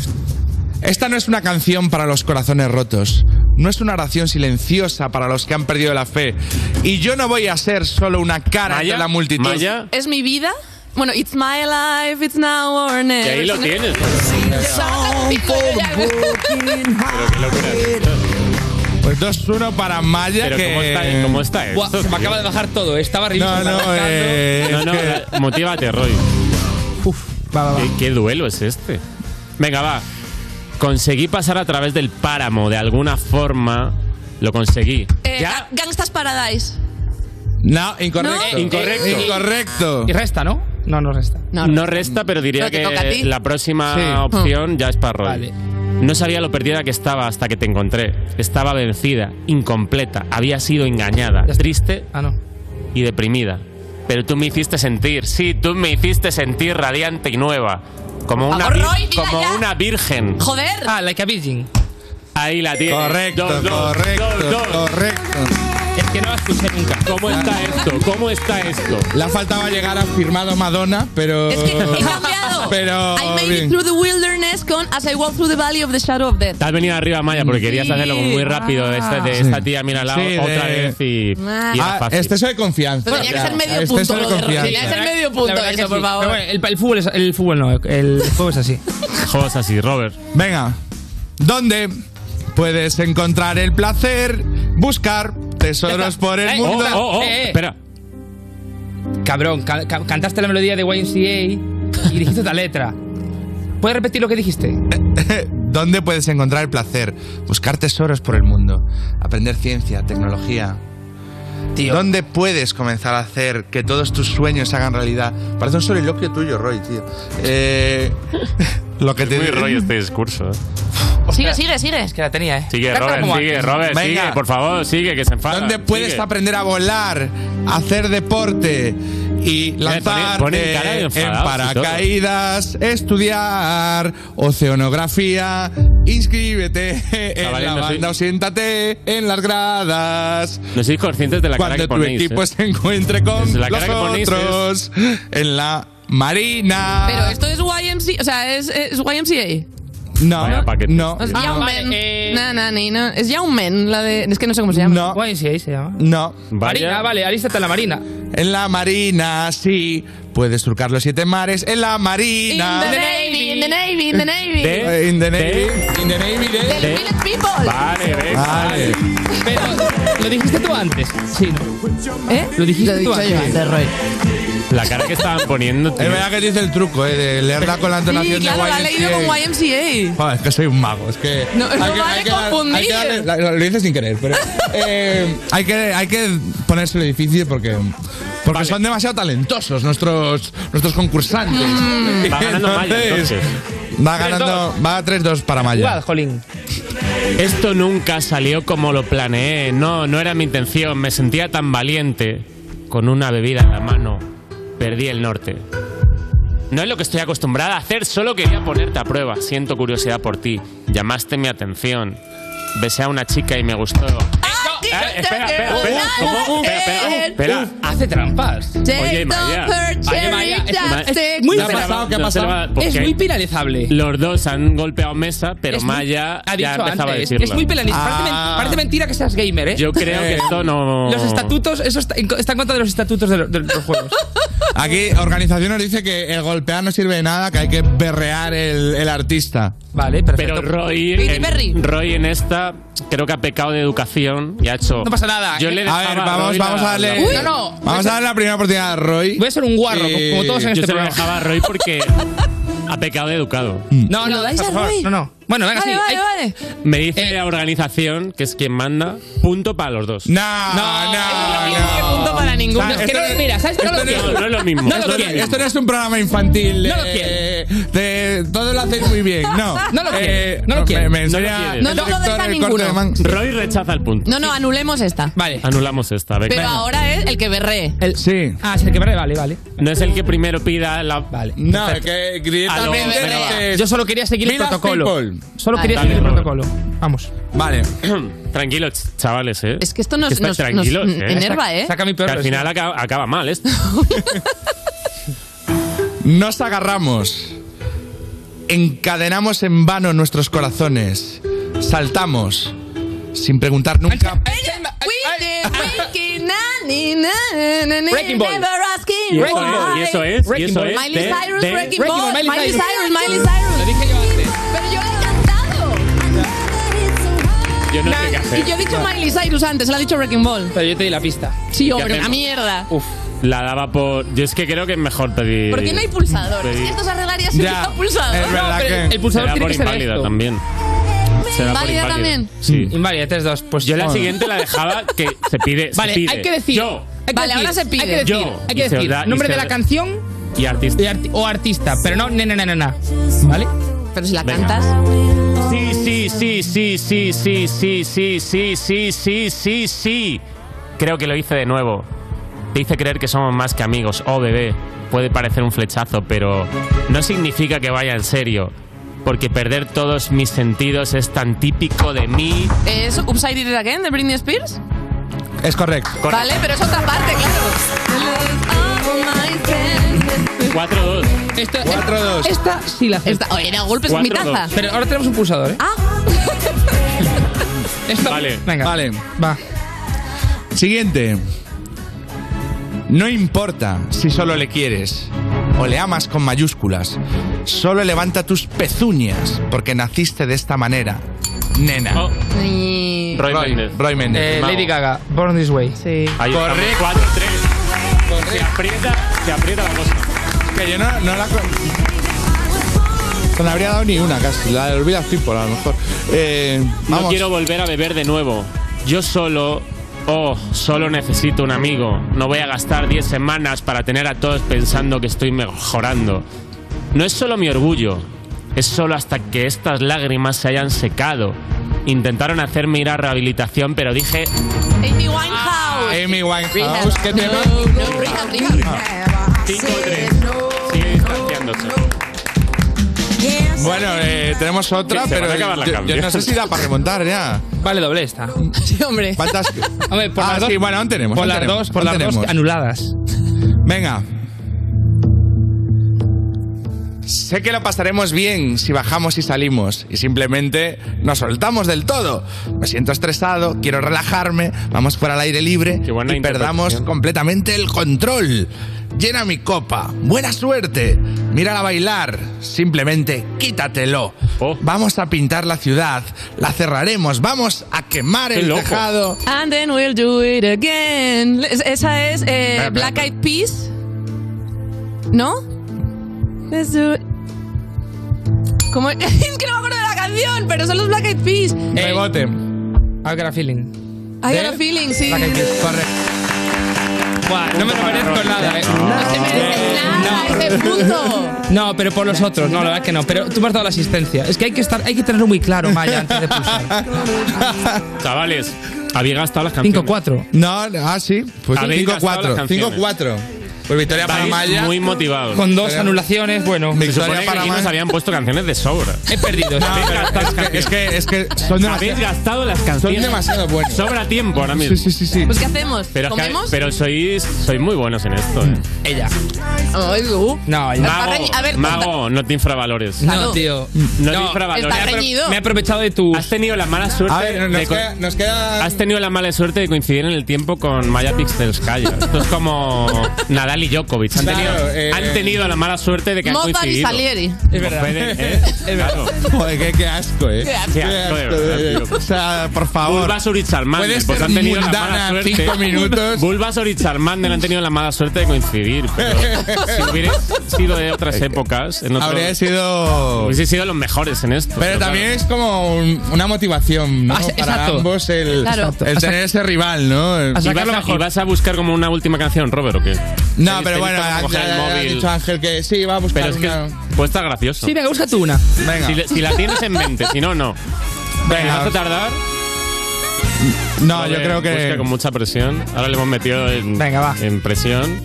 Esta no es una canción para los corazones rotos. No es una oración silenciosa para los que han perdido la fe. Y yo no voy a ser solo una cara de la multitud. ¿Es mi vida? Bueno, it's my life, it's now or never. Que ahí lo tienes. Pues 2-1 para Maya. Pero que... ¿cómo está- cómo está Buah, esto, se me tío? acaba de bajar todo. eh, Estaba arriba. No, se me no, acaba de bajar. eh, No, no, es que- motívate, Roy. ¿Qué, qué duelo es este? Venga, va. Conseguí pasar a través del páramo, de alguna forga. Lo conseguí. Eh, Ga- Gangsta's Paradise. No, incorrecto. ¿No? Incorrecto. Incorrecto. Y resta, ¿no? No, no resta. No, resta, pero diría Pero Ah, te toca a que ti. la próxima Sí. opción ya es para Roy. No sabía lo perdida que estaba hasta que te encontré. Estaba vencida, incompleta, había sido engañada, triste Ah, y deprimida. Pero tú me hiciste sentir, sí, tú me hiciste sentir radiante y nueva. Como una, oh, favor, vir- Roy, dila como ya. una virgen. Joder. Ah, Like a Virgin. Ahí la tienes. Correcto, Dos, dos, correcto. dos, Correcto. Correcto. Ah. Es que no la escuché nunca. ¿Cómo está esto? ¿Cómo Ah. está esto? La faltaba llegar a firmado Madonna, pero. Es que he cambiado. Oh. Pero. I made bien. it through the wilderness con As I walk through the valley of the shadow of death. Te has venido arriba, Maya, porque querías hacerlo como muy rápido. de este- de Ah. Sí. esta tía, mírala Sí, de- otra vez y, y era Ah, fácil. exceso de confianza. Tenía que ser medio exceso punto de lo de confianza. Tenía que ser medio punto La verdad eso, que por sí. favor. Pero bueno, el, el fútbol es, el fútbol no, el juego es así. juego es así, Robert. Venga, ¿dónde puedes encontrar el placer? Buscar tesoros por el Eh, mundo. oh, oh, oh, espera. Cabrón, ca- ca- cantaste la melodía de YMCA y dijiste otra letra. ¿Puedes repetir lo que dijiste? Eh, ¿Dónde puedes encontrar el placer? Buscar tesoros por el mundo, aprender ciencia, tecnología. ¿Dónde puedes comenzar a hacer que todos tus sueños se hagan realidad? Parece un soliloquio tuyo, Roy, tío. Eh, lo que te Muy digo- rollo este discurso. Sigue, sigue, sigue. Que la tenía, ¿eh? Sigue, Robert, sigue, Robert, Venga. sigue, por favor, sigue, que se enfada. ¿Dónde puedes Sigue. aprender a volar, hacer deporte y lanzar Eh, pone- pone cara de en enfadados y todo. paracaídas, estudiar oceanografía, inscríbete en Chavales, la no soy- banda o siéntate en las gradas? No sois conscientes de la Cuando cara que tu ponéis. equipo ¿eh? se encuentre con Es la cara los que ponéis ¿eh? es- otros en la marina. Pero esto es YMCA, o sea, es, es YMCA. no, no, O sea, no, Young Men. Na, na, ni, na. Es Young Men, la de. Es que no sé cómo se llama. No. YMCA se llama. no. Marina, vale, alístate en la marina. En la marina, sí. Puedes surcar los siete mares. En la In marina. the Navy, in the Navy, in the Navy. Eh, In the Navy. In the Navy de- Del Village People. Vale, venga. Vale. Pero, ¿lo dijiste tú antes? Sí, ¿no? ¿Eh? Lo dijiste Lo he tú dicho yo antes. antes, Roy. La cara que estaban poniendo. tío. Es verdad que dice el truco, eh, de leerla con la entonación Sí, claro, de la ha leído con YMCA. Joder, es que soy un mago, es que. No, hay no que- vale hay que dar- hay que confundir. darle- la- la- lo hice sin querer, pero. eh, hay, que, hay que ponérselo difícil porque. Porque son demasiado talentosos nuestros, nuestros concursantes. Mm. Mm. Va ganando Maya, entonces. Va ganando. Va 3-2 para Maya. Esto nunca salió como lo planeé. No, no era mi intención. Me sentía tan valiente. Con una bebida en la mano, perdí el norte. No es lo que estoy acostumbrada a hacer, solo quería ponerte a prueba. Siento curiosidad por ti. Llamaste mi atención. Besé a una chica y me gustó. espera, espera, espera, ¿cómo? Espera, espera, espera. Hace trampas. Oye, Maya. Oye, Maya, es- Maya, es muy no se la va- pasado, ¿qué ha no se la va- pasado? porque Es muy penalizable. Los dos han golpeado mesa, pero Es muy- Maya ha ya dicho empezaba antes, a es, decirlo. Ah. muy penalizable. Parece, Ah. men- parece mentira que seas gamer, ¿eh? Yo creo que esto no. Los estatutos, eso está, está en contra de los estatutos de los, de los juegos. Aquí, organización nos dice que el golpear no sirve de nada, que hay que berrear el, el artista. Vale, Pero Roy en, Roy en esta creo que ha pecado de educación y ha hecho. No pasa nada. ¿eh? Yo le a dejaba ver, vamos, Roy vamos la- a darle. la- Vamos a darle la primera oportunidad a Roy. Eh, Voy a ser un guarro, como- como todos en yo se lo este programa. dejaba a Roy porque ha pecado de educado. Mm. No, no, por favor, no, no. Bueno, venga, sí. hay- Eh. vale. Me dice la organización, que es quien manda, punto para los dos. No, no, no. Punto para ninguno. Ah, que esto no- es- mira, ¿sabes? No esto lo quiero. No es lo mismo. No lo esto, quiero. esto no es un programa infantil. No lo eh, quiero. de- todo lo hacéis muy bien. No. No lo Eh, quiero. No lo quiero. me- me No lo enseña quiere. No, no lo el director deja el ninguno. corte de man- Roy rechaza el punto. No, no, anulemos esta. Vale. Anulamos esta, venga. Pero ahora es el que berree. Sí. Ah, es el que vale, vale, vale. No es el que primero pida la. Vale. No, que directamente. A lo- venga, dices, Yo solo quería seguir el "Viva protocolo. people". Solo Vale. quería seguir el protocolo. Vamos. Vale. Tranquilos, chavales, ¿eh? Es que esto nos- estáis nos- tranquilos, nos ¿eh? enerva, ¿eh? Saca mi perro. Que al final acaba, acaba mal esto. Nos agarramos. Encadenamos en vano nuestros corazones. Saltamos. Sin preguntar nunca. Wrecking Ball. Never asking Y eso es, why. y eso es, y Wrecking eso Ball. es. Miley de- Cyrus, de- Wrecking Wrecking Ball, Ball, Miley Miley Cyrus. Cyrus, Miley Cyrus. Lo dije yo antes. Pero yo la he cantado. Yo no sé qué hacer. Y yo he dicho Miley Cyrus antes, la ha dicho Wrecking Ball. Pero yo te di la pista. Sí, hombre, hacemos? una mierda. Uf. La daba por. Yo es que creo que es mejor pedir. ¿Por qué no hay pulsador? Pedí. Es que esto se arreglaría si Ya, hubiera pulsador. es verdad Pero que- el pulsador Será tiene por que ser inválida esto. también. Será por Inválida inválida también. Sí. Inválida, 3-2. Pues Yo la bueno. siguiente la dejaba que se pide. se Eh, Vale, pide. hay que decir. Yo. hay que Vale, decir, ahora se pide. Hay que decir, Yo. hay que Y se decir da- y nombre se de la da- canción Y artista. y arti- o artista, pero no nena, nena, nena. ¿Vale? Pero si la Venga. cantas. Sí, sí, sí, sí, sí, sí, sí, sí, sí, sí, sí, sí, sí. Creo que lo hice de nuevo. Te hice creer que somos más que amigos. Oh, bebé. Puede parecer un flechazo, pero no significa que vaya en serio. porque perder todos mis sentidos es tan típico de mí. ¿Es Upside It Again de Britney Spears? Es correcto. Vale, pero es otra parte, claro. 4-2. Esta, 4-2. Esta sí la Esta, oye, era golpes en mi taza. Pero ahora tenemos un pulsador, ¿eh? Vale. Venga. Vale. Va. Siguiente. No importa si solo le quieres o le amas con mayúsculas. Solo levanta tus pezuñas porque naciste de esta manera. Nena. Roy Méndez. Roy Méndez. Eh, Lady Gaga, Born This Way. Sí. Ahí estamos, Correcto. 4-3. Se aprieta, se aprieta la cosa. Que yo no, no la. No le habría dado ni una casi. La de Olvida People, a lo mejor. Eh, vamos. No quiero volver a beber de nuevo. Yo solo. Oh, solo necesito un amigo. No voy a gastar 10 semanas para tener a todos pensando que estoy mejorando. No es solo mi orgullo. Es solo hasta que estas lágrimas se hayan secado. Intentaron hacerme ir a rehabilitación, pero dije. Amy Winehouse. Amy Winehouse, ¿qué tema? Ah. No, no, Rehab, Rehab. 5-3. Sigue distanciándose. Bueno, eh, tenemos otra, Que se pero van a acabar yo, las yo cambias. no sé si da para remontar ya. Vale, doble esta. Sí, hombre. ¿Cuántas? Hombre, por Ah, las dos, sí, bueno, aún tenemos, Por aún las tenemos, dos, por aún las tenemos. dos anuladas. Venga. Sé que lo pasaremos bien si bajamos y salimos y simplemente nos soltamos del todo. Me siento estresado, quiero relajarme, vamos por el aire libre y perdamos completamente el control. Llena mi copa, buena suerte, mírala bailar, simplemente quítatelo. Oh. Vamos a pintar la ciudad, la cerraremos, vamos a quemar Qué el loco. tejado. And then we'll do it again. Es- Esa es eh, Espera, espera, Black Eyed Peas. ¿No? Let's do it. ¿Cómo? Es que no me acuerdo de la canción, pero son los Black Eyed Peas. Rebote. I got a feeling. I got a feeling, sí. Black Eyed Peas, Correcto. Buah, no me lo merezco nada, eh. Ah, Ese punto. No, pero por los otros, no, la verdad que no. Pero tú me has dado la asistencia. Es que hay que estar, hay que tenerlo muy claro, Maya, antes de pulsar. Chavales, había gastado las canciones. 5-4. No, no, ah, sí. Pues Habéis gastado las 5-4. canciones. 5-4. Pues victoria para Vais Maya. muy motivados. Con dos anulaciones, bueno. Se supone que aquí nos habían puesto canciones de sobra. He perdido. Es que, es que son Habéis demasiado, gastado las son canciones. demasiado buenos. Sobra tiempo ahora mismo. Sí, sí, sí. sí. Pues ¿qué hacemos? Pero, es que- ¿Comemos? pero sois, sois muy buenos en esto. ¿eh? Ella. Ay, tú. No, ella- Está reñi- a ver, mago, conta- no te infravalores. No, tío. No te infravalores. está Me he apro- reñido. me he aprovechado de tu. Has tenido la mala suerte. A ver, de nos co- queda, nos queda- Has tenido la mala suerte de coincidir en el tiempo con Maya Pixelskaya. Esto es como Nadal y Djokovic. Han, Claro, tenido, eh, han tenido la mala suerte de que han Mozart y coincidido. Salieri. Es Pues verdad. Fede, ¿eh? Claro. Joder, qué, qué asco, eh. Qué asco. Qué asco, de verdad, tío. O sea, por favor. Bulbasur y Charmander, Puede pues ser han tenido la mundana, mala suerte. cinco minutos. Bulbasur y Charmander han tenido la mala suerte de coincidir. Pero si hubierais sido de otras épocas, en otro- Habría sido. hubiese sido los mejores en esto. Pero también es como un- una motivación, ¿no? Ah, sí, Para exacto. ambos el, Claro. el tener ese rival, ¿no? ¿Y vas, a, y vas a buscar como una última canción, Robert, o qué? No, Tenéis- pero tenéis bueno, como ya, coger ya- ya ha el móvil. dicho Ángel que sí, va a buscar Pero es que una- es- puede estar gracioso. Sí, venga, búscate una. Venga. Si, le- si la tienes en mente, si no, no. Venga. Si vas a tardar. No, Robert yo creo busca que. con mucha presión. Ahora le hemos metido en, Venga, va. en presión.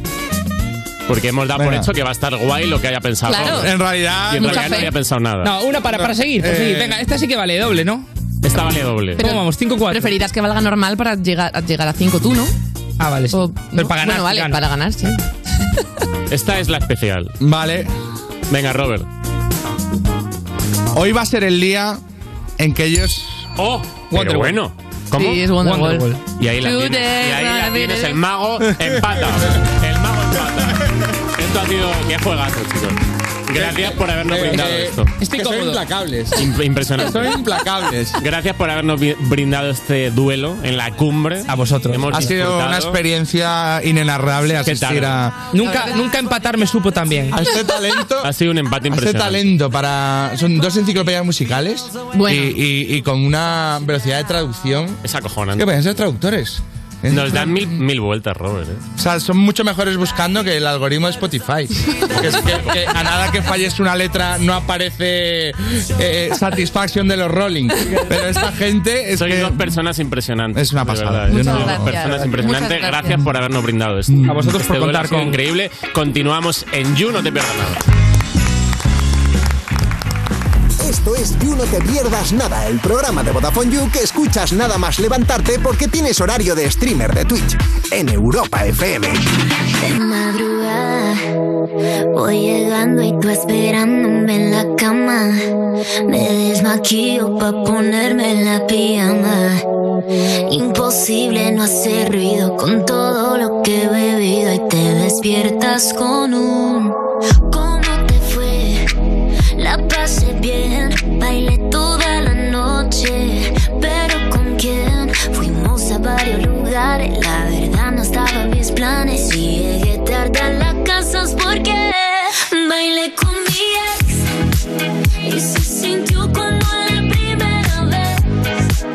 Porque hemos dado por Venga. hecho que va a estar guay lo que haya pensado. Claro. Robert. En realidad. Y en Mucha realidad no fe. había pensado nada. No, una para, para seguir. pues sí, Eh. venga, esta sí que vale doble, ¿no? Esta vale doble. ¿Cómo vamos? 5-4. Preferirás que valga normal para llegar, a llegar a 5 tú, ¿no? Ah, vale. sí. O- Pero para ganar. Bueno, vale, gano. para ganar, sí. Esta es la especial. Vale. Venga, Robert. Hoy va a ser el día en que ellos. ¡Oh! Wonderwall. Pero bueno. ¿Cómo? Sí, es Wonderwall. Wonderwall. Y ahí la Tú tienes. Y ahí te la tienes. ríes. El mago empata. El mago empata. Esto ha sido. ¡Qué juegazo, chicos! Gracias por habernos Eh, brindado eh, esto. que son cómodo. implacables. Imp- Son Impresionante. implacables. Gracias por habernos vi- brindado este duelo en la cumbre. A vosotros. Hemos Ha sido disfrutado. una experiencia inenarrable asistir tal? a, Nunca, nunca empatar me supo tan bien. a este talento. Ha sido un empate a este impresionante. talento para. Son dos enciclopedias musicales Bueno. y, y- y con una velocidad de traducción. Es Es que acojonante. pueden ser traductores. Nos dan mil, mil vueltas, Robert. ¿eh? O sea, son mucho mejores buscando que el algoritmo de Spotify. que, es que- que a nada que falles una letra no aparece eh, Satisfaction de los Rolling. Pero esta gente es Sois que- dos personas impresionantes. Es una de pasada. verdad. Muchas Sois dos gracias. personas impresionantes. Muchas Gracias. gracias. por habernos brindado esto. A vosotros Este por duelo contar ha sido con- increíble. Continuamos en You, no te pierdas nada. Esto es You No Te Pierdas Nada, el programa de Vodafone You que escuchas nada más levantarte porque tienes horario de streamer de Twitch en Europa FM. De madrugada voy llegando y tú esperándome en la cama. Me desmaquillo pa' ponerme la pijama. Imposible no hacer ruido con todo lo que he bebido y te despiertas con un ¿Cómo te fue? La pasé bien, bailé toda la noche, pero ¿con quién? Fuimos a varios lugares, la verdad no estaba en mis planes y llegué tarde a la casa es porque bailé con mi ex y se sintió como la primera vez.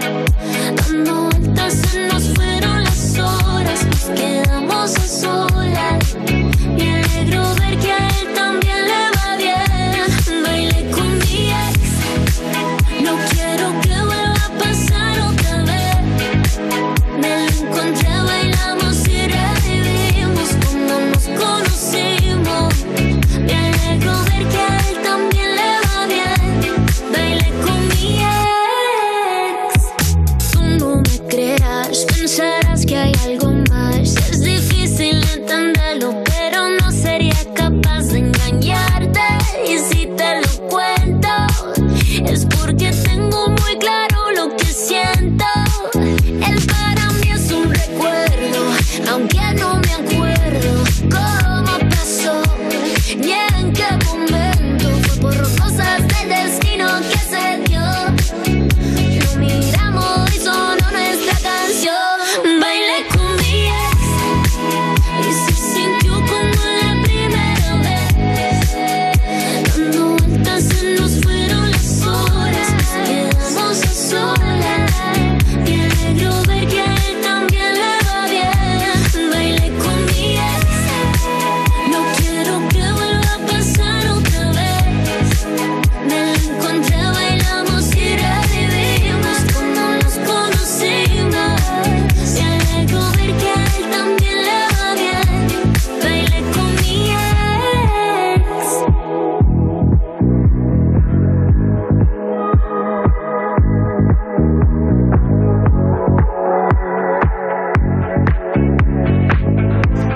Dando vueltas se nos fueron las horas, nos quedamos a solas. Me alegro ver que a él también le va bien. Bailé con mi ex. No quiero que vuelva a pasar otra vez. Me lo encontré, bailamos y revivimos cuando nos conocimos. Me alegro ver que a él también le va bien. Bailé con mi ex. Tú no me creas, pensarás que hay algo más. Es difícil entenderlo, pero no sería capaz de engañarte. Y si te lo cuento, es porque tengo muy claro lo que siento. Él para mí es un recuerdo, aunque no me acuerdo cómo pasó, ni en qué momento. Fue por cosas del destino que se dio. Lo miramos y sonó nuestra canción. Bailé con mi ex y se sintió como la primera vez. Dando vueltas se nos fueron las horas, nos quedamos a solas. Me alegro ver que a él también le va bien. Bailé con mi ex. No quiero que vuelva a pasar otra vez. Me lo encontré, bailamos y revivimos cuando nos conocimos. Me alegro ver que a él también le va bien. Bailé con mi ex.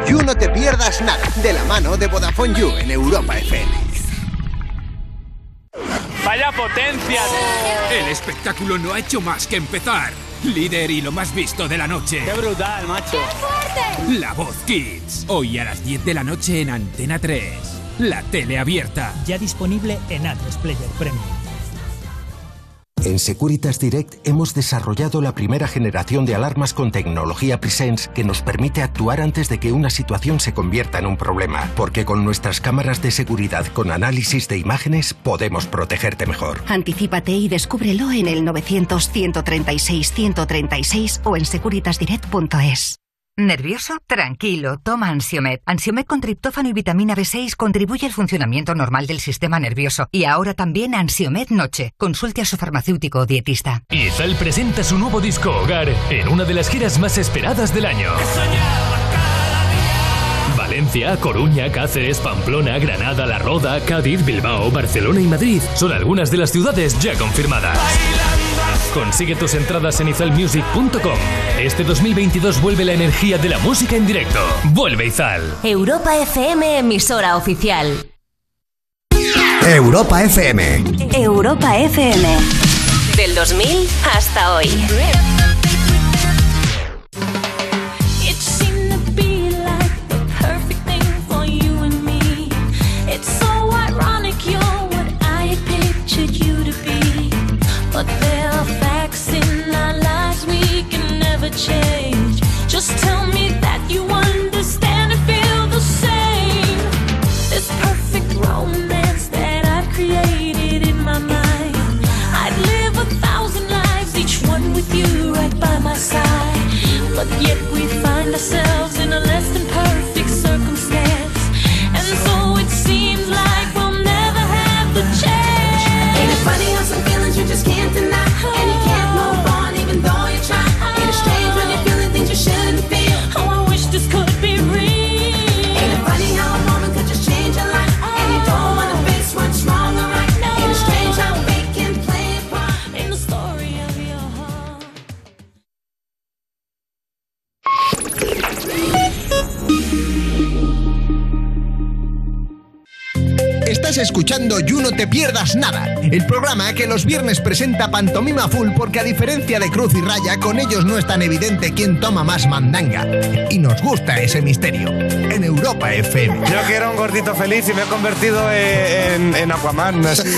You No Te Pierdas Nada, de la mano de Vodafone You en Europa FM. Vaya potencia. El espectáculo no ha hecho más que empezar. Líder y lo más visto de la noche. ¡Qué brutal, macho! La Voz Kids. Hoy a las 10 de la noche en Antena 3. La tele abierta. Ya disponible en A3 Player Premium. En Securitas Direct hemos desarrollado la primera generación de alarmas con tecnología Presence que nos permite actuar antes de que una situación se convierta en un problema, porque con nuestras cámaras de seguridad con análisis de imágenes podemos protegerte mejor. Anticípate y descúbrelo en el 900-136-136 o en securitasdirect.es. ¿Nervioso? Tranquilo, toma Ansiomed. Ansiomed con triptófano y vitamina B6 contribuye al funcionamiento normal del sistema nervioso. Y ahora también Ansiomed Noche. Consulte a su farmacéutico o dietista. Izal presenta su nuevo disco Hogar en una de las giras más esperadas del año. Valencia, Coruña, Cáceres, Pamplona, Granada, La Roda, Cádiz, Bilbao, Barcelona y Madrid son algunas de las ciudades ya confirmadas. Consigue tus entradas en izalmusic.com. Este 2022 vuelve la energía de la música en directo. Vuelve Izal. Europa FM, emisora oficial. Europa FM. Europa FM. Del 2000 hasta hoy. It seemed to be like the perfect thing for you and me. It's so ironic, you're what I pictured you to be. But there are facts in our lives we can never change. Just tell me that you understand and feel the same. This perfect romance that I've created in my mind. I'd live a thousand lives, each one with you right by my side. But yet we find ourselves in a less than perfect circumstance. And so it seems like we'll never have the chance. Ain't it funny how some feelings you just can't deny? And you can't move on even though you try. Ain't it strange when you're feeling things you shouldn't feel? Oh, I wish this could be real. Ain't it funny how a woman could just change your life? And you don't wanna face what's wrong or right. Ain't it strange how we can Estás escuchando You No Te Pierdas Nada, el programa que los viernes presenta Pantomima Full porque a diferencia de Cruz y Raya, con ellos no es tan evidente quién toma más mandanga. Y nos gusta ese misterio. En Europa FM. Yo que era un gordito feliz y me he convertido en, en- en Aquaman. así.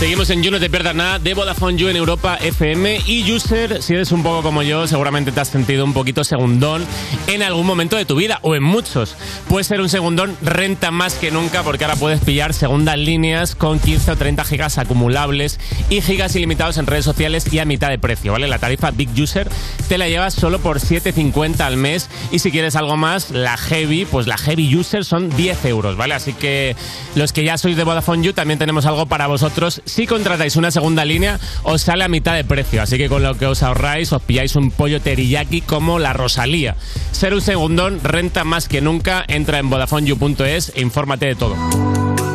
Seguimos en You, no te pierdas nada de Vodafone You en Europa FM y User, si eres un poco como yo, seguramente te has sentido un poquito segundón en algún momento de tu vida o en muchos. Puedes ser un segundón renta más que nunca porque ahora puedes pillar segundas líneas con 15 o 30 gigas acumulables y gigas ilimitados en redes sociales y a mitad de precio, ¿vale? La tarifa Big User te la llevas solo por 7.50 al mes y si quieres algo más, la Heavy, pues la Heavy User son 10 euros, ¿vale? Así que los que ya sois de Vodafone You también tenemos algo para vosotros. Si contratáis una segunda línea, os sale a mitad de precio. Así que con lo que os ahorráis, os pilláis un pollo teriyaki como la Rosalía. Ser un segundón renta más que nunca. Entra en VodafoneYou.es e infórmate de todo.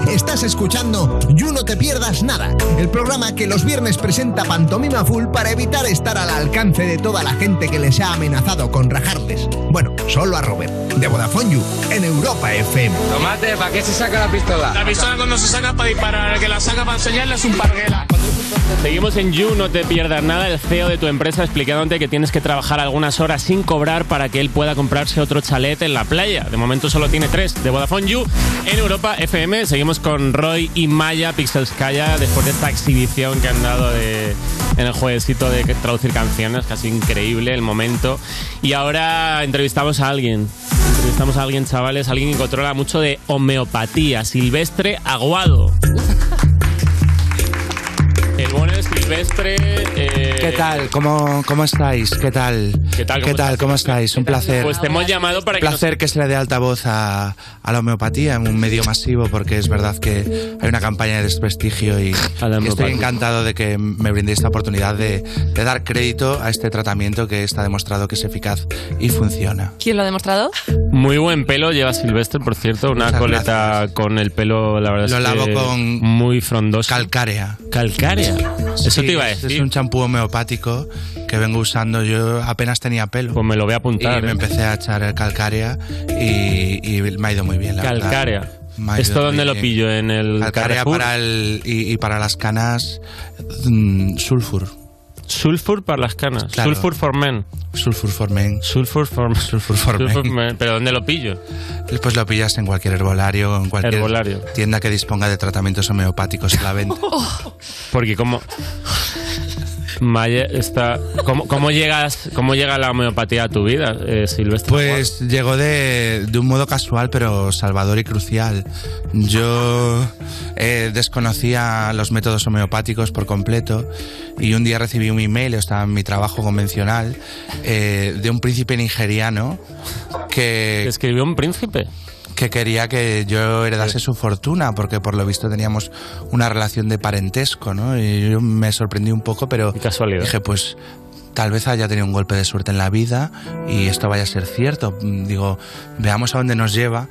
Estás escuchando You No Te Pierdas Nada, el programa que los viernes presenta Pantomima Full para evitar estar al alcance de toda la gente que les ha amenazado con rajarles. Bueno, solo a Robert, de Vodafone You, en Europa FM. Tomate, ¿para qué se saca la pistola? La pistola cuando se saca para disparar, el que la saca para enseñarle es un parguela. Seguimos en You, no te pierdas nada. El CEO de tu empresa explicándote que tienes que trabajar algunas horas sin cobrar para que él pueda comprarse otro chalet en la playa. De momento solo tiene tres de Vodafone You en Europa FM. Seguimos con Roy y Maya Pixelskaya después de esta exhibición que han dado de- en el jueguecito de traducir canciones. Casi increíble el momento. Y ahora entrevistamos a alguien. Entrevistamos a alguien, chavales, alguien que controla mucho de homeopatía. Silvestre Aguado. El bueno de Silvestre. eh, ¿Qué tal? ¿Cómo, ¿Cómo estáis? ¿Qué tal? ¿Qué tal? ¿Cómo ¿Cómo, estáis? Un placer. Pues te hemos llamado para que nos- placer que se le dé alta voz a, a la homeopatía en un medio masivo, porque es verdad que hay una campaña de desprestigio y, y estoy homeopatía. encantado de que me brindéis la oportunidad de, de dar crédito a este tratamiento que está demostrado que es eficaz y funciona. ¿Quién lo ha demostrado? Muy buen pelo lleva Silvestre, por cierto. Una Muchas coleta con el pelo, la verdad Lo es lavo que con Eh, muy frondoso. Calcárea. Calcárea. Eso te iba a es- decir. Es un champú homeopático que vengo usando. Yo apenas tenía pelo. Pues me lo voy a apuntar, Y me ¿eh? empecé a echar calcárea y, y me ha ido muy bien. La verdad. Calcárea. Me ha ¿Esto ido dónde muy lo bien. pillo? ¿En el Calcárea Carrefour? para el y, y para las canas mm, sulfur. Sulfur para las canas. Claro. Sulfur for men. Sulfur for men. Sulfur for men. Sulfur for men. Sulfur for men. ¿Pero dónde lo pillo? Pues lo pillas en cualquier herbolario, en cualquier Herbolario. tienda que disponga de tratamientos homeopáticos a la venta. Porque como... Maya está... ¿Cómo, cómo llegas, ¿Cómo llega la homeopatía a tu vida, eh, Silvestre? Pues llegó de, de un modo casual, pero salvador y crucial. Yo eh, desconocía los métodos homeopáticos por completo y un día recibí un email, estaba en mi trabajo convencional, eh, de un príncipe nigeriano que... ¿Escribió un príncipe? Que quería que yo heredase su fortuna, porque por lo visto teníamos una relación de parentesco, ¿no? Y yo me sorprendí un poco, pero... casualidad. Dije, pues tal vez haya tenido un golpe de suerte en la vida y esto vaya a ser cierto. Mm, Digo, veamos a dónde nos lleva.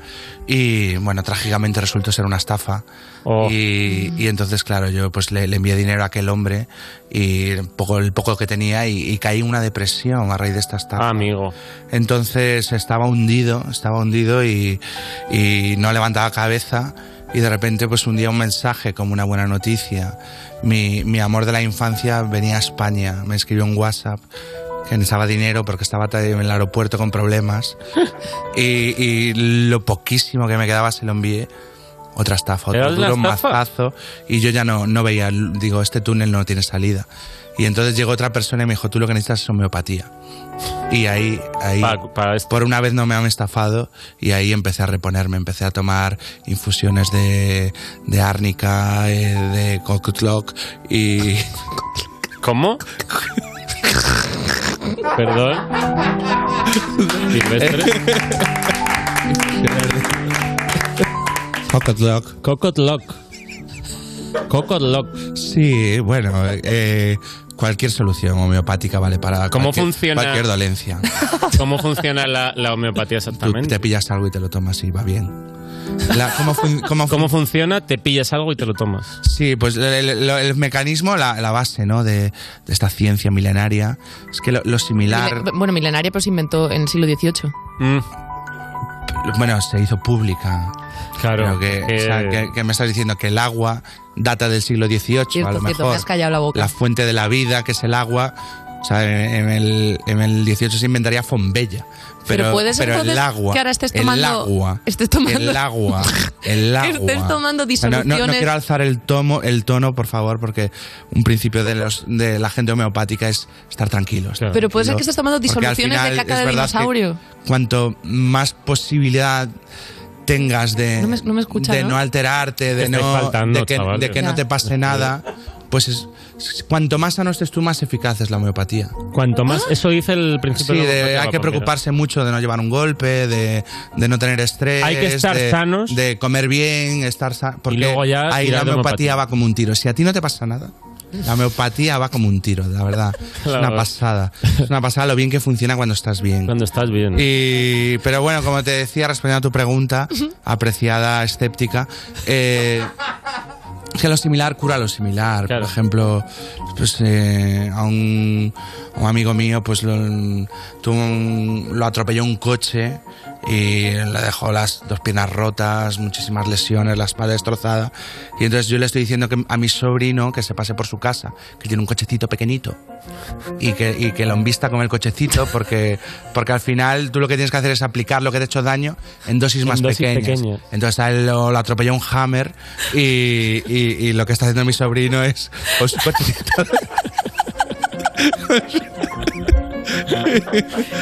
Y bueno, trágicamente resultó ser una estafa. Y, y entonces, claro, yo pues le, le envié dinero a aquel hombre y poco, el poco que tenía y, y caí en una depresión a raíz de esta estafa. amigo. Entonces estaba hundido, estaba hundido y, y no levantaba cabeza. Y de repente, pues un día un mensaje como una buena noticia. Mi, mi amor de la infancia venía a España, me escribió un WhatsApp que necesitaba dinero porque estaba ta- en el aeropuerto con problemas. Y, y lo poquísimo que me quedaba se lo envié. Otra estafa, ¿Era otro una duro estafa? mazazo. Y yo ya no, no veía, digo, este túnel no tiene salida. Y entonces llegó otra persona y me dijo, tú lo que necesitas es homeopatía. Y ahí, ahí por una vez no me han estafado y ahí empecé a reponerme, empecé a tomar infusiones de, de árnica, eh, de cocklock y... ¿Cómo? Perdón. Silvestre. Oh, Cocotlock. Cocotlock. Cocotlock. Sí, bueno, eh, cualquier solución homeopática vale para ¿Cómo cualquier, funciona? cualquier dolencia. ¿Cómo funciona la, la homeopatía Tú exactamente? te pillas algo y te lo tomas y va bien. La- ¿cómo, fun- cómo fun- ¿Cómo funciona? Te pillas algo y te lo tomas. Sí, pues el, el- el mecanismo, la, la base ¿no? de, de esta ciencia milenaria, es que lo, lo similar... Mile- Bueno, milenaria, pero se inventó en el siglo XVIII. Mm. bueno, se hizo pública. Claro. que, o sea, eh. que- que me estás diciendo que el agua data del siglo XVIII, Cierto, a lo cierto, mejor. me has callado la boca. fuente de la vida, que es el agua. O sea, en en el, en el 18 se inventaría Fombella. Pero, Pero puedes pero el entonces agua. que ahora estés El tomando- agua. estés tomando- El agua. El agua. Estés tomando No, no, no, No, disoluciones. quiero alzar el, tomo, el tono, por favor, porque un principio de, los, de la gente homeopática es estar tranquilos. Pero puede ser que estés tomando Porque al disoluciones de final caca es de verdad que dinosaurio. cuanto más posibilidad tengas de No me- no me escucha, de ¿no? no alterarte, de Estáis no faltando, de que, chavales. de que no Ya. te pase nada, pues es, es- cuanto más sano estés tú, más eficaz es la homeopatía. Cuanto más, eso dice el principio Sí, de la de- homeopatía, hay Paco, que mira. preocuparse mucho de no llevar un golpe, de, de no tener estrés, Hay que estar de, sanos. de comer bien, estar sano, porque luego ya ahí la tirar de homeopatía, homeopatía. va como un tiro. Si a ti no te pasa nada, la homeopatía va como un tiro, la verdad. Es una Claro. pasada. Es una pasada lo bien que funciona cuando estás bien. Cuando estás bien. Y, pero bueno, como te decía, respondiendo a tu pregunta, apreciada escéptica, eh, es que lo similar cura lo similar. Por ejemplo, pues, eh, a, un, a un amigo mío pues lo, tuvo un- lo atropelló un coche y le dejó las dos piernas rotas, muchísimas lesiones, la espalda destrozada. Y entonces yo le estoy diciendo que a mi sobrino que se pase por su casa, que tiene un cochecito pequeñito y que, y que lo envista con el cochecito porque, porque al final tú lo que tienes que hacer es aplicar lo que te ha hecho daño en dosis En más dosis pequeñas. pequeñas. Entonces a él lo, lo atropelló un hammer y, y- y lo que está haciendo mi sobrino es pues, un cochecito.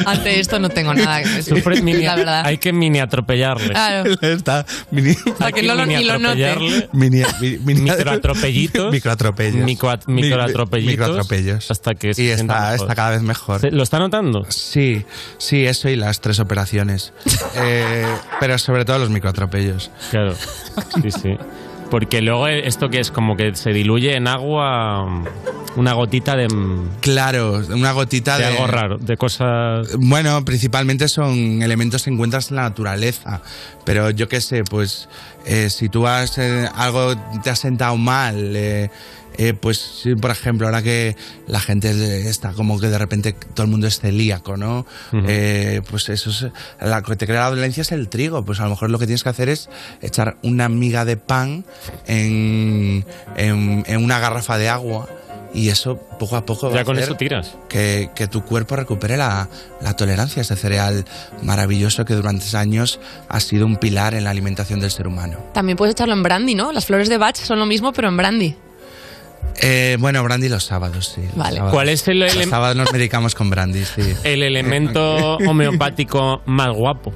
Ante esto no tengo nada que decir, Sufre mini- la verdad. Hay que mini atropellarle. Claro. Está mini, Para que no lo- ni lo note. atropellarle. mini, mini- mini- Microatropellitos. Microatropellos. Micro- Mi- microatropellitos. Microatropellos. Hasta que se y sienta está, mejor. está cada vez mejor. ¿Lo está notando? Sí, sí, eso y las tres operaciones. Eh, pero sobre todo los microatropellos. Claro. Sí, sí. Porque luego esto que es como que se diluye en agua una gotita de... mm, Claro, una gotita de... de- algo raro, de cosas... Bueno, principalmente son elementos que encuentras en la naturaleza. Pero yo qué sé, pues eh, si tú has, eh, algo te has sentado mal, eh, eh, pues sí, por ejemplo, ahora que la gente eh, está como que de repente todo el mundo es celíaco, ¿no? Eh, pues eso es, la que te crea la dolencia es el trigo. Pues a lo mejor lo que tienes que hacer es echar una miga de pan en, en- en una garrafa de agua. Y eso poco a poco va Ya a con hacer eso tiras. que, que tu cuerpo recupere la, la tolerancia a ese cereal maravilloso que durante años ha sido un pilar en la alimentación del ser humano. También puedes echarlo en brandy, ¿no? Las flores de Bach son lo mismo, pero en brandy. Eh, bueno, brandy los sábados, sí. los Vale. sábados. ¿Cuál es el- Los el- sábados nos medicamos con brandy, sí. El elemento homeopático más guapo.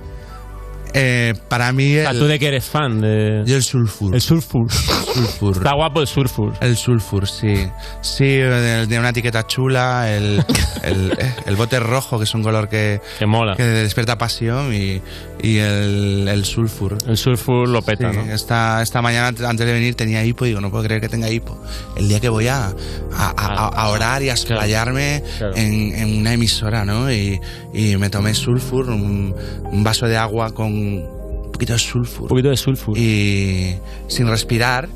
Eh, para mí... O sea, tú de que eres fan de... Y el sulfur. El sulfur. sulfur. Está guapo el sulfur. El sulfur, sí. Sí, el de una etiqueta chula, el, el, el bote rojo, que es un color que, que mola. despierta pasión, y, y el, el sulfur. El sulfur lo peta, Sí, ¿no? esta, esta mañana antes antes de venir tenía hipo y digo, no puedo creer que tenga hipo. El día que voy a, a, a- a- a orar y a explayarme en, en una emisora, ¿no? Y, y me tomé sulfur, un, un vaso de agua con un poquito de sulfur. Un poquito de sulfur. Y sin respirar.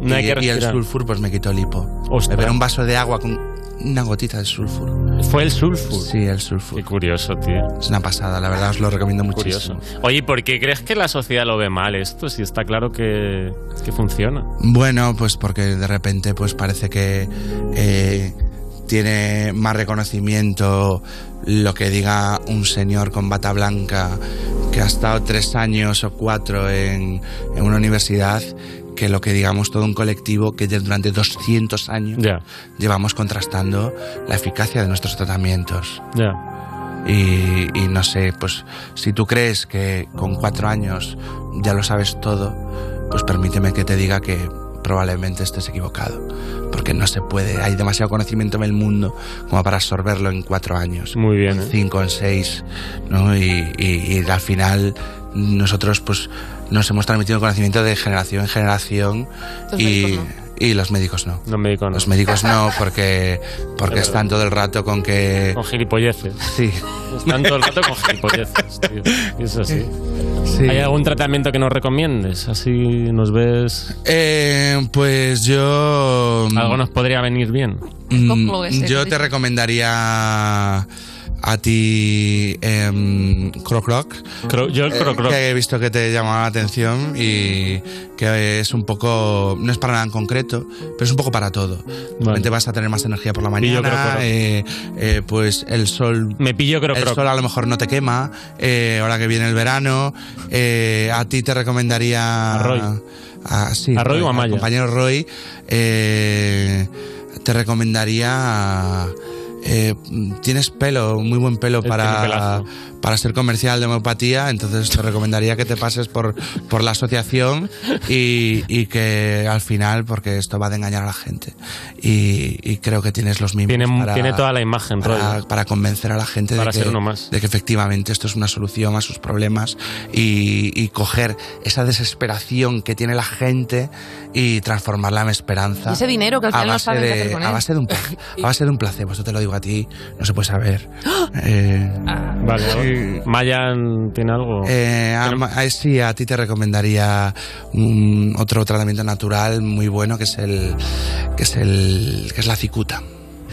No hay y, que y el respirar. sulfur pues me quitó el hipo. Beber un vaso de agua con una gotita de sulfur. Fue el sulfur. Sí, el sulfur. Qué curioso, tío. Es una pasada, la verdad os lo recomiendo muchísimo. Oye, ¿por qué crees que la sociedad lo ve mal esto? Si está claro que, que funciona. Bueno, pues porque de repente pues parece que eh, tiene más reconocimiento lo que diga un señor con bata blanca que ha estado tres años o cuatro en, en una universidad que lo que digamos todo un colectivo que de- durante 200 años llevamos contrastando la eficacia de nuestros tratamientos. Ya. Y, y no sé, pues si tú crees que con cuatro años ya lo sabes todo, pues permíteme que te diga que probablemente estés equivocado, porque no se puede, hay demasiado conocimiento en el mundo como para absorberlo en cuatro años. Muy bien. ¿eh? En cinco, en seis, ¿no? Y, y- y al final nosotros pues nos hemos transmitido conocimiento de generación en generación Los y... y los médicos no. Los médicos no. Los médicos no, porque, porque verdad. están todo el rato con que... Con gilipolleces. Sí. Están todo el rato con gilipolleces, tío. Y es así. Sí. ¿Hay algún tratamiento que nos recomiendes? Así nos ves. Eh, pues yo. Algo nos podría venir bien. Mm, Cóclo ese, yo ¿no? te recomendaría a ti em, Croc Rock. yo el eh, Croc Rock. que he visto que te llamaba la atención y que es un poco, no es para nada en concreto, pero es un poco para todo. De repente vas a tener más energía por la Pillo Croc mañana, Rock. eh, eh, pues el sol... Me pillo Croc El Rock. sol a lo mejor no te quema, eh, ahora que viene el verano, eh, a ti te recomendaría... A Roy. a- sí, ¿A Roy o a al Maya? compañero Roy, eh, te recomendaría... eh, tienes pelo, muy buen pelo para, tiene para ser comercial de homeopatía, entonces te recomendaría que te pases por, por la asociación y, y que al final, porque esto va de engañar a la gente, y, y creo que tienes los mismos. Tiene, tiene toda la imagen, para, Roy. para convencer a la gente Para de, que, ser uno más. de que efectivamente esto es una solución a sus problemas y, y coger esa desesperación que tiene la gente y transformarla en esperanza. Y ese dinero que al a final no base saben qué de- hacer con A él. base de un, pla- a base de un placebo, esto te lo digo a ti, no se puede saber. ¡Ah! Eh, Ah, Vale, Mayan tiene algo. eh, a, ma- a- sí, a ti te recomendaría un- otro tratamiento natural muy bueno que es el que es el que es la cicuta.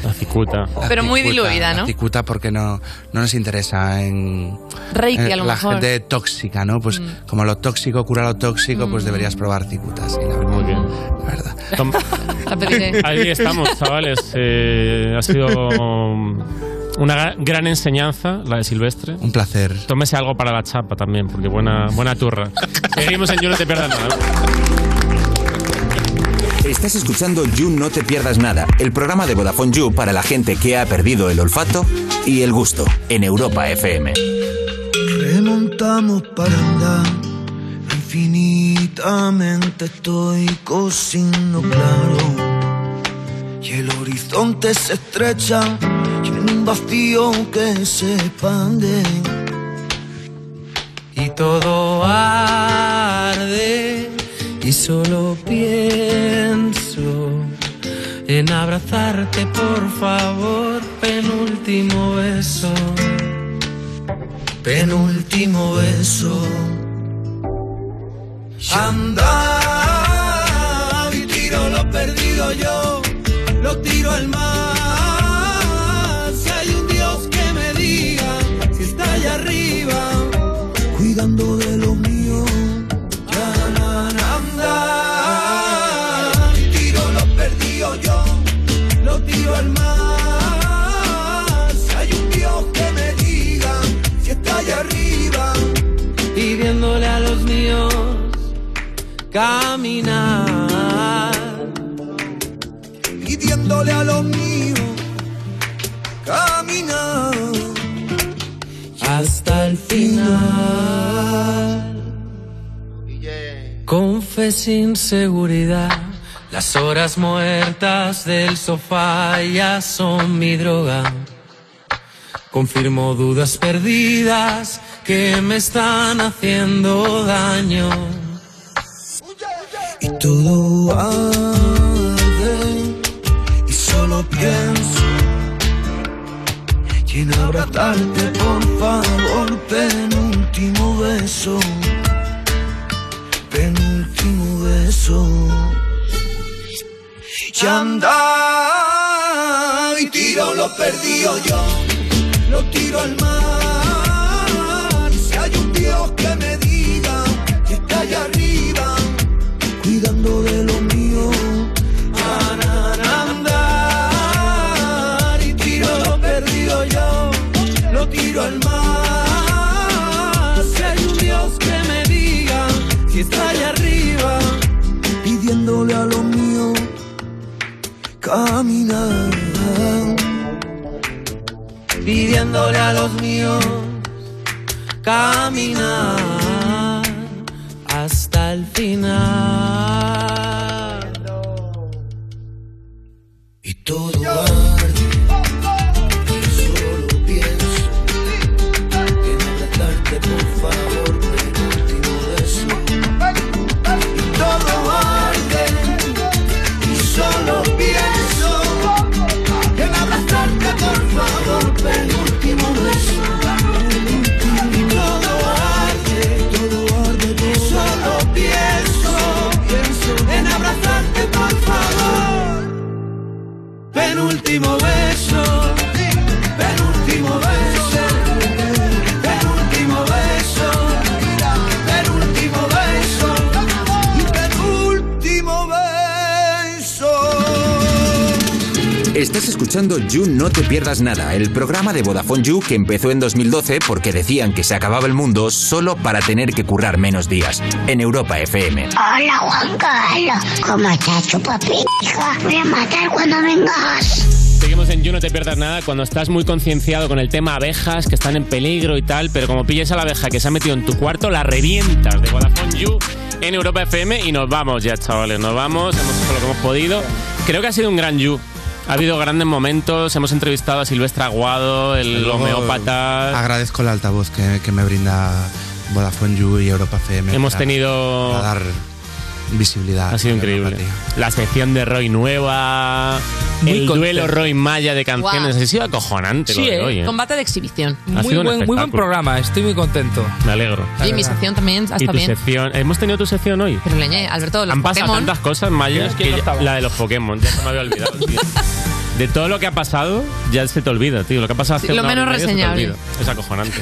La cicuta. Pero muy diluida, ¿no? La cicuta porque no, no nos interesa en Reiki, en a lo la mejor. Mm. gente tóxica, ¿no? Pues como lo tóxico cura lo tóxico, pues deberías probar cicuta. sí, la verdad. La verdad. La pediré. Ahí estamos, chavales. Eh, ha sido um, una gra- gran enseñanza la de Silvestre. Un placer. Tómese algo para la chapa también, porque buena, buena turra. Seguimos en You, no te pierdas nada. Estás escuchando You No Te Pierdas Nada, el programa de Vodafone You para la gente que ha perdido el olfato y el gusto en Europa FM. Remontamos para andar. Infinitamente estoy cocinando claro. Y el horizonte se estrecha. Y en un vacío que se expande. y todo arde y solo pienso en abrazarte por favor penúltimo beso Penúltimo beso. Anda y tiro lo perdido yo, lo tiro al mar. Si hay un Dios que me diga si está allá arriba, cuidando de lo mío. Ya, na, na, Anda y tiro lo perdido yo, lo tiro al mar. Si hay un Dios que me diga si está allá arriba. pidiéndole a los míos caminar pidiéndole a los míos caminar hasta el final. Con fe sin seguridad, las horas muertas del sofá ya son mi droga. Confirmo dudas perdidas que me están haciendo daño. y todo arde y solo pienso y en abrazarte por favor penúltimo beso penúltimo beso y andar y tiro lo perdido yo, lo tiro al mar. Si hay un Dios que me diga que está allá arriba, cuidando de lo mío. Na, na, na, Andar y tiro lo perdido yo, lo tiro al mar. Si hay un Dios que me diga si está allá arriba, pidiéndole a lo mío caminar pidiéndole a los míos caminar hasta el final. y todo arde. Solo pienso en abrazarte, por favor, penúltimo beso. Y todo arde y solo pienso en abrazarte, por favor, penúltimo beso. Y todo arde, todo arde, y solo pienso en abrazarte, por favor. Penúltimo Estás escuchando You No Te Pierdas Nada, el programa de Vodafone You que empezó en 2012 porque decían que se acababa el mundo solo para tener que currar menos días, en Europa FM. Hola, Juan Carlos. ¿Cómo estás, chupapija? Voy a matar cuando vengas. Seguimos en You, no te pierdas nada. Cuando estás muy concienciado con el tema abejas, que están en peligro y tal, pero como pilles a la abeja que se ha metido en tu cuarto, la revientas de Vodafone You en Europa FM y nos vamos ya, chavales. Nos vamos, hemos hecho lo que hemos podido. Creo que ha sido un gran You. Ha habido grandes momentos, hemos entrevistado a Silvestre Aguado, el Luego, homeópata. Agradezco el altavoz que, que me brinda Vodafone You y Europa FM. Hemos para- tenido- para dar visibilidad. Ha sido increíble. La sección de Roy Nueva, Muy el contento. duelo Roy Maya de canciones. Guau. Ha sido acojonante Sí, lo de ¿eh? hoy. ¿eh? combate de exhibición. Ha Muy sido un buen- muy buen espectáculo. programa, estoy muy contento. Me alegro. Y mi sección también Y está tu bien. sección. Hemos tenido tu sección hoy. Pero leñé, Alberto, los Han pasado Pokémon. tantas cosas, Maya, ¿Quién- que quién no ya- estaba? la de los Pokémon. Ya se me había olvidado, tío. De todo lo que ha pasado, ya se te olvida, tío. Lo que ha pasado hace Sí, lo una hora y menos media se te reseñable. olvida. Es acojonante.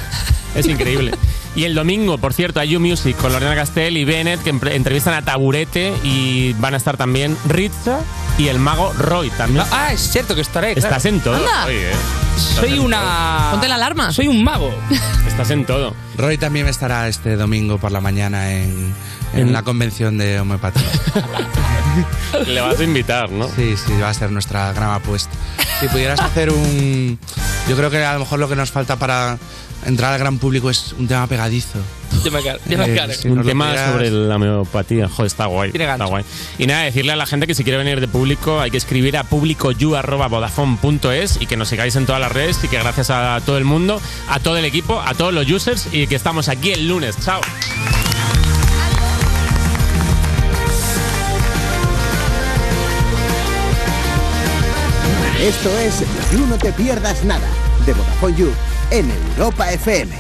Es increíble. Y el domingo, por cierto, hay You Music con Lorena Castell y Bennett que empre- entrevistan a Taburete y van a estar también Ritza y el mago Roy también. Ah, es cierto que estaré. claro. Estás en todo. Anda. Roy, ¿eh? Estás Soy en una. Ponte la alarma. Soy un mago. todo. Estás en todo. Roy también estará este domingo por la mañana en, en la convención de homeopatía. Le vas a invitar, ¿no? Sí, sí, va a ser nuestra gran apuesta. Si pudieras hacer un... Yo creo que a lo mejor lo que nos falta para entrar al gran público es un tema pegadizo. Yo me car- yo me Eh, cargo. sí, un nos lo tema tiras. sobre la homeopatía. Joder, está guay. Tiene Está gancho. guay. Y nada, decirle a la gente que si quiere venir de público hay que escribir a publicoyu.vodafone.es y que nos sigáis en todas las redes y que gracias a todo el mundo, a todo el equipo, a todos los users y que estamos aquí el lunes. Chao. Esto es You No Te Pierdas Nada, de Vodafone You, en Europa FM.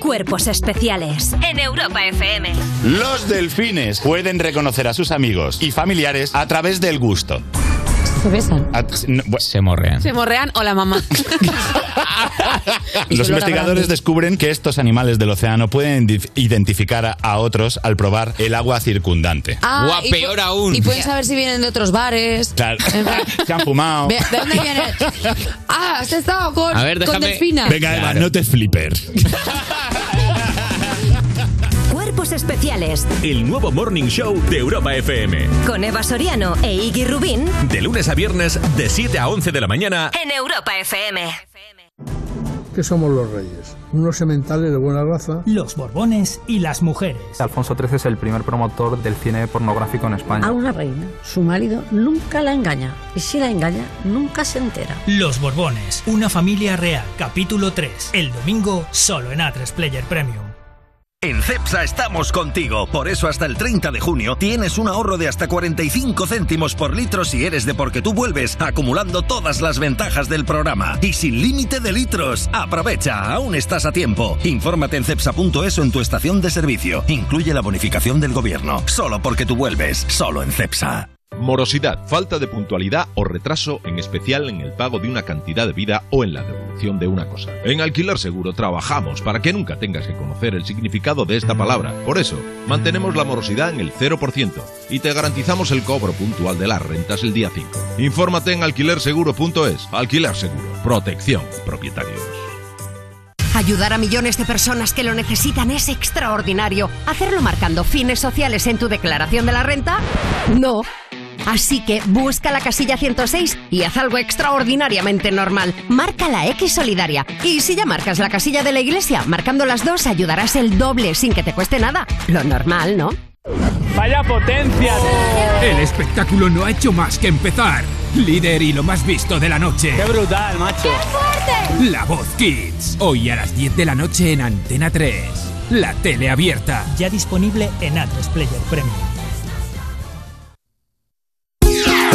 Cuerpos especiales en Europa FM. Los delfines pueden reconocer a sus amigos y familiares a través del gusto. Se besan. Se morrean. Se morrean. Hola, mamá. Los Solo la investigadores grande. descubren que estos animales del océano pueden dif- identificar a otros al probar el agua circundante. Ah, y pu- Y pueden saber si vienen de otros bares. Claro. En plan, Se han fumado. ve- ¿De dónde vienes? Ah, has estado con, con Delfina. Venga, Eva, no te flipper. Cuerpos especiales El nuevo Morning Show de Europa FM. con Eva Soriano e Iggy Rubín De lunes a viernes, de 7 a 11 de la mañana. en Europa FM. que somos los reyes, unos sementales de buena raza. Los Borbones y las mujeres. Alfonso XIII es el primer promotor del cine pornográfico en España. A una reina, su marido nunca la engaña y si la engaña nunca se entera. Los Borbones, una familia real, capítulo 3. El domingo solo en A3 Player Premium. En CEPSA estamos contigo, por eso hasta el 30 de junio tienes un ahorro de hasta 45 céntimos por litro si eres de porque tú vuelves, acumulando todas las ventajas del programa. Y sin límite de litros, aprovecha, aún estás a tiempo. Infórmate en CEPSA.es o en tu estación de servicio. Incluye la bonificación del gobierno, solo porque tú vuelves, solo en CEPSA. Morosidad, falta de puntualidad o retraso, en especial en el pago de una cantidad de vida o en la devolución de una cosa. En Alquiler Seguro trabajamos para que nunca tengas que conocer el significado de esta palabra. Por eso, mantenemos la morosidad en el 0% y te garantizamos el cobro puntual de las rentas el día 5. Infórmate en alquilerseguro.es. Alquiler Seguro, protección, propietarios. Ayudar a millones de personas que lo necesitan es extraordinario. ¿Hacerlo marcando fines sociales en tu declaración de la renta? No. Así que busca la casilla 106 y haz algo extraordinariamente normal. Marca la X solidaria. Y si ya marcas la casilla de la iglesia, marcando las dos ayudarás el doble sin que te cueste nada. Lo normal, ¿no? Vaya potencia. El espectáculo no ha hecho más que empezar. Líder y lo más visto de la noche. ¡Qué brutal, macho! La Voz Kids. Hoy a las 10 de la noche en Antena 3. La tele abierta. Ya disponible en A3 Player Premium.